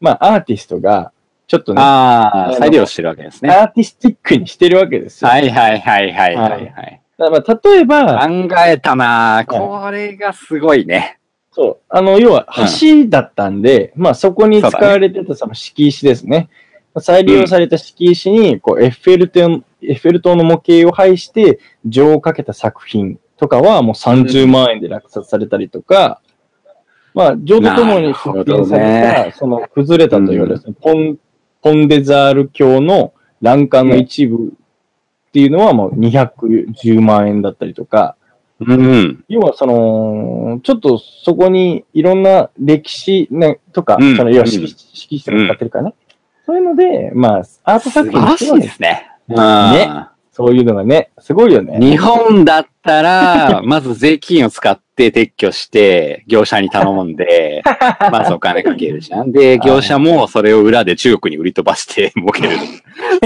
Speaker 1: まあ、アーティストが、ちょっとね、ア
Speaker 3: ああ、再利用してるわけですね。
Speaker 1: ーティスティックにしてるわけですよ。
Speaker 3: はいはいはいはいはいはい。
Speaker 1: だからまあ例えば、
Speaker 3: 考えたなぁこれがすごいね。
Speaker 1: そう、あの、要は橋だったんで、まあ、そこに使われてたその敷石ですね。再利用された敷石に、こう、エッフェル塔エッフェル塔の模型を配して、情をかけた作品とかはもう30万円で落札されたりとか、まあ、情とともに復元さ
Speaker 3: なる
Speaker 1: れ
Speaker 3: ほ
Speaker 1: た、その崩れたと言われる、ポン、ポンデザール教の欄干の一部っていうのはもう210万円だったりとか、
Speaker 3: うん。
Speaker 1: 要はその、ちょっとそこにいろんな歴史、ね、とか、
Speaker 3: うん
Speaker 1: その要は
Speaker 3: うん
Speaker 1: 色紙色紙とか使ってるからね。そういうので、まあ、アート
Speaker 3: 素
Speaker 1: 作
Speaker 3: 晴
Speaker 1: 品
Speaker 3: ら
Speaker 1: っていう
Speaker 3: し
Speaker 1: のは
Speaker 3: いで
Speaker 1: ね
Speaker 3: すね。うん
Speaker 1: そういうのがね、すごいよね。
Speaker 3: 日本だっ たら、まず税金を使って撤去して、業者に頼ん で、まずお金かけるじゃん。で、業者もそれを裏で中国に売り飛ばして儲 ける。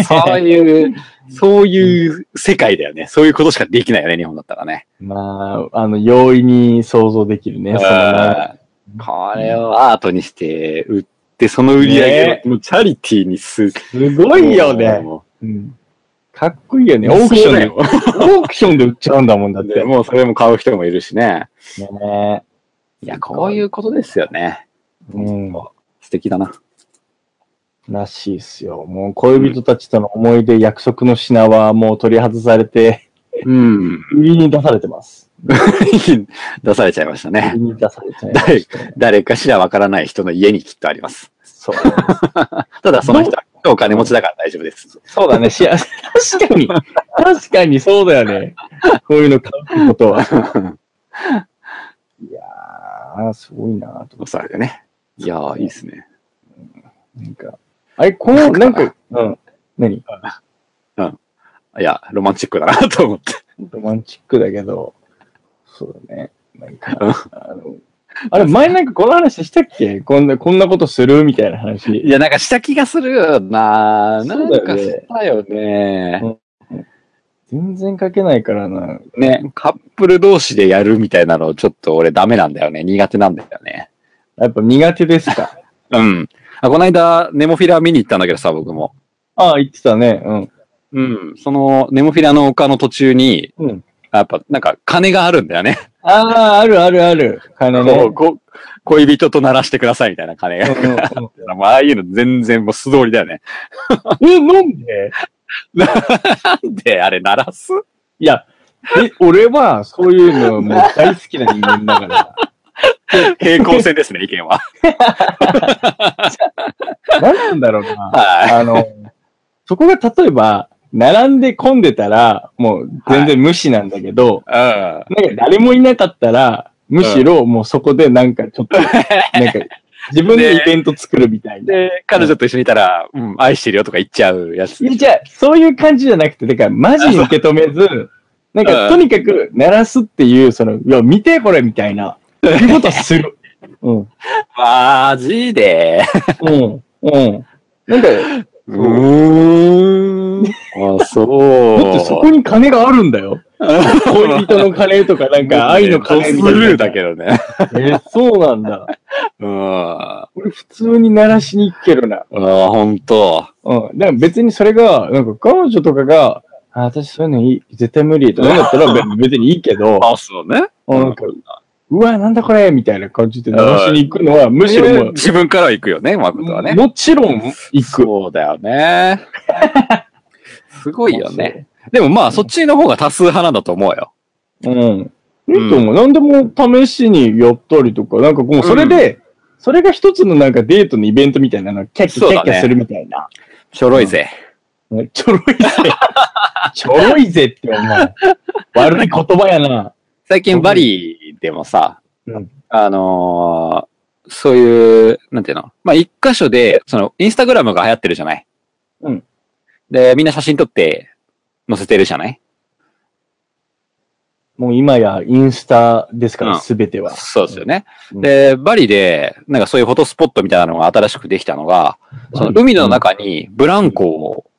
Speaker 3: そういう、そういう世界だよね。そういうことしかできないよね、日本だったらね。
Speaker 1: まあ、あの、容易に想像できるね。そのな
Speaker 3: うんこれをアートにして売って、その売り上げをもうチャリティーにする。
Speaker 1: すごいよね。
Speaker 3: も
Speaker 1: うんかっこいいよ
Speaker 3: う
Speaker 1: ね。オークションで、
Speaker 3: そうだよ
Speaker 1: オークションで売っちゃうんだもんだって
Speaker 3: で。もうそれも買う人もいるしね。
Speaker 1: ね
Speaker 3: いや、こういうことですよね。
Speaker 1: うん。
Speaker 3: 素敵だな。
Speaker 1: らしいっすよ。もう恋人たちとの思い出、約束の品はもう取り外されて、
Speaker 3: うん。
Speaker 1: 売りに出されてます。
Speaker 3: 出されちゃいました
Speaker 1: 売
Speaker 3: ね
Speaker 1: り。に出されちゃいま
Speaker 3: 誰
Speaker 1: したね。
Speaker 3: 誰かしらわからない人の家にきっとあります。
Speaker 1: そう。
Speaker 3: ただその人はお金持ちだから大丈夫です。
Speaker 1: そう だね。し確かに。確かにそうだよね。こういうの買うってことは。いやー、すごいなと
Speaker 3: おそらくね。いやー、いいですね。
Speaker 1: なんか。あれ、この、なんか、うん。何
Speaker 3: いや、ロマンチックだなと思って。
Speaker 1: ロマンチックだけど、そうだね。なんか、あの、あれ、前なんかこの話したっけこんな、こんなことするみたいな話。
Speaker 3: いや、なんかした気がするよなな
Speaker 1: そうんだよね
Speaker 3: かしたよね。
Speaker 1: 全然書けないからな。
Speaker 3: ね、カップル同士でやるみたいなの、ちょっと俺ダメなんだよね。苦手なんだよね。
Speaker 1: やっぱ苦手ですか
Speaker 3: うん。あ、この間、ネモフィラ見に行ったんだけどさ、僕も。
Speaker 1: ああ、言ってたね。うん。
Speaker 3: うん。その、ネモフィラの丘の途中に、
Speaker 1: うん
Speaker 3: やっぱ、なんか、鐘があるんだよね。
Speaker 1: ああ、あるあるある。金ね。
Speaker 3: こ
Speaker 1: う
Speaker 3: うこ恋人と鳴らしてくださいみたいな鐘が。
Speaker 1: んうんうん
Speaker 3: もうああいうの全然もう素通りだよね。
Speaker 1: え、なんで
Speaker 3: なんであれ鳴らす
Speaker 1: いや、え、俺は、そういうのもう大好きな人間だ から。
Speaker 3: 平行線ですね、意見は。
Speaker 1: 何なんだろうな。
Speaker 3: はい。
Speaker 1: あの、そこが例えば、並んで混んでたら、もう全然無視なんだけど、
Speaker 3: うん。
Speaker 1: なんか誰もいなかったら、むしろもうそこでなんかちょっと、 なんか自分でイベント作るみたいな。
Speaker 3: で、彼女と一緒にいたら、うん、愛してるよとか言っちゃうやつ
Speaker 1: い。やじゃあ、そういう感じじゃなくて、だからマジに受け止めず、なん
Speaker 3: う
Speaker 1: か
Speaker 3: ん
Speaker 1: とにかく鳴らすっていう、その、いや、見てこれみたいな、いうことはする。うん。
Speaker 3: マジで。
Speaker 1: うん。うん。なんか、
Speaker 3: うーん。あ、そ う。
Speaker 1: だってそこに金があるんだよ。恋人の金とか、なんか愛の
Speaker 3: カ
Speaker 1: 金
Speaker 3: ス
Speaker 1: みたいな。
Speaker 3: ルーだけどね。
Speaker 1: え、そうなんだ。
Speaker 3: うん。あ
Speaker 1: 俺普通に鳴らしに行くけどな。
Speaker 3: ー、ほんと。
Speaker 1: うん。だから別にそれが、なんか彼女とかが、あ、私そういうのいい、絶対無理とかなんだったら 別別にいいけど、
Speaker 3: あ、そうね。
Speaker 1: うんなんか、うわ、なんだこれみたいな感じで鳴らしに行くのは、む
Speaker 3: む
Speaker 1: し
Speaker 3: し
Speaker 1: ろ
Speaker 3: ろ
Speaker 1: も
Speaker 3: 自分からは行くよね、マコトは
Speaker 1: う、
Speaker 3: ね。
Speaker 1: もちろん行く。
Speaker 3: そうだよ ね。すごいよね。
Speaker 1: ね。
Speaker 3: でもまあ、そっちの方が多数派なんだと思うよ。
Speaker 1: うん。いいと思う。何でも試しにやったりとか、なんかもうそれで、それが一つのなんかデートのイベントみたいなの、キャッキャキャッキャするみたいな。
Speaker 3: ちょろいぜ。
Speaker 1: ちょろいぜ。ちょろいぜってお前。悪い言葉やな。
Speaker 3: 最近バリでもさ、
Speaker 1: うん
Speaker 3: あのーそういう、なんていうのまあ、一箇所で、その、インスタグラムが流行ってるじゃない
Speaker 1: うん。
Speaker 3: で、みんな写真撮って載せてるじゃない
Speaker 1: もう今やインスタですか
Speaker 3: うん
Speaker 1: ら、すべては。
Speaker 3: そうですよね。
Speaker 1: うん
Speaker 3: で、バリで、なんかそういうフォトスポットみたいなのが新しくできたのが、その海の中にブランコを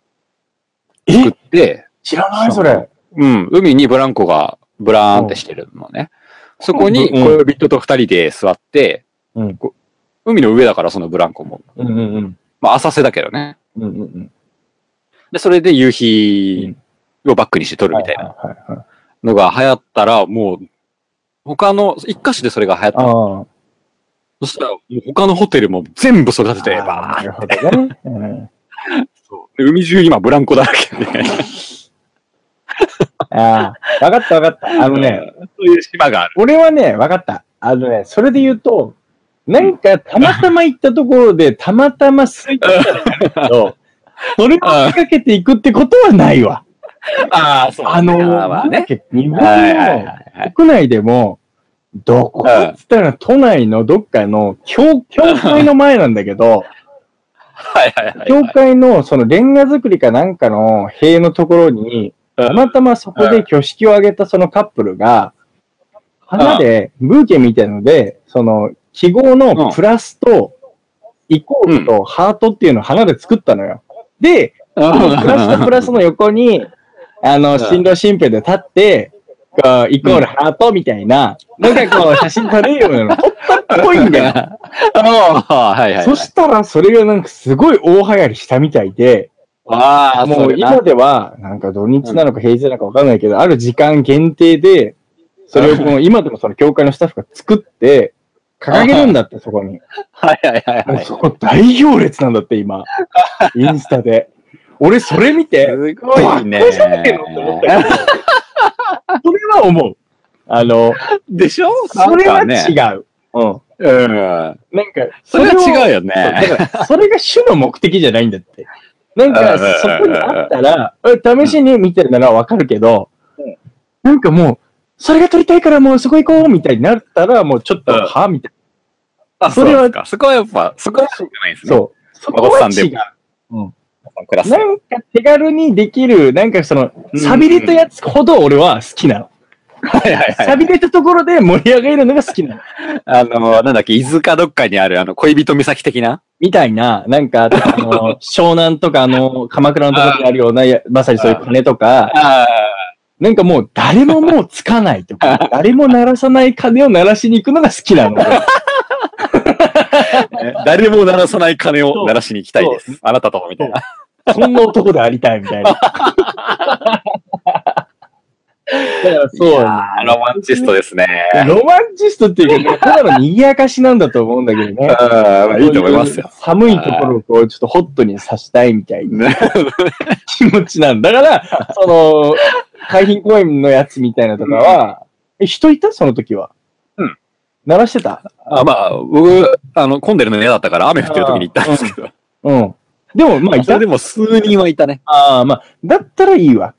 Speaker 3: 作って、
Speaker 1: 知らないそれ。
Speaker 3: うん、海にブランコがブラーンってしてるのね。そこに
Speaker 1: うん
Speaker 3: 恋人と二人で座って、
Speaker 1: うん。
Speaker 3: 海の上だからそのブランコも。
Speaker 1: うんうんうん。
Speaker 3: まあ浅瀬だけどね。
Speaker 1: うんうんうん。
Speaker 3: で、それで夕日をバックにして撮るみたいな
Speaker 1: はいはいはい。
Speaker 3: のが流行ったら、もう、他の、一箇所でそれが流行ったの。
Speaker 1: ああ。
Speaker 3: そしたら、もう他のホテルも全部それ立てて、バーン
Speaker 1: なるほどね。うん
Speaker 3: そうで海中今ブランコだらけで。
Speaker 1: ああ、わかったわかった。あのね、
Speaker 3: そういう島がある。
Speaker 1: 俺はね、わかった。あのね、それで言うと、なんか、たまたま行ったところで、たまたま空いてたんだけど、それを追いかけていくってことはないわ。
Speaker 3: ああ、そう
Speaker 1: あの、
Speaker 3: まあ
Speaker 1: なんだっ
Speaker 3: ね。
Speaker 1: け日本
Speaker 3: はいはい
Speaker 1: の
Speaker 3: はいはい。
Speaker 1: 国内でも、どこっつったら都内のどっかの教、教会の前なんだけど、
Speaker 3: はいはいはい
Speaker 1: 教
Speaker 3: はい。
Speaker 1: 会のそのレンガ作りかなんかの塀のところに、
Speaker 3: うん
Speaker 1: たまたまそこで挙式を挙げたそのカップルが、
Speaker 3: ん
Speaker 1: 花でブーケみたいので、その記号のプラスと、イコールとハートっていうのを花で作ったのよ。で、プラスとプラスの横に、あ
Speaker 3: う
Speaker 1: の、
Speaker 3: ん
Speaker 1: 新郎新婦で立って、こう、イコールハートみたいな、なんかこう、写真撮れるようなの撮ったっぽいん だよ。
Speaker 3: ああ、はいはい。
Speaker 1: そしたら、それがなんかすごい大流行りしたみたいで、
Speaker 3: ああ、
Speaker 1: も
Speaker 3: そうう
Speaker 1: 今では、なんか土日なのか平日なのかわかんないけど、ある時間限定で、それをこの今でもその教会のスタッフが作って、掲げるんだって、そこに。
Speaker 3: はいはいはい
Speaker 1: も
Speaker 3: は
Speaker 1: う
Speaker 3: い。
Speaker 1: そこ大行列なんだって、 今。インスタで。俺、それ見て、
Speaker 3: すごいね
Speaker 1: バカじゃねえのって思っ たけど、それは思う。あの、
Speaker 3: でしょ
Speaker 1: それは違う。うん。
Speaker 3: うん。
Speaker 1: なんか、
Speaker 3: それ
Speaker 1: を
Speaker 3: は違うよね。
Speaker 1: そうだからそれが主の目的じゃないんだって。なんか
Speaker 3: うん、
Speaker 1: そこにあったら、え試しに見てるならわかるけど、なんかもう、それが撮りたいからもうそこ行こうみたいになったら、もうちょっと、
Speaker 3: うん
Speaker 1: はみたい
Speaker 3: あ、
Speaker 1: そ
Speaker 3: そ
Speaker 1: れ
Speaker 3: れ
Speaker 1: は
Speaker 3: は、そこはやっぱ、そこはそうじゃないんです
Speaker 1: な。
Speaker 3: ね。う。
Speaker 1: そう。そこは違う。
Speaker 3: クラス。
Speaker 1: なんか手軽にできる、なんかその、
Speaker 3: うん
Speaker 1: 寂れたやつほど俺は好きなの。
Speaker 3: はいはいはい。
Speaker 1: 寂れたところで盛り上げるのが好き なの。
Speaker 3: あの、なんだっけ、伊豆かどっかにある、あの、恋人岬的な
Speaker 1: みたいな、なんか、あの、湘南とか、あの、鎌倉のところにあるような、やまさにそういう金とか、
Speaker 3: あ
Speaker 1: なんかもう誰ももうつかないと か、誰も鳴らさない鐘を鳴らしに行くのが好きなの。
Speaker 3: あ、誰も鳴らさない鐘を鳴らしに行きたいです。あなたと、みたいな。
Speaker 1: そんな男でありたいみたいな。だからそう
Speaker 3: いや
Speaker 1: な
Speaker 3: ーロマンチストですね。
Speaker 1: の。ロマンチストっていうか、ただの賑やかしなんだと思うんだけど
Speaker 3: うん、
Speaker 1: ね。
Speaker 3: まあいいと思いますよ。。
Speaker 1: 寒いところをこう、ちょっとホットにさしたいみたいな
Speaker 3: ね
Speaker 1: 気持ちなんだから、その、海浜公園のやつみたいなとかは、え人いたその時は。
Speaker 3: うん。
Speaker 1: 鳴らしてた
Speaker 3: あまあ、僕、あの、混んでるの嫌だったから、雨降ってる時に行ったんですけど。
Speaker 1: うん。でも、まあ、い
Speaker 3: そ
Speaker 1: た
Speaker 3: れでも数人はいたね。
Speaker 1: ああ、まあ、だったらいいわ。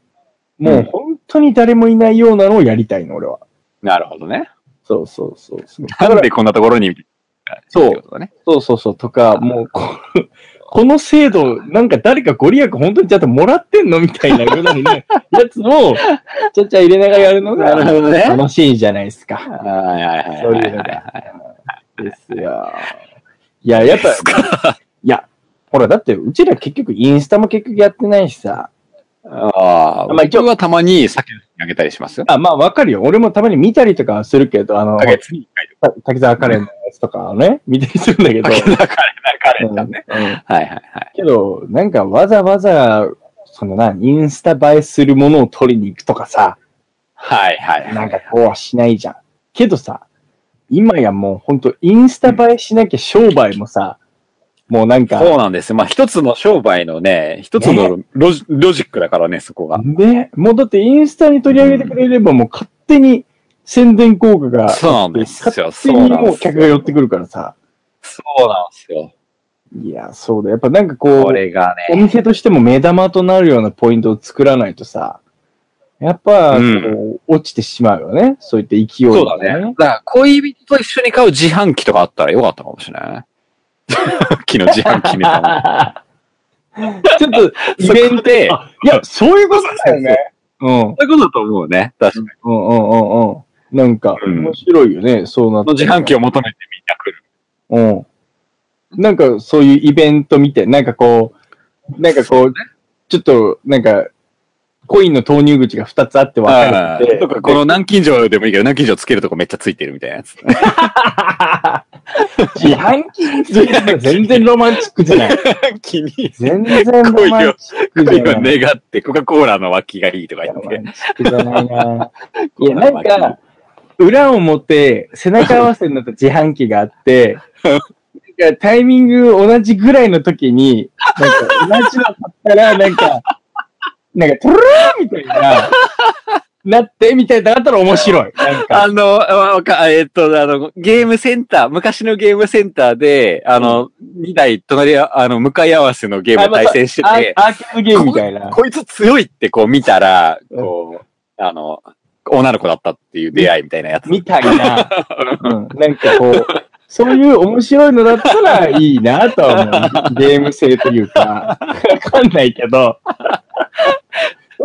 Speaker 1: も
Speaker 3: う
Speaker 1: うん本当に誰もいないようなのをやりたいの、俺は。
Speaker 3: なるほどね。
Speaker 1: そうそうそうそう。
Speaker 3: なんでこんなところに、
Speaker 1: そう
Speaker 3: ってことだね。
Speaker 1: そうそうそう。とか、もうこ、 この制度、なんか誰かご利益本当にちゃんともらってんのみたいなぐらいのやつを、ちゃっちゃ入れながらやるの
Speaker 3: なる
Speaker 1: が
Speaker 3: ほどね。
Speaker 1: 楽しいじゃないですか。
Speaker 3: はいはいはいはいはい。
Speaker 1: そういうのが。ですよ。いや、やっぱ、いや、ほら、だって、うちら結局インスタも結局やってないしさ。
Speaker 3: ああ、
Speaker 1: ま
Speaker 3: ま
Speaker 1: あ
Speaker 3: あ
Speaker 1: 一応
Speaker 3: 僕はたまに酒あげたりしますよ。
Speaker 1: あ、まあわかるよ。俺もたまに見たりとかはするけど、あの、
Speaker 3: 1ヶ月に1回と
Speaker 1: た滝沢カレンのやつとかを ね、見たりするんだけど
Speaker 3: か。。酒だから、カレンだね。
Speaker 1: うんうん
Speaker 3: はいはいはい。
Speaker 1: けど、なんかわざわざ、そのな、インスタ映えするものを取りに行くとかさ、
Speaker 3: はいはい。
Speaker 1: なんかこうはしないじゃん。けどさ、今やもうほんとインスタ映えしなきゃ商売もさ、もうなんか、
Speaker 3: そうなんですよ。まあ一つの商売のね、一つのロジ,、ロジックだからね、そこが。
Speaker 1: ね、もうだってインスタに取り上げてくれればもう勝手に宣伝効果が、
Speaker 3: そうなんですよ。
Speaker 1: 勝
Speaker 3: そ
Speaker 1: 手
Speaker 3: う
Speaker 1: に
Speaker 3: なんで
Speaker 1: もう
Speaker 3: す
Speaker 1: 客が
Speaker 3: よ。
Speaker 1: 寄ってくるからさ。
Speaker 3: そうなんですよ。
Speaker 1: いや、そうだ。やっぱなんかこう
Speaker 3: こ、れが
Speaker 1: お
Speaker 3: ね。
Speaker 1: 店としても目玉となるようなポイントを作らないとさ、やっぱ、こう
Speaker 3: うん
Speaker 1: 落ちてしまうよね。そういった勢い
Speaker 3: そう
Speaker 1: が
Speaker 3: だね。だから恋人と一緒に買う自販機とかあったらよかったかもしれないね。 昨日自販機ネタ
Speaker 1: ちょっ と、
Speaker 3: も。イベントで、
Speaker 1: あいや、そういうことだよね。うん。
Speaker 3: そういうことだと思うね。確かに。
Speaker 1: うんうんうんうん。なんか、
Speaker 3: うん
Speaker 1: 面白いよね。そうなっ
Speaker 3: この
Speaker 1: て。
Speaker 3: 自販機を求めてみんな来る。
Speaker 1: うん。なんか、そういうイベント見て、なんかこう、なんかこう、ちょっと、なんか、コインの投入口が2つあって分かれてて、
Speaker 3: とか、この南京錠でもいいけど、南京錠つけるとこめっちゃついてるみたいなやつ。
Speaker 1: 自販機については全然ロマンチックじゃない。
Speaker 3: 気に、
Speaker 1: 全然ロマンチックじ
Speaker 3: 恋
Speaker 1: ゃ
Speaker 3: を
Speaker 1: ない。
Speaker 3: 願って、コカ・コーラの脇がいいとか言
Speaker 1: ロ
Speaker 3: っ
Speaker 1: マ
Speaker 3: て。
Speaker 1: ンチックじゃないな。いや、なんか、裏を持って背中合わせになった自販機があって、なんかタイミング同じぐらいの時に、なんか同じの買ったら、なんか、なんか、トゥルルーみたいな、なってみたいな、だったら面白い。なんか、
Speaker 3: あの、わか、えっと、あの、ゲームセンター、昔のゲームセンターで、あの、2台隣、あの、向かい合わせのゲーム対戦して
Speaker 1: ア
Speaker 3: て、
Speaker 1: ーアーケードゲームみたいな。
Speaker 3: こいつ強いってこう見たら、こう、あの、女の子だったっていう出会いみたいなやつ。
Speaker 1: みたいな、うん、なんかこう、そういう面白いのだったらいいなとは思う。ゲーム性というか、わかんないけど。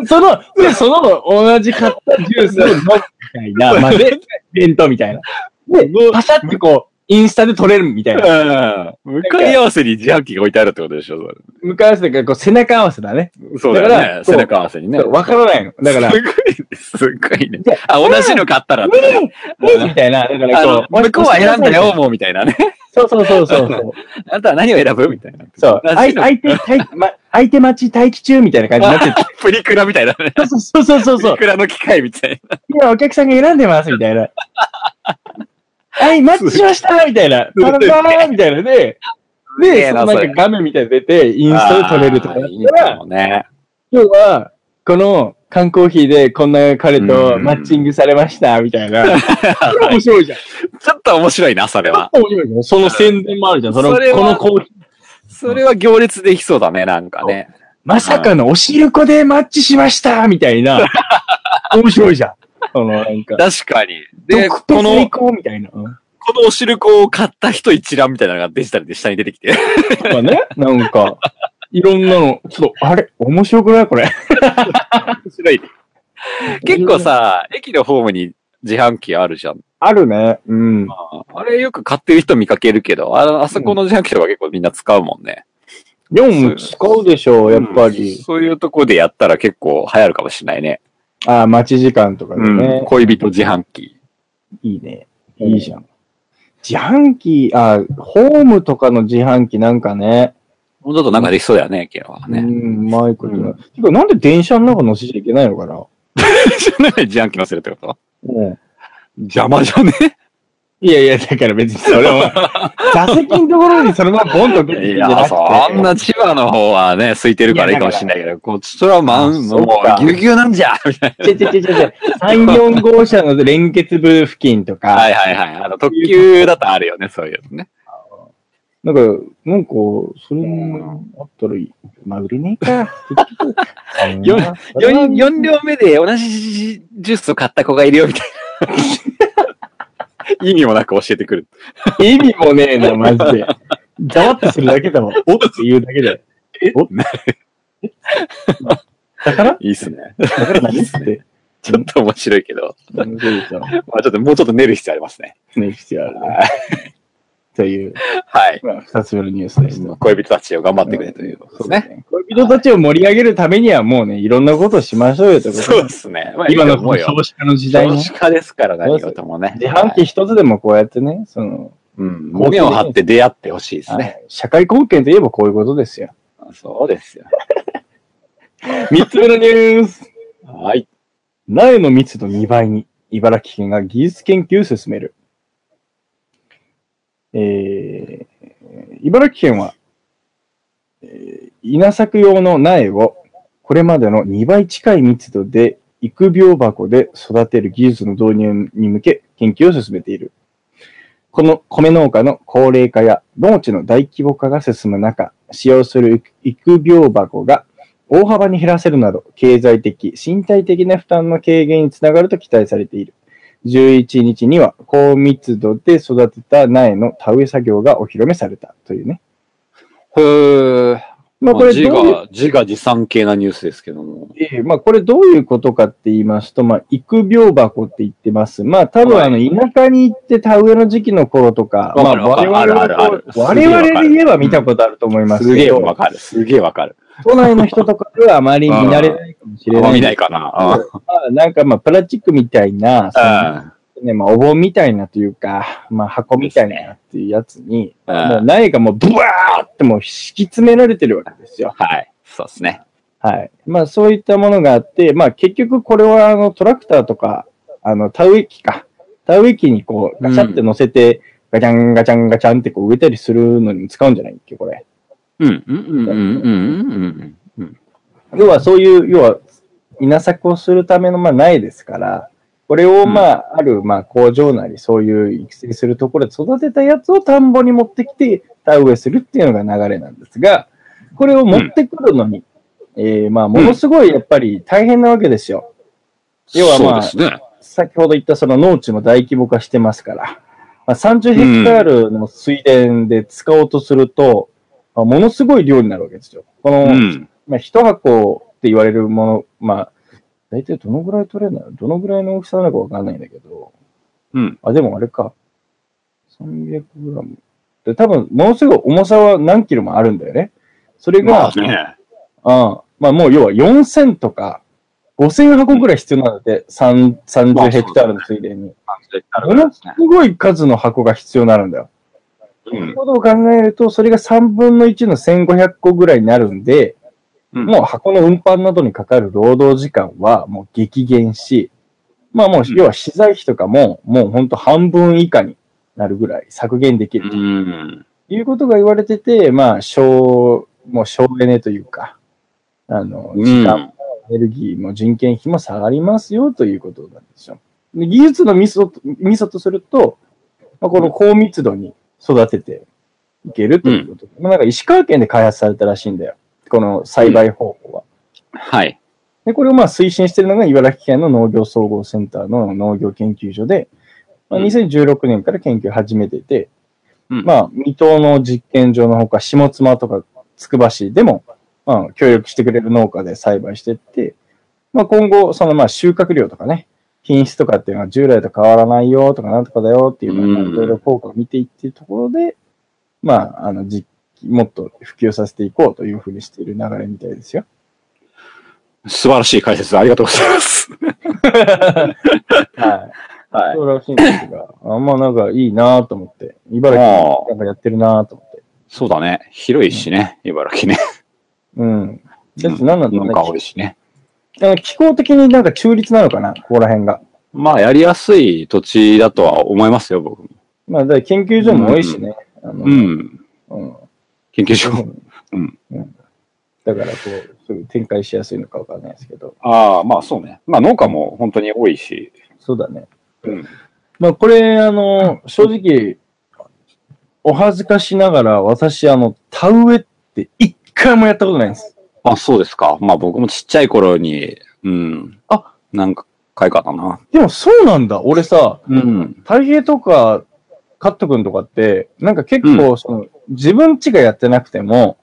Speaker 1: その、でその同じ買ったジュースを飲むみたいな、まあ、で、弁当みたいな。で、パシャってこう、インスタで撮れるみたいな。
Speaker 3: うん。向かい合わせに自販機が置いてあるってことでしょそ
Speaker 1: 向かい合わせだからこう背中合わせだね。
Speaker 3: れそうだ
Speaker 1: だか
Speaker 3: よね。
Speaker 1: ら
Speaker 3: 背中合わせにね。
Speaker 1: わからないの。だから、
Speaker 3: すごいね。すごいね。あ、同じの買ったらね。
Speaker 1: みたいな。だか
Speaker 3: あ
Speaker 1: らこ
Speaker 3: の
Speaker 1: う、もし
Speaker 3: 向こうは選んだよ、。もう、みたいなね。
Speaker 1: そうそうそうそうそう。
Speaker 3: あなたは何を選ぶみたいな。
Speaker 1: そう。
Speaker 3: 同
Speaker 1: あい
Speaker 3: じの
Speaker 1: 相手、待ま、相手待ち待機中みたいな感じになって
Speaker 3: プリクラみたいなね。
Speaker 1: て。そうそうそうそう
Speaker 3: プ
Speaker 1: そう
Speaker 3: リ。クラの機械みたい
Speaker 1: 今お客さんが選んでますみたいな。 はい、マッチしましたみたいな。
Speaker 3: すげえ
Speaker 1: 頼んだみたいなで、
Speaker 3: すげ
Speaker 1: で、
Speaker 3: え
Speaker 1: そ
Speaker 3: な
Speaker 1: のなん
Speaker 3: そ
Speaker 1: か
Speaker 3: れ
Speaker 1: 画面みたいに出て、イン
Speaker 3: な。
Speaker 1: スタで撮れるとかだ
Speaker 3: あ
Speaker 1: っ
Speaker 3: ーいい
Speaker 1: た、
Speaker 3: からもね。
Speaker 1: 今日は、この缶コーヒーでこんな彼とマッチングされましたみた いな。それ面白いじゃん。
Speaker 3: ちょっと面白いな、それは。
Speaker 1: 面白いよ。その宣伝もあるじゃん。その、
Speaker 3: それは
Speaker 1: このコーヒー。
Speaker 3: それは行列できそうだね、なんかね。
Speaker 1: まさかのおしるこでマッチしましたみたい な。面白いじゃん。その、なんか。
Speaker 3: 確かに。で、
Speaker 1: 独
Speaker 3: こ
Speaker 1: 特に
Speaker 3: の、
Speaker 1: こうみたいな。
Speaker 3: このお汁粉を買った人一覧みたいなのがデジタルで下に出てきて。
Speaker 1: とかね、 なんか、いろんなの、ちょっと、あれ面白くないこれ。
Speaker 3: 面白いね。 結構さ、駅のホームに自販機あるじゃん。
Speaker 1: あるね。うん。
Speaker 3: あれよく買ってる人見かけるけど、ああそこの自販機とか結構みんな使うもんね。
Speaker 1: でも、使うでしょう、やっぱ
Speaker 3: うん
Speaker 1: り。
Speaker 3: そういうとこでやったら結構流行るかもしれないね。
Speaker 1: ああ、待ち時間とかで
Speaker 3: うん
Speaker 1: ね。
Speaker 3: 恋人自販機。
Speaker 1: いいね。いいじゃん。自販機、ああ、ホームとかの自販機なんかね。
Speaker 3: もうちょっとなんかできそうだよね、ケロは
Speaker 1: う
Speaker 3: ね。
Speaker 1: ん、うまいこと
Speaker 3: う
Speaker 1: な。てか、なんで電車の中乗せちゃいけないのかな
Speaker 3: じゃない自販機乗せるってこと
Speaker 1: うん。
Speaker 3: 邪魔じゃね
Speaker 1: いやいや、だから別にそれも、 座席のところにそのままボンと置くって
Speaker 3: い
Speaker 1: んじゃな
Speaker 3: や、
Speaker 1: くて
Speaker 3: そんな千葉の方はね、空いてるからいいかもしれないけど、こっちとはまん、
Speaker 1: そ
Speaker 3: も
Speaker 1: うか
Speaker 3: う、ぎゅうぎゅうなんじゃみたい
Speaker 1: ちょちょちょちょちょ、3、4号車の連結部付近と
Speaker 3: な。
Speaker 1: か、
Speaker 3: はいはいはい。あの、特急だとあるよね、そういうのね。
Speaker 1: なんか、なんか、それもあったらいい。まあ、売れねえか。
Speaker 3: よん4、
Speaker 1: 四
Speaker 3: 四両目で同じジュースを買った子がいるよ、みたい な。意味もなく教えてくる。
Speaker 1: 意味もねえな、マジで。ざわっとするだけだもん。おっって言うだけで。おっだから
Speaker 3: いいっすね。
Speaker 1: だから何 って。
Speaker 3: ちょっと面白いけど、
Speaker 1: 面白いじゃん。
Speaker 3: まあちょっともうちょっと練る必要ありますね。
Speaker 1: ね、必要あるね。という、
Speaker 3: はい。
Speaker 1: まあ、二つ目のニュースでした。
Speaker 3: 恋人たちを頑張ってくれということですね。
Speaker 1: 恋人たちを盛り上げるためにはもうね、いろんなことをしましょうよってこと
Speaker 3: そうですね。まあ
Speaker 1: 今の
Speaker 3: いいと思
Speaker 1: この
Speaker 3: うよ
Speaker 1: 少子化の時代
Speaker 3: 少
Speaker 1: に
Speaker 3: 子化ですから何事もね。
Speaker 1: 自販機一つでもこうやってね、その、
Speaker 3: うん。胸を張って出会ってほしいですね。
Speaker 1: はい社会貢献といえばこういうことですよ。
Speaker 3: そうですよ。
Speaker 1: 三つ目のニュース
Speaker 3: はい。
Speaker 1: 苗の密度2倍に、茨城県が技術研究を進める。えー、茨城県は、えー稲作用の苗をこれまでの2倍近い密度で育苗箱で育てる技術の導入に向け研究を進めている。この米農家の高齢化や農地の大規模化が進む中、使用する育苗箱が大幅に減らせるなど、経済的、身体的な負担の軽減につながると期待されている。11日には高密度で育てた苗の田植え作業がお披露目されたというね。
Speaker 3: ふー。
Speaker 1: まあこれどう
Speaker 3: 自
Speaker 1: いう
Speaker 3: 我、自我自産系なニュースですけども。
Speaker 1: ええまあ、これどういうことかって言いますと、まあ、育苗箱って言ってます。まあ、多分
Speaker 3: はい
Speaker 1: あの、田舎に行って田植えの時期の頃とか、ま
Speaker 3: わかるわか
Speaker 1: 我
Speaker 3: る
Speaker 1: 々の
Speaker 3: あるあるある
Speaker 1: 我々で言えば見たことあると思います
Speaker 3: すげ
Speaker 1: け
Speaker 3: え
Speaker 1: ど、
Speaker 3: わかる。すげえわかる。
Speaker 1: 都内の人とかではあまり見慣れないかもしれ
Speaker 3: あ
Speaker 1: なん
Speaker 3: ま
Speaker 1: い。
Speaker 3: 見ないかな。うん
Speaker 1: まあ、なんかまあ、プラスチックみたいな、その
Speaker 3: うん
Speaker 1: ね、まあ、お盆みたいなというか、まあ、箱みたいなっていうやつに、
Speaker 3: うん
Speaker 1: もう苗がもうブワーってもう敷き詰められてるわけですよ。
Speaker 3: はい。そうですね。
Speaker 1: はい。まあそういったものがあって、まあ結局これはあのトラクターとか、あの田植え機か。田植え機にこうガシャって乗せて、ガチャンガチャンガチャンってこう植えたりするのに使うんじゃないっけ、これ。
Speaker 3: うん、うん、うん、うん、うん、うん。
Speaker 1: 要はそういう、要は、稲作をするための、まあ、苗ですから、これを、まあ、ある、まあ、工場なり、そういう育成するところで育てたやつを田んぼに持ってきて、田植えするっていうのが流れなんですが、これを持ってくるのに、えーまあ、ものすごい、やっぱり大変なわけですよ。要はまあ
Speaker 3: そうですね。
Speaker 1: 先ほど言ったその農地も大規模化してますから、まあ、30ヘクタールの水田で使おうとすると、まあものすごい量になるわけですよ。この、
Speaker 3: うん。
Speaker 1: まあ、一箱って言われるもの、まあ、大体どのぐらい取れるのどのぐらいの大きさなのかわかんないんだけど、
Speaker 3: うん。
Speaker 1: あ、でもあれか。300グラム。で、多分、ものすごい重さは何キロもあるんだよね。それ
Speaker 3: ま
Speaker 1: が
Speaker 3: あ、ね。
Speaker 1: ああまあもう要は4000とか、5000箱ぐらい必要なので、3 30ヘクタールの水田に。ものすごい数の箱が必要になるんだよ。
Speaker 3: う
Speaker 1: とい
Speaker 3: ん
Speaker 1: う。ことを考えると、それが3分の1の1500個ぐらいになるんで、
Speaker 3: うん
Speaker 1: もう箱の運搬などにかかる労働時間はもう激減し、まあもう、
Speaker 3: ん
Speaker 1: 要は資材費とかも、もうほんと半分以下になるぐらい削減できると
Speaker 3: うん。
Speaker 1: いうことが言われてて、まあ、省、もう省エネというか、あの、
Speaker 3: うん
Speaker 1: 時間、エネルギーも人件費も下がりますよということなんですよ。で技術のミソと、ミソとすると、まあ、この高密度に育てていけるということ。まあ、なんか石川県で開発されたらしいんだよ。この栽培方法は。
Speaker 3: はい。
Speaker 1: で、これをまあ推進しているのが茨城県の農業総合センターの農業研究所で、まあ、
Speaker 3: うん
Speaker 1: 2016年から研究を始めていて、
Speaker 3: うん
Speaker 1: まあ、水戸の実験場のほか、下妻とかつくば市でも、まあ、協力してくれる農家で栽培していって、まあ、今後、そのまあ収穫量とかね、品質とかっていうのは従来と変わらないよとかなんとかだよっていうのをまあ
Speaker 3: うん
Speaker 1: いろいろ効果を見ていっていうところで、まあ、あの、実もっと普及させていこうというふうにしている流れみたいですよ。
Speaker 3: 素晴らしい解説ありがとうございます。
Speaker 1: はい。
Speaker 3: はい。
Speaker 1: そうらしいんですが、あまあなんかいいなと思って、茨
Speaker 3: あ
Speaker 1: 城
Speaker 3: あ
Speaker 1: なんかやってるなと思って。
Speaker 3: そうだね。広いしね、茨城ね。
Speaker 1: うん。だって何なんだろう
Speaker 3: 農
Speaker 1: ね
Speaker 3: 家多いしね。
Speaker 1: あの気候的になんか中立なのかな、ここら辺が。
Speaker 3: まあ、やりやすい土地だとは思いますよ、僕も。
Speaker 1: まあ、だから研究所も多いしね。あの
Speaker 3: うん。
Speaker 1: うん
Speaker 3: 研究所。うん
Speaker 1: うんだから、こう、すぐ展開しやすいのかわかんないですけど。
Speaker 3: ああ、まあそうね。まあ農家も本当に多いし。
Speaker 1: そうだね。
Speaker 3: うん。
Speaker 1: まあ、これ、あの、正直、お恥ずかしながら、私、あの、田植えって一回もやったことないんです。
Speaker 3: あ、そうですか。まあ僕もちっちゃい頃に、うん。
Speaker 1: あ
Speaker 3: 何回かだな。
Speaker 1: でも、そうなんだ。俺さ、
Speaker 3: うん。
Speaker 1: 太平とか、カット君とかって、なんか結構、その、自分家がやってなくても、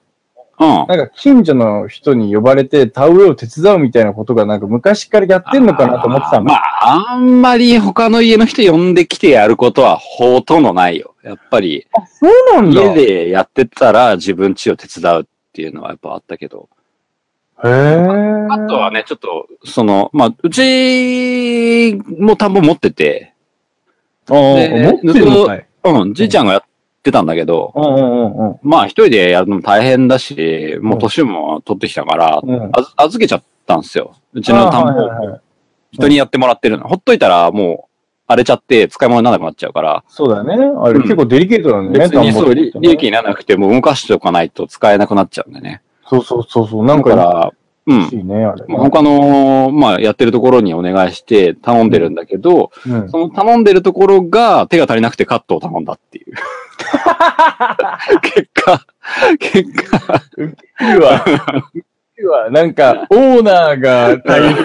Speaker 3: うん。
Speaker 1: なんか近所の人に呼ばれて田植えを手伝うみたいなことがなんか昔からやってんのかなと思ってた
Speaker 3: あー
Speaker 1: の。
Speaker 3: まあ、あんまり他の家の人呼んできてやることはほとんどないよ。やっぱり、
Speaker 1: そうなんだ。
Speaker 3: 家
Speaker 1: へ
Speaker 3: でやってたら自分家を手伝うっていうのはやっぱあったけど。
Speaker 1: ー
Speaker 3: あとはね、ちょっと、その、まあ、うちも田んぼ持ってて、
Speaker 1: あー
Speaker 3: ね
Speaker 1: 思ってるのかい。
Speaker 3: うん、じいちゃんがやってたんだけど、
Speaker 1: うんうん
Speaker 3: まあ一人でやるのも大変だし、もう年も取ってきたから、
Speaker 1: うんうん。うん
Speaker 3: あず預けちゃったんですよ。うちの田んぼ
Speaker 1: あーはいはいはい
Speaker 3: 人にやってもらってるの。ほっといたらもう荒れちゃって使い物にならなくなっちゃうから、
Speaker 1: そうだね。あ
Speaker 3: う
Speaker 1: れ
Speaker 3: ん
Speaker 1: 結構デリケートなんだよね、
Speaker 3: 別
Speaker 1: 田
Speaker 3: に
Speaker 1: んぼ
Speaker 3: そう、利利益
Speaker 1: ね
Speaker 3: にならなくても動かしておかないと使えなくなっちゃうんだよね。
Speaker 1: そうそうそうそう。なん
Speaker 3: だか
Speaker 1: か、
Speaker 3: ら、うん
Speaker 1: し。いね、あれ。
Speaker 3: まあ他の、まあ、やってるところにお願いして頼んでるんだけど、
Speaker 1: うん
Speaker 3: その頼んでるところが手が足りなくてカットを頼んだっていう。結果、結果、
Speaker 1: いいわ。いいわ。なんか、オーナーが大 変。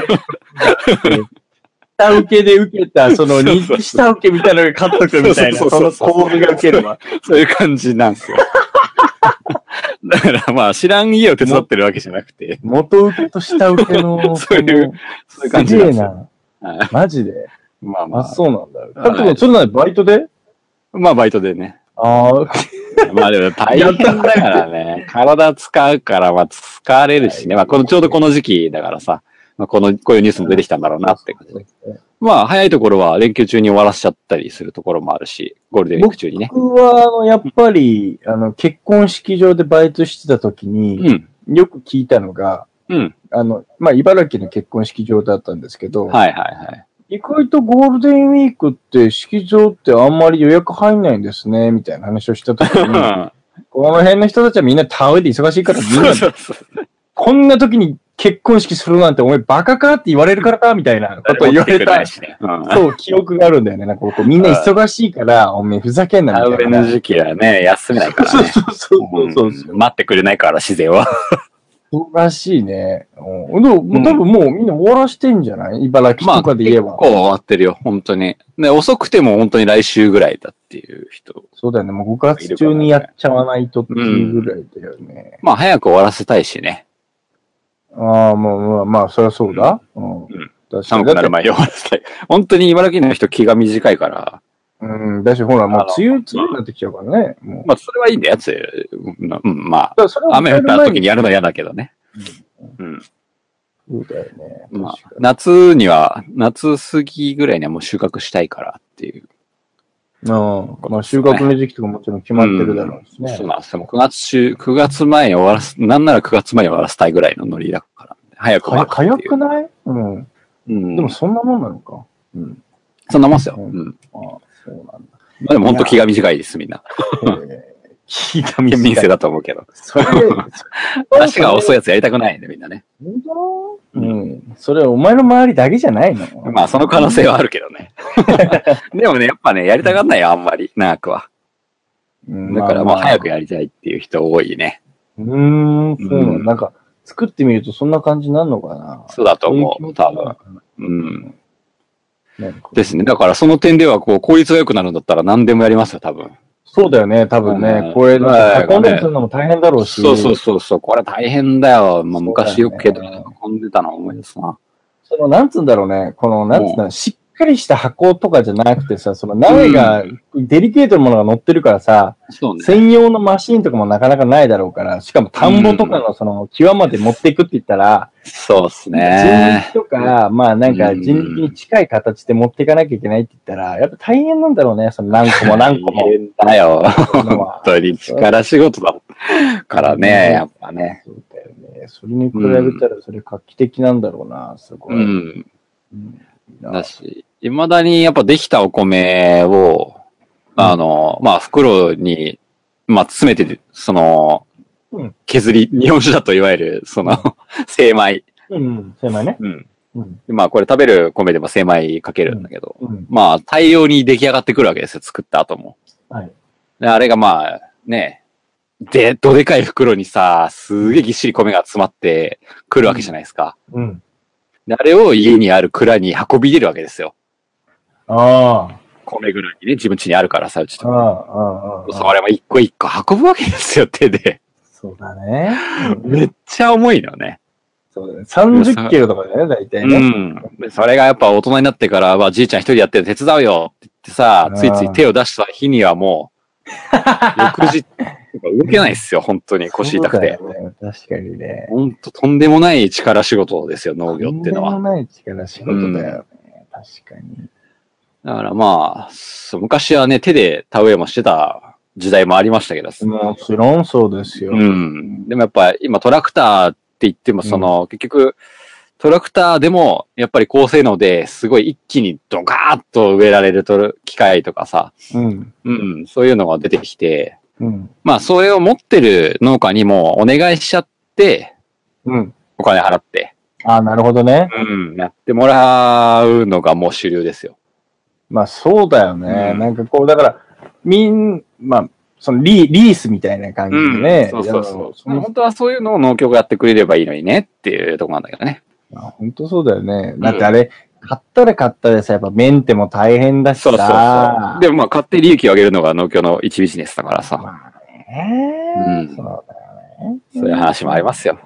Speaker 1: 下請けで受けた、その、
Speaker 3: そうそう
Speaker 1: 日記下請けみたいなのが買っとくみたいな、
Speaker 3: そ
Speaker 1: そ
Speaker 3: うそう
Speaker 1: の
Speaker 3: そう
Speaker 1: 構図が受けるわ。
Speaker 3: そういう感じなんですよ。だからまあ知らん家を手伝ってるわけじゃなくて、
Speaker 1: 元請けと下請けの、
Speaker 3: そういうそう
Speaker 1: す
Speaker 3: いう感じな
Speaker 1: げ
Speaker 3: ん
Speaker 1: え
Speaker 3: ですよ。
Speaker 1: な。
Speaker 3: はい
Speaker 1: マジで。
Speaker 3: まあま
Speaker 1: あ、
Speaker 3: あ、
Speaker 1: そうなんだ。
Speaker 3: はい
Speaker 1: カット君、それなにバイトで
Speaker 3: まあバイトで ね。
Speaker 1: ああ、
Speaker 3: まあでも大変だからね。体使うから、まあ疲れるしね。まあこの、ちょうどこの時期だからさ。まあこの、こういうニュースも出てきたんだろうなって感じで。まあ早いところは連休中に終わらせちゃったりするところもあるし、ゴールデンウィーク中にね。
Speaker 1: 僕は、あの、やっぱり、あの、結婚式場でバイトしてた時
Speaker 3: う
Speaker 1: に、
Speaker 3: ん。
Speaker 1: よく聞いたのが、
Speaker 3: うん。
Speaker 1: あの、まあ、茨城の結婚式場だったんですけど、
Speaker 3: はいはいはい。
Speaker 1: 意外とゴールデンウィークって式場ってあんまり予約入んないんですね、みたいな話をした時 に、この辺の人たちはみんな田植えで忙しいからみん
Speaker 3: そ
Speaker 1: な
Speaker 3: うそうそう。
Speaker 1: こんな時に結婚式するなんてお前バカかって言われるからだみたいなこと言われた。
Speaker 3: うん。
Speaker 1: そう、記憶があるんだよね。なんかこうみんな忙しいから、おめえふざけんな
Speaker 3: 田
Speaker 1: みた
Speaker 3: 植え
Speaker 1: いな。
Speaker 3: の時期はね、休めないからね。
Speaker 1: そうそうそうそう。
Speaker 3: うん待ってくれないから、自然は。
Speaker 1: そうらしいね。うん。でも、多分もうみんな終わらしてんじゃない茨城とかで言えば。
Speaker 3: 結構終わってるよ、本当に。ね、遅くても本当に来週ぐらいだっていう人。
Speaker 1: そうだよね。もう5月中にやっちゃわないとっていうぐらいだよね。
Speaker 3: まあ、早く終わらせたいしね。
Speaker 1: ああ、まあまあまあ、そりゃそうだ。うん。確か
Speaker 3: 寒
Speaker 1: に。
Speaker 3: くなる前に終わらせたい。 本当に茨城の人気が短いから。
Speaker 1: うん。だし、ほら、もう梅雨、梅雨になってきちゃうからね。もう。
Speaker 3: まあ、それはいいんだよ、つうん、うんま
Speaker 1: だからそれ
Speaker 3: あ、雨降った時
Speaker 1: に。
Speaker 3: にやるの嫌だけどね。
Speaker 1: そうだよね。
Speaker 3: まあ
Speaker 1: 確か、
Speaker 3: 夏には、夏過ぎぐらいにはもう収穫したいからっていう。
Speaker 1: に。うん。まあ、収穫の時期とかもちろん決まってるだろうしね
Speaker 3: そう。なんですよ。もう9月中、9月前に終わらす、なんなら9月前に終わらせたいぐらいのノリだから。早く
Speaker 1: は
Speaker 3: 待つっていう
Speaker 1: 早くないうん。
Speaker 3: うん。
Speaker 1: でも、そんなもんなのか。うん。
Speaker 3: そんなもんっすよ。
Speaker 1: う
Speaker 3: うんん。
Speaker 1: ああ、そうなんだ。
Speaker 3: まあでも本当気が短いです、みんな。
Speaker 1: ええ聞いた
Speaker 3: 県民性だと思うけど。
Speaker 1: それ、
Speaker 3: 足が遅いやつやりたくないね、みんなね。
Speaker 1: 本当うん。それお前の周りだけじゃないの
Speaker 3: まあ、その可能性はあるけ どね。でもね、やっぱね、やりたがんないよ、あんまり、長くは。
Speaker 1: うん
Speaker 3: だから、まあ、早く。やりたいっていう人多いね。
Speaker 1: うーん、そうなの
Speaker 3: うん
Speaker 1: なんか、作ってみるとそんな感じになるのかな
Speaker 3: そうだと思、
Speaker 1: そういう気持
Speaker 3: 多
Speaker 1: ちなの
Speaker 3: 分。
Speaker 1: か
Speaker 3: うん。
Speaker 1: ななんか
Speaker 3: ですね。だから、その点では、こう、効率が良くなるんだったら何でもやりますよ、多分。
Speaker 1: そうだよね、多分
Speaker 3: う
Speaker 1: ね
Speaker 3: ん。
Speaker 1: これ、なんか
Speaker 3: はい
Speaker 1: 運んだりするのも大変だろうし。
Speaker 3: そうそうそうそう。これ大変だよ。まあ、昔よく
Speaker 1: そ
Speaker 3: ケ
Speaker 1: う
Speaker 3: ト
Speaker 1: だよね
Speaker 3: ラとか混んでたの思い出すな。
Speaker 1: その、なんつうんだろうね、この、なんつうんだろう、しっかりした箱とかじゃなくてさ、その苗が、デリケートなものが乗ってるからさ、
Speaker 3: そうね。
Speaker 1: 専用のマシンとかもなかなかないだろうから、しかも田んぼとかのその、際まで持っていくって言ったら、
Speaker 3: そうっす
Speaker 1: 人
Speaker 3: ね
Speaker 1: 力。とか、まあなんか人力に近い形で持っていかなきゃいけないって言ったら、やっぱ大変なんだろうね、その何個も何個も
Speaker 3: 大。変だよ。
Speaker 1: そうだわ
Speaker 3: 本当に力仕事だからね、
Speaker 1: うん
Speaker 3: やっぱね。
Speaker 1: そうだよね。それに比べたらそれ画期的なんだろうな、すごい。
Speaker 3: うん。
Speaker 1: うん
Speaker 3: だし、未だにやっぱできたお米を、あの、まあ、袋に、まあ、詰めて、その
Speaker 1: うん、
Speaker 3: 削り、日本酒だといわゆる、その、精米。
Speaker 1: うん、狭いね。
Speaker 3: うん。
Speaker 1: うん。
Speaker 3: まあ、これ食べる米でも精米かけるんだけど、
Speaker 1: うん。
Speaker 3: まあ、大量に出来上がってくるわけですよ、作った後も。
Speaker 1: はい。
Speaker 3: であれがまあ、ね、で、どでかい袋にさ、すげえぎっしり米が詰まってくるわけじゃないですか。
Speaker 1: うん。
Speaker 3: で、あれを家にある蔵に運び入れるわけですよ。
Speaker 1: あ
Speaker 3: 米ぐらいにね、自分家にあるからさ、うち
Speaker 1: あ、ああ、
Speaker 3: と。
Speaker 1: ああ。
Speaker 3: それも一個一個運ぶわけですよ、手で。
Speaker 1: そうだね。うん
Speaker 3: めっちゃ重いのね。
Speaker 1: そうだね。30キロとかだよね、大体
Speaker 3: う
Speaker 1: ね。
Speaker 3: ん。でそれがやっぱ大人になってから、まあじいちゃん一人でやってて手伝うよって言ってさ
Speaker 1: う、ん
Speaker 3: ついつい手を出した日にはもう、翌日、動けないですよ、本当に腰痛くて。
Speaker 1: そうだよね。確かにね。
Speaker 3: 本当とんでもない力仕事ですよ、農業っていうの
Speaker 1: と
Speaker 3: は
Speaker 1: ん。でもない力仕事だよね。確かに。
Speaker 3: だからまあ、そう昔はね、手で田植えもしてた時代もありましたけど、
Speaker 1: もちろんそうですよ。
Speaker 3: うん。でもやっぱ今トラクターって言ってもその、結局、トラクターでもやっぱり高性能ですごい一気にドカーッと植えられると機械とかさ、
Speaker 1: うん。
Speaker 3: うん、そういうのが出てきて、
Speaker 1: うん。
Speaker 3: まあそれを持ってる農家にもお願いしちゃって、
Speaker 1: うん。
Speaker 3: お金払って、
Speaker 1: ああ、なるほどね。
Speaker 3: うん、やってもらうのがもう主流ですよ。
Speaker 1: まあそうだよね。
Speaker 3: うん
Speaker 1: なんかこう、だから、みん、まあ、そのリリースみたいな感じでね。
Speaker 3: そうそうそう。
Speaker 1: いやの
Speaker 3: 本当はそういうのを農協がやってくれればいいのにねっていうとこなんだけどね。
Speaker 1: まあ本当そうだよね。だってあれ、買ったら買ったでさ、やっぱメンテも大変だしさ。
Speaker 3: そうそうそう。でもまあ買って利益を上げるのが農協の一ビジネスだからさ。
Speaker 1: まあね、
Speaker 3: うん
Speaker 1: そうだよね。
Speaker 3: そういう話もありますよ。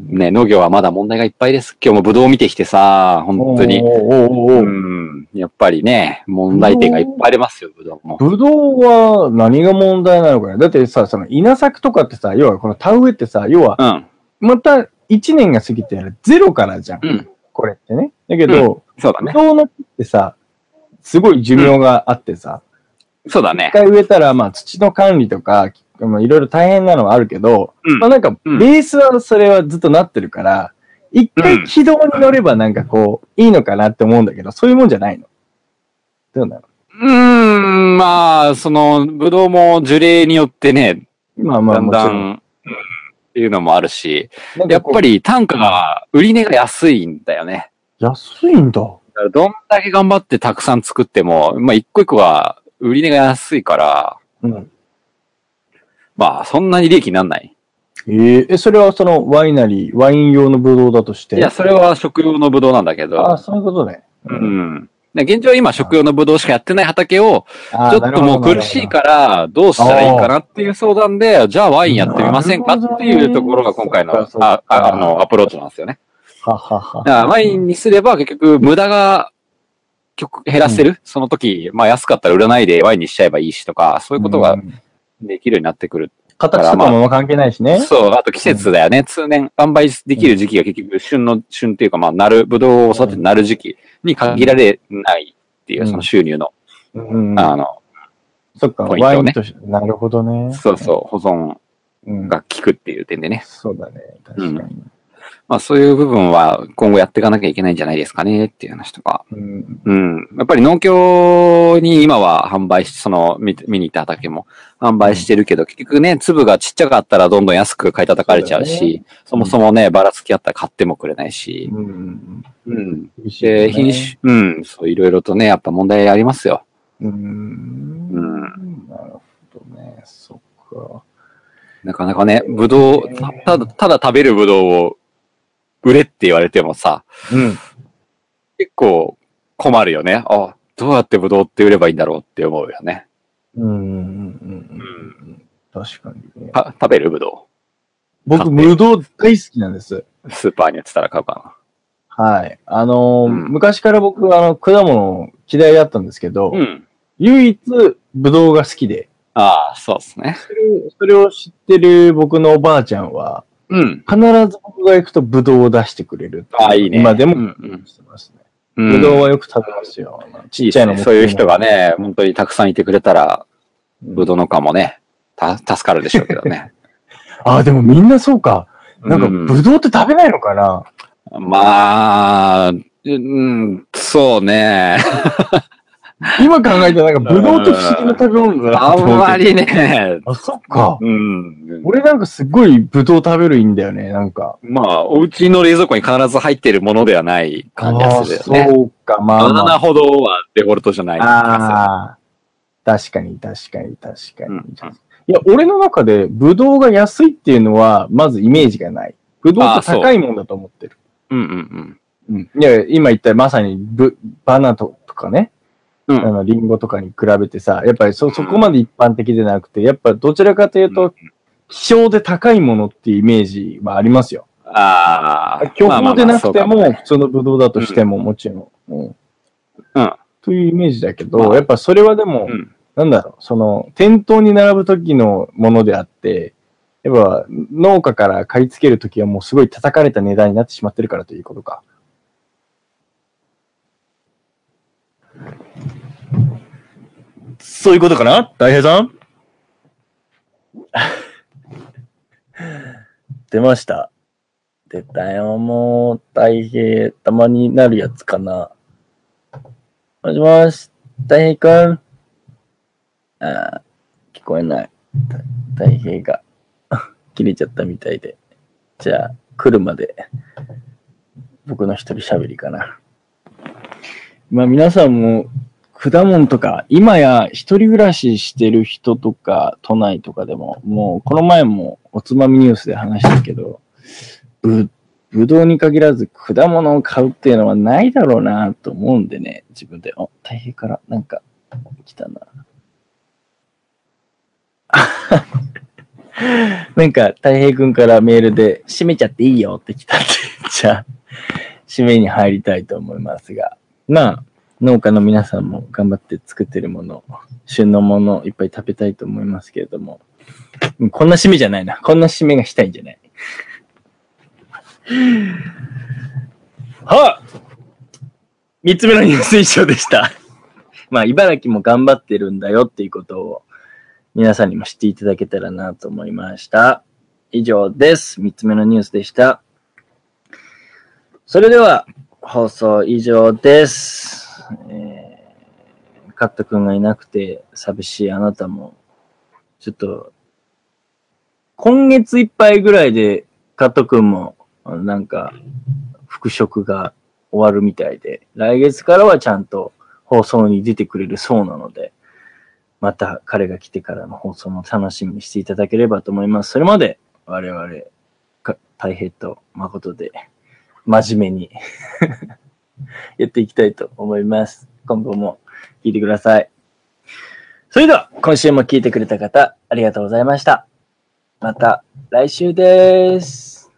Speaker 3: ね、農業はまだ問題がいっぱいです。今日もブドウを見てきてさ、本当に。
Speaker 1: おーおーおーおー
Speaker 3: うん。やっぱりね、問題点がいっぱいありますよ、ブドウも。
Speaker 1: ぶどうは何が問題なのかね。だってさ、その稲作とかってさ、要はこの田植えってさ、要は
Speaker 3: うん。
Speaker 1: また1年が過ぎてゼロからじゃん。
Speaker 3: うん
Speaker 1: これってね。だけど、
Speaker 3: そうだ
Speaker 1: ぶ
Speaker 3: ね。
Speaker 1: どうの木ってさ、すごい寿命があってさ、
Speaker 3: そうだ
Speaker 1: 一
Speaker 3: ね。
Speaker 1: 回植えたら、まあ土の管理とか、まあいろいろ大変なのはあるけど、
Speaker 3: うん
Speaker 1: まあなんか、
Speaker 3: うん
Speaker 1: ベースはそれはずっとなってるから、一
Speaker 3: う
Speaker 1: 回
Speaker 3: ん
Speaker 1: 軌道に乗ればなんかこう、いいのかなって思うんだけど、そういうもんじゃないの。どうなの
Speaker 3: うーん、まあ、その、ブドウも樹齢によってね、
Speaker 1: まあま
Speaker 3: だ
Speaker 1: あ
Speaker 3: ん
Speaker 1: もち
Speaker 3: だ
Speaker 1: ろん。
Speaker 3: ん、っていうのもあるし、
Speaker 1: なん
Speaker 3: や
Speaker 1: か
Speaker 3: っ
Speaker 1: こう
Speaker 3: ぱり単価が、売り値が安いんだよね。
Speaker 1: 安いんだ。
Speaker 3: だからどんだけ頑張ってたくさん作っても、まあ一個一個は売り値が安いから、
Speaker 1: うん。
Speaker 3: まあそんなに利益になんない。
Speaker 1: えーえ、それはそのワイナリー、ワイン用のブドウだとして。
Speaker 3: いや、それは食用のブドウなんだけ
Speaker 1: あ
Speaker 3: ど、
Speaker 1: そういうことね。
Speaker 3: うん。で現状今食用のブドウしかやってない畑を、
Speaker 1: あ
Speaker 3: ちょ
Speaker 1: な
Speaker 3: っ
Speaker 1: る
Speaker 3: と
Speaker 1: ほど
Speaker 3: もう苦しい
Speaker 1: なる
Speaker 3: から、どうしたらいいかなっていう相談で、じゃあワインやってみませんかっていうところが今回の、
Speaker 1: なるほどね
Speaker 3: あああの、アプローチなんですよね。
Speaker 1: ほど。ははは
Speaker 3: だ。からワインにすれば結局無駄が極減らせる、その時、まあ安かったら売らないでワインにしちゃえばいいしとか、そういうことが
Speaker 1: ん
Speaker 3: できるようになってくる。
Speaker 1: 形とかも関係ないしね。
Speaker 3: そう、あと季節だよね。通年、販売できる時期が結局旬の、旬っていうか、まあ、なる、ぶどうを育ててなる時期に限られないっていうう、
Speaker 1: ん
Speaker 3: その収入の、
Speaker 1: うん。
Speaker 3: あの、
Speaker 1: そっか、
Speaker 3: ポイント
Speaker 1: ワ
Speaker 3: を
Speaker 1: イ
Speaker 3: ね
Speaker 1: ンとして。なるほどね。
Speaker 3: そうそう、保存
Speaker 1: うん。
Speaker 3: が効くっていう点でね。
Speaker 1: そうだね。確かに。
Speaker 3: まあそういう部分は今後やっていかなきゃいけないんじゃないですかねっていう話とか。
Speaker 1: うん。
Speaker 3: うん。やっぱり農協に今は販売し、その見見に行った畑も販売してるけど、結局ね、粒がちっちゃかったらどんどん安く買い叩かれちゃう
Speaker 1: そうだ
Speaker 3: し、そもそもね、ばらつきあったら買ってもくれないし、
Speaker 1: うん。
Speaker 3: うん。
Speaker 1: 厳しいよね
Speaker 3: で、品種、うん、そういろいろとね、やっぱ問題ありますよ。
Speaker 1: うん。
Speaker 3: う
Speaker 1: なるほどね。そっか。
Speaker 3: なかなかね、ぶどう、たただ、ただ食べるぶどうを売れって言われてもさ、
Speaker 1: うん。
Speaker 3: 結構困るよね。あ、どうやってブドウって売ればいいんだろうって思うよね。
Speaker 1: うんうんうんうん。確かにね。
Speaker 3: た食べるブド
Speaker 1: 僕、無道大好きなんです。
Speaker 3: ウ。スーパーに売ってたら買うか
Speaker 1: はい。あのー
Speaker 3: うん
Speaker 1: 昔から僕、あの、果物嫌いだったんですけど、
Speaker 3: な。うん。
Speaker 1: 唯一、ブドウが好きで、
Speaker 3: ああ、そうですね。
Speaker 1: それをそれを知ってる僕のおばあちゃんは、
Speaker 3: うん。
Speaker 1: 必ず僕が行くとブドウを出してくれるってう
Speaker 3: ああ、いいね。
Speaker 1: 今で
Speaker 3: う
Speaker 1: も、
Speaker 3: ん
Speaker 1: してますね。
Speaker 3: うん。
Speaker 1: ブドウ
Speaker 3: は
Speaker 1: はよく食べますよ。あの
Speaker 3: ち
Speaker 1: ち
Speaker 3: っ
Speaker 1: っ
Speaker 3: ち
Speaker 1: ち
Speaker 3: ゃ
Speaker 1: ゃ
Speaker 3: い
Speaker 1: い
Speaker 3: の
Speaker 1: の
Speaker 3: も、
Speaker 1: も
Speaker 3: そういう人がね、本当にたくさんいてくれたら、ブドウのかもね、た、助かるでしょうけ どね。
Speaker 1: ああ、でもみんなそうか。なんか、
Speaker 3: う
Speaker 1: ブドウって食べないのかな、
Speaker 3: まあ、うん、そうね。
Speaker 1: 今考えたらなんか、ブドウって不思議な食べ物だな
Speaker 3: あ
Speaker 1: と思って
Speaker 3: んま。りね。
Speaker 1: あ、そっか。
Speaker 3: うん。
Speaker 1: 俺なんかすごいブドウ食べるんだよね、なんか。
Speaker 3: まあ、お家の冷蔵庫に必ず入っているものではない感じがするよ
Speaker 1: あー
Speaker 3: ね。
Speaker 1: そうか、まあ、
Speaker 3: バ
Speaker 1: ま
Speaker 3: ナ
Speaker 1: あ。
Speaker 3: ナほどはデフォルトじゃない気が
Speaker 1: ああ。確かに、確かに、確かに。
Speaker 3: うん
Speaker 1: いや、俺の中で、ブドウが安いっていうのは、まずイメージがない。ブドウって高いもんだと思ってる。
Speaker 3: する。うんう
Speaker 1: う
Speaker 3: ん
Speaker 1: ん。いや、今言ったまさにブ、バナナとかね、
Speaker 3: うん
Speaker 1: あの、リンゴとかに比べてさ、やっぱりそ、そこまで一般的でなくて、やっぱどちらかというと、希少で高いものっていうイメージはありますよ。
Speaker 3: うん。ああ。
Speaker 1: 巨峰でな
Speaker 3: そ
Speaker 1: く
Speaker 3: う
Speaker 1: て
Speaker 3: か
Speaker 1: も、
Speaker 3: ね
Speaker 1: 普通のブドウだとしても、もちろん。うん。
Speaker 3: うん
Speaker 1: というイメージだけど、
Speaker 3: まあ
Speaker 1: やっぱそれはでも、
Speaker 3: うん
Speaker 1: なんだろう、その、店頭に並ぶ時のものであって、やっぱ農家から買い付ける時はもうすごい叩かれた値段になってしまってるからということか。
Speaker 6: そういうことかな大平さん出ました。出たよ、もう、大平、たまになるやつかな。もしもし、大平くんあー聞こえない。た大平が、 切れちゃったみたいで。じゃあ、来るまで、僕の一人喋りかな。
Speaker 1: まあ皆さんも果物とか、今や一人暮らししてる人とか、都内とかでも、もうこの前もおつまみニュースで話したけど、ぶ、ぶどうに限らず果物を買うっていうのはないだろうなと思うんでね、自分で。あ、大変から、なんか、来たな。
Speaker 6: なんか、たい平くんからメールで、閉めちゃっていいよって来 たんで、じゃあ、締めに入りたいと思いますが、まあ、農家の皆さんも頑張って作ってるもの、旬のものをいっぱい食べたいと思いますけれども、うんこんな締めじゃないな。こんな締めがしたいんじゃない。はい、三つ目のニュース以上でした。まあ、茨城も頑張ってるんだよっていうことを、皆さんにも知っていただけたらなと思いました。以上です。3つ目のニュースでした。それでは、放送以上です。えー、カット君がいなくて寂しいあなたも、ちょっと、
Speaker 1: 今月いっぱいぐらいで、加藤くんも、あのなんか、復職が終わるみたいで、来月からはちゃんと放送に出てくれるそうなので、また彼が来てからの放送も楽しみにしていただければと思います。それまで、我々、か大平と誠で、真面目にやっていきたいと思います。今後も聞いてください。それでは、今週も聞いてくれた方、ありがとうございました。また来週です。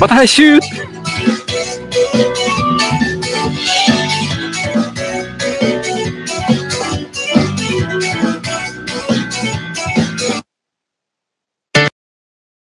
Speaker 7: また来週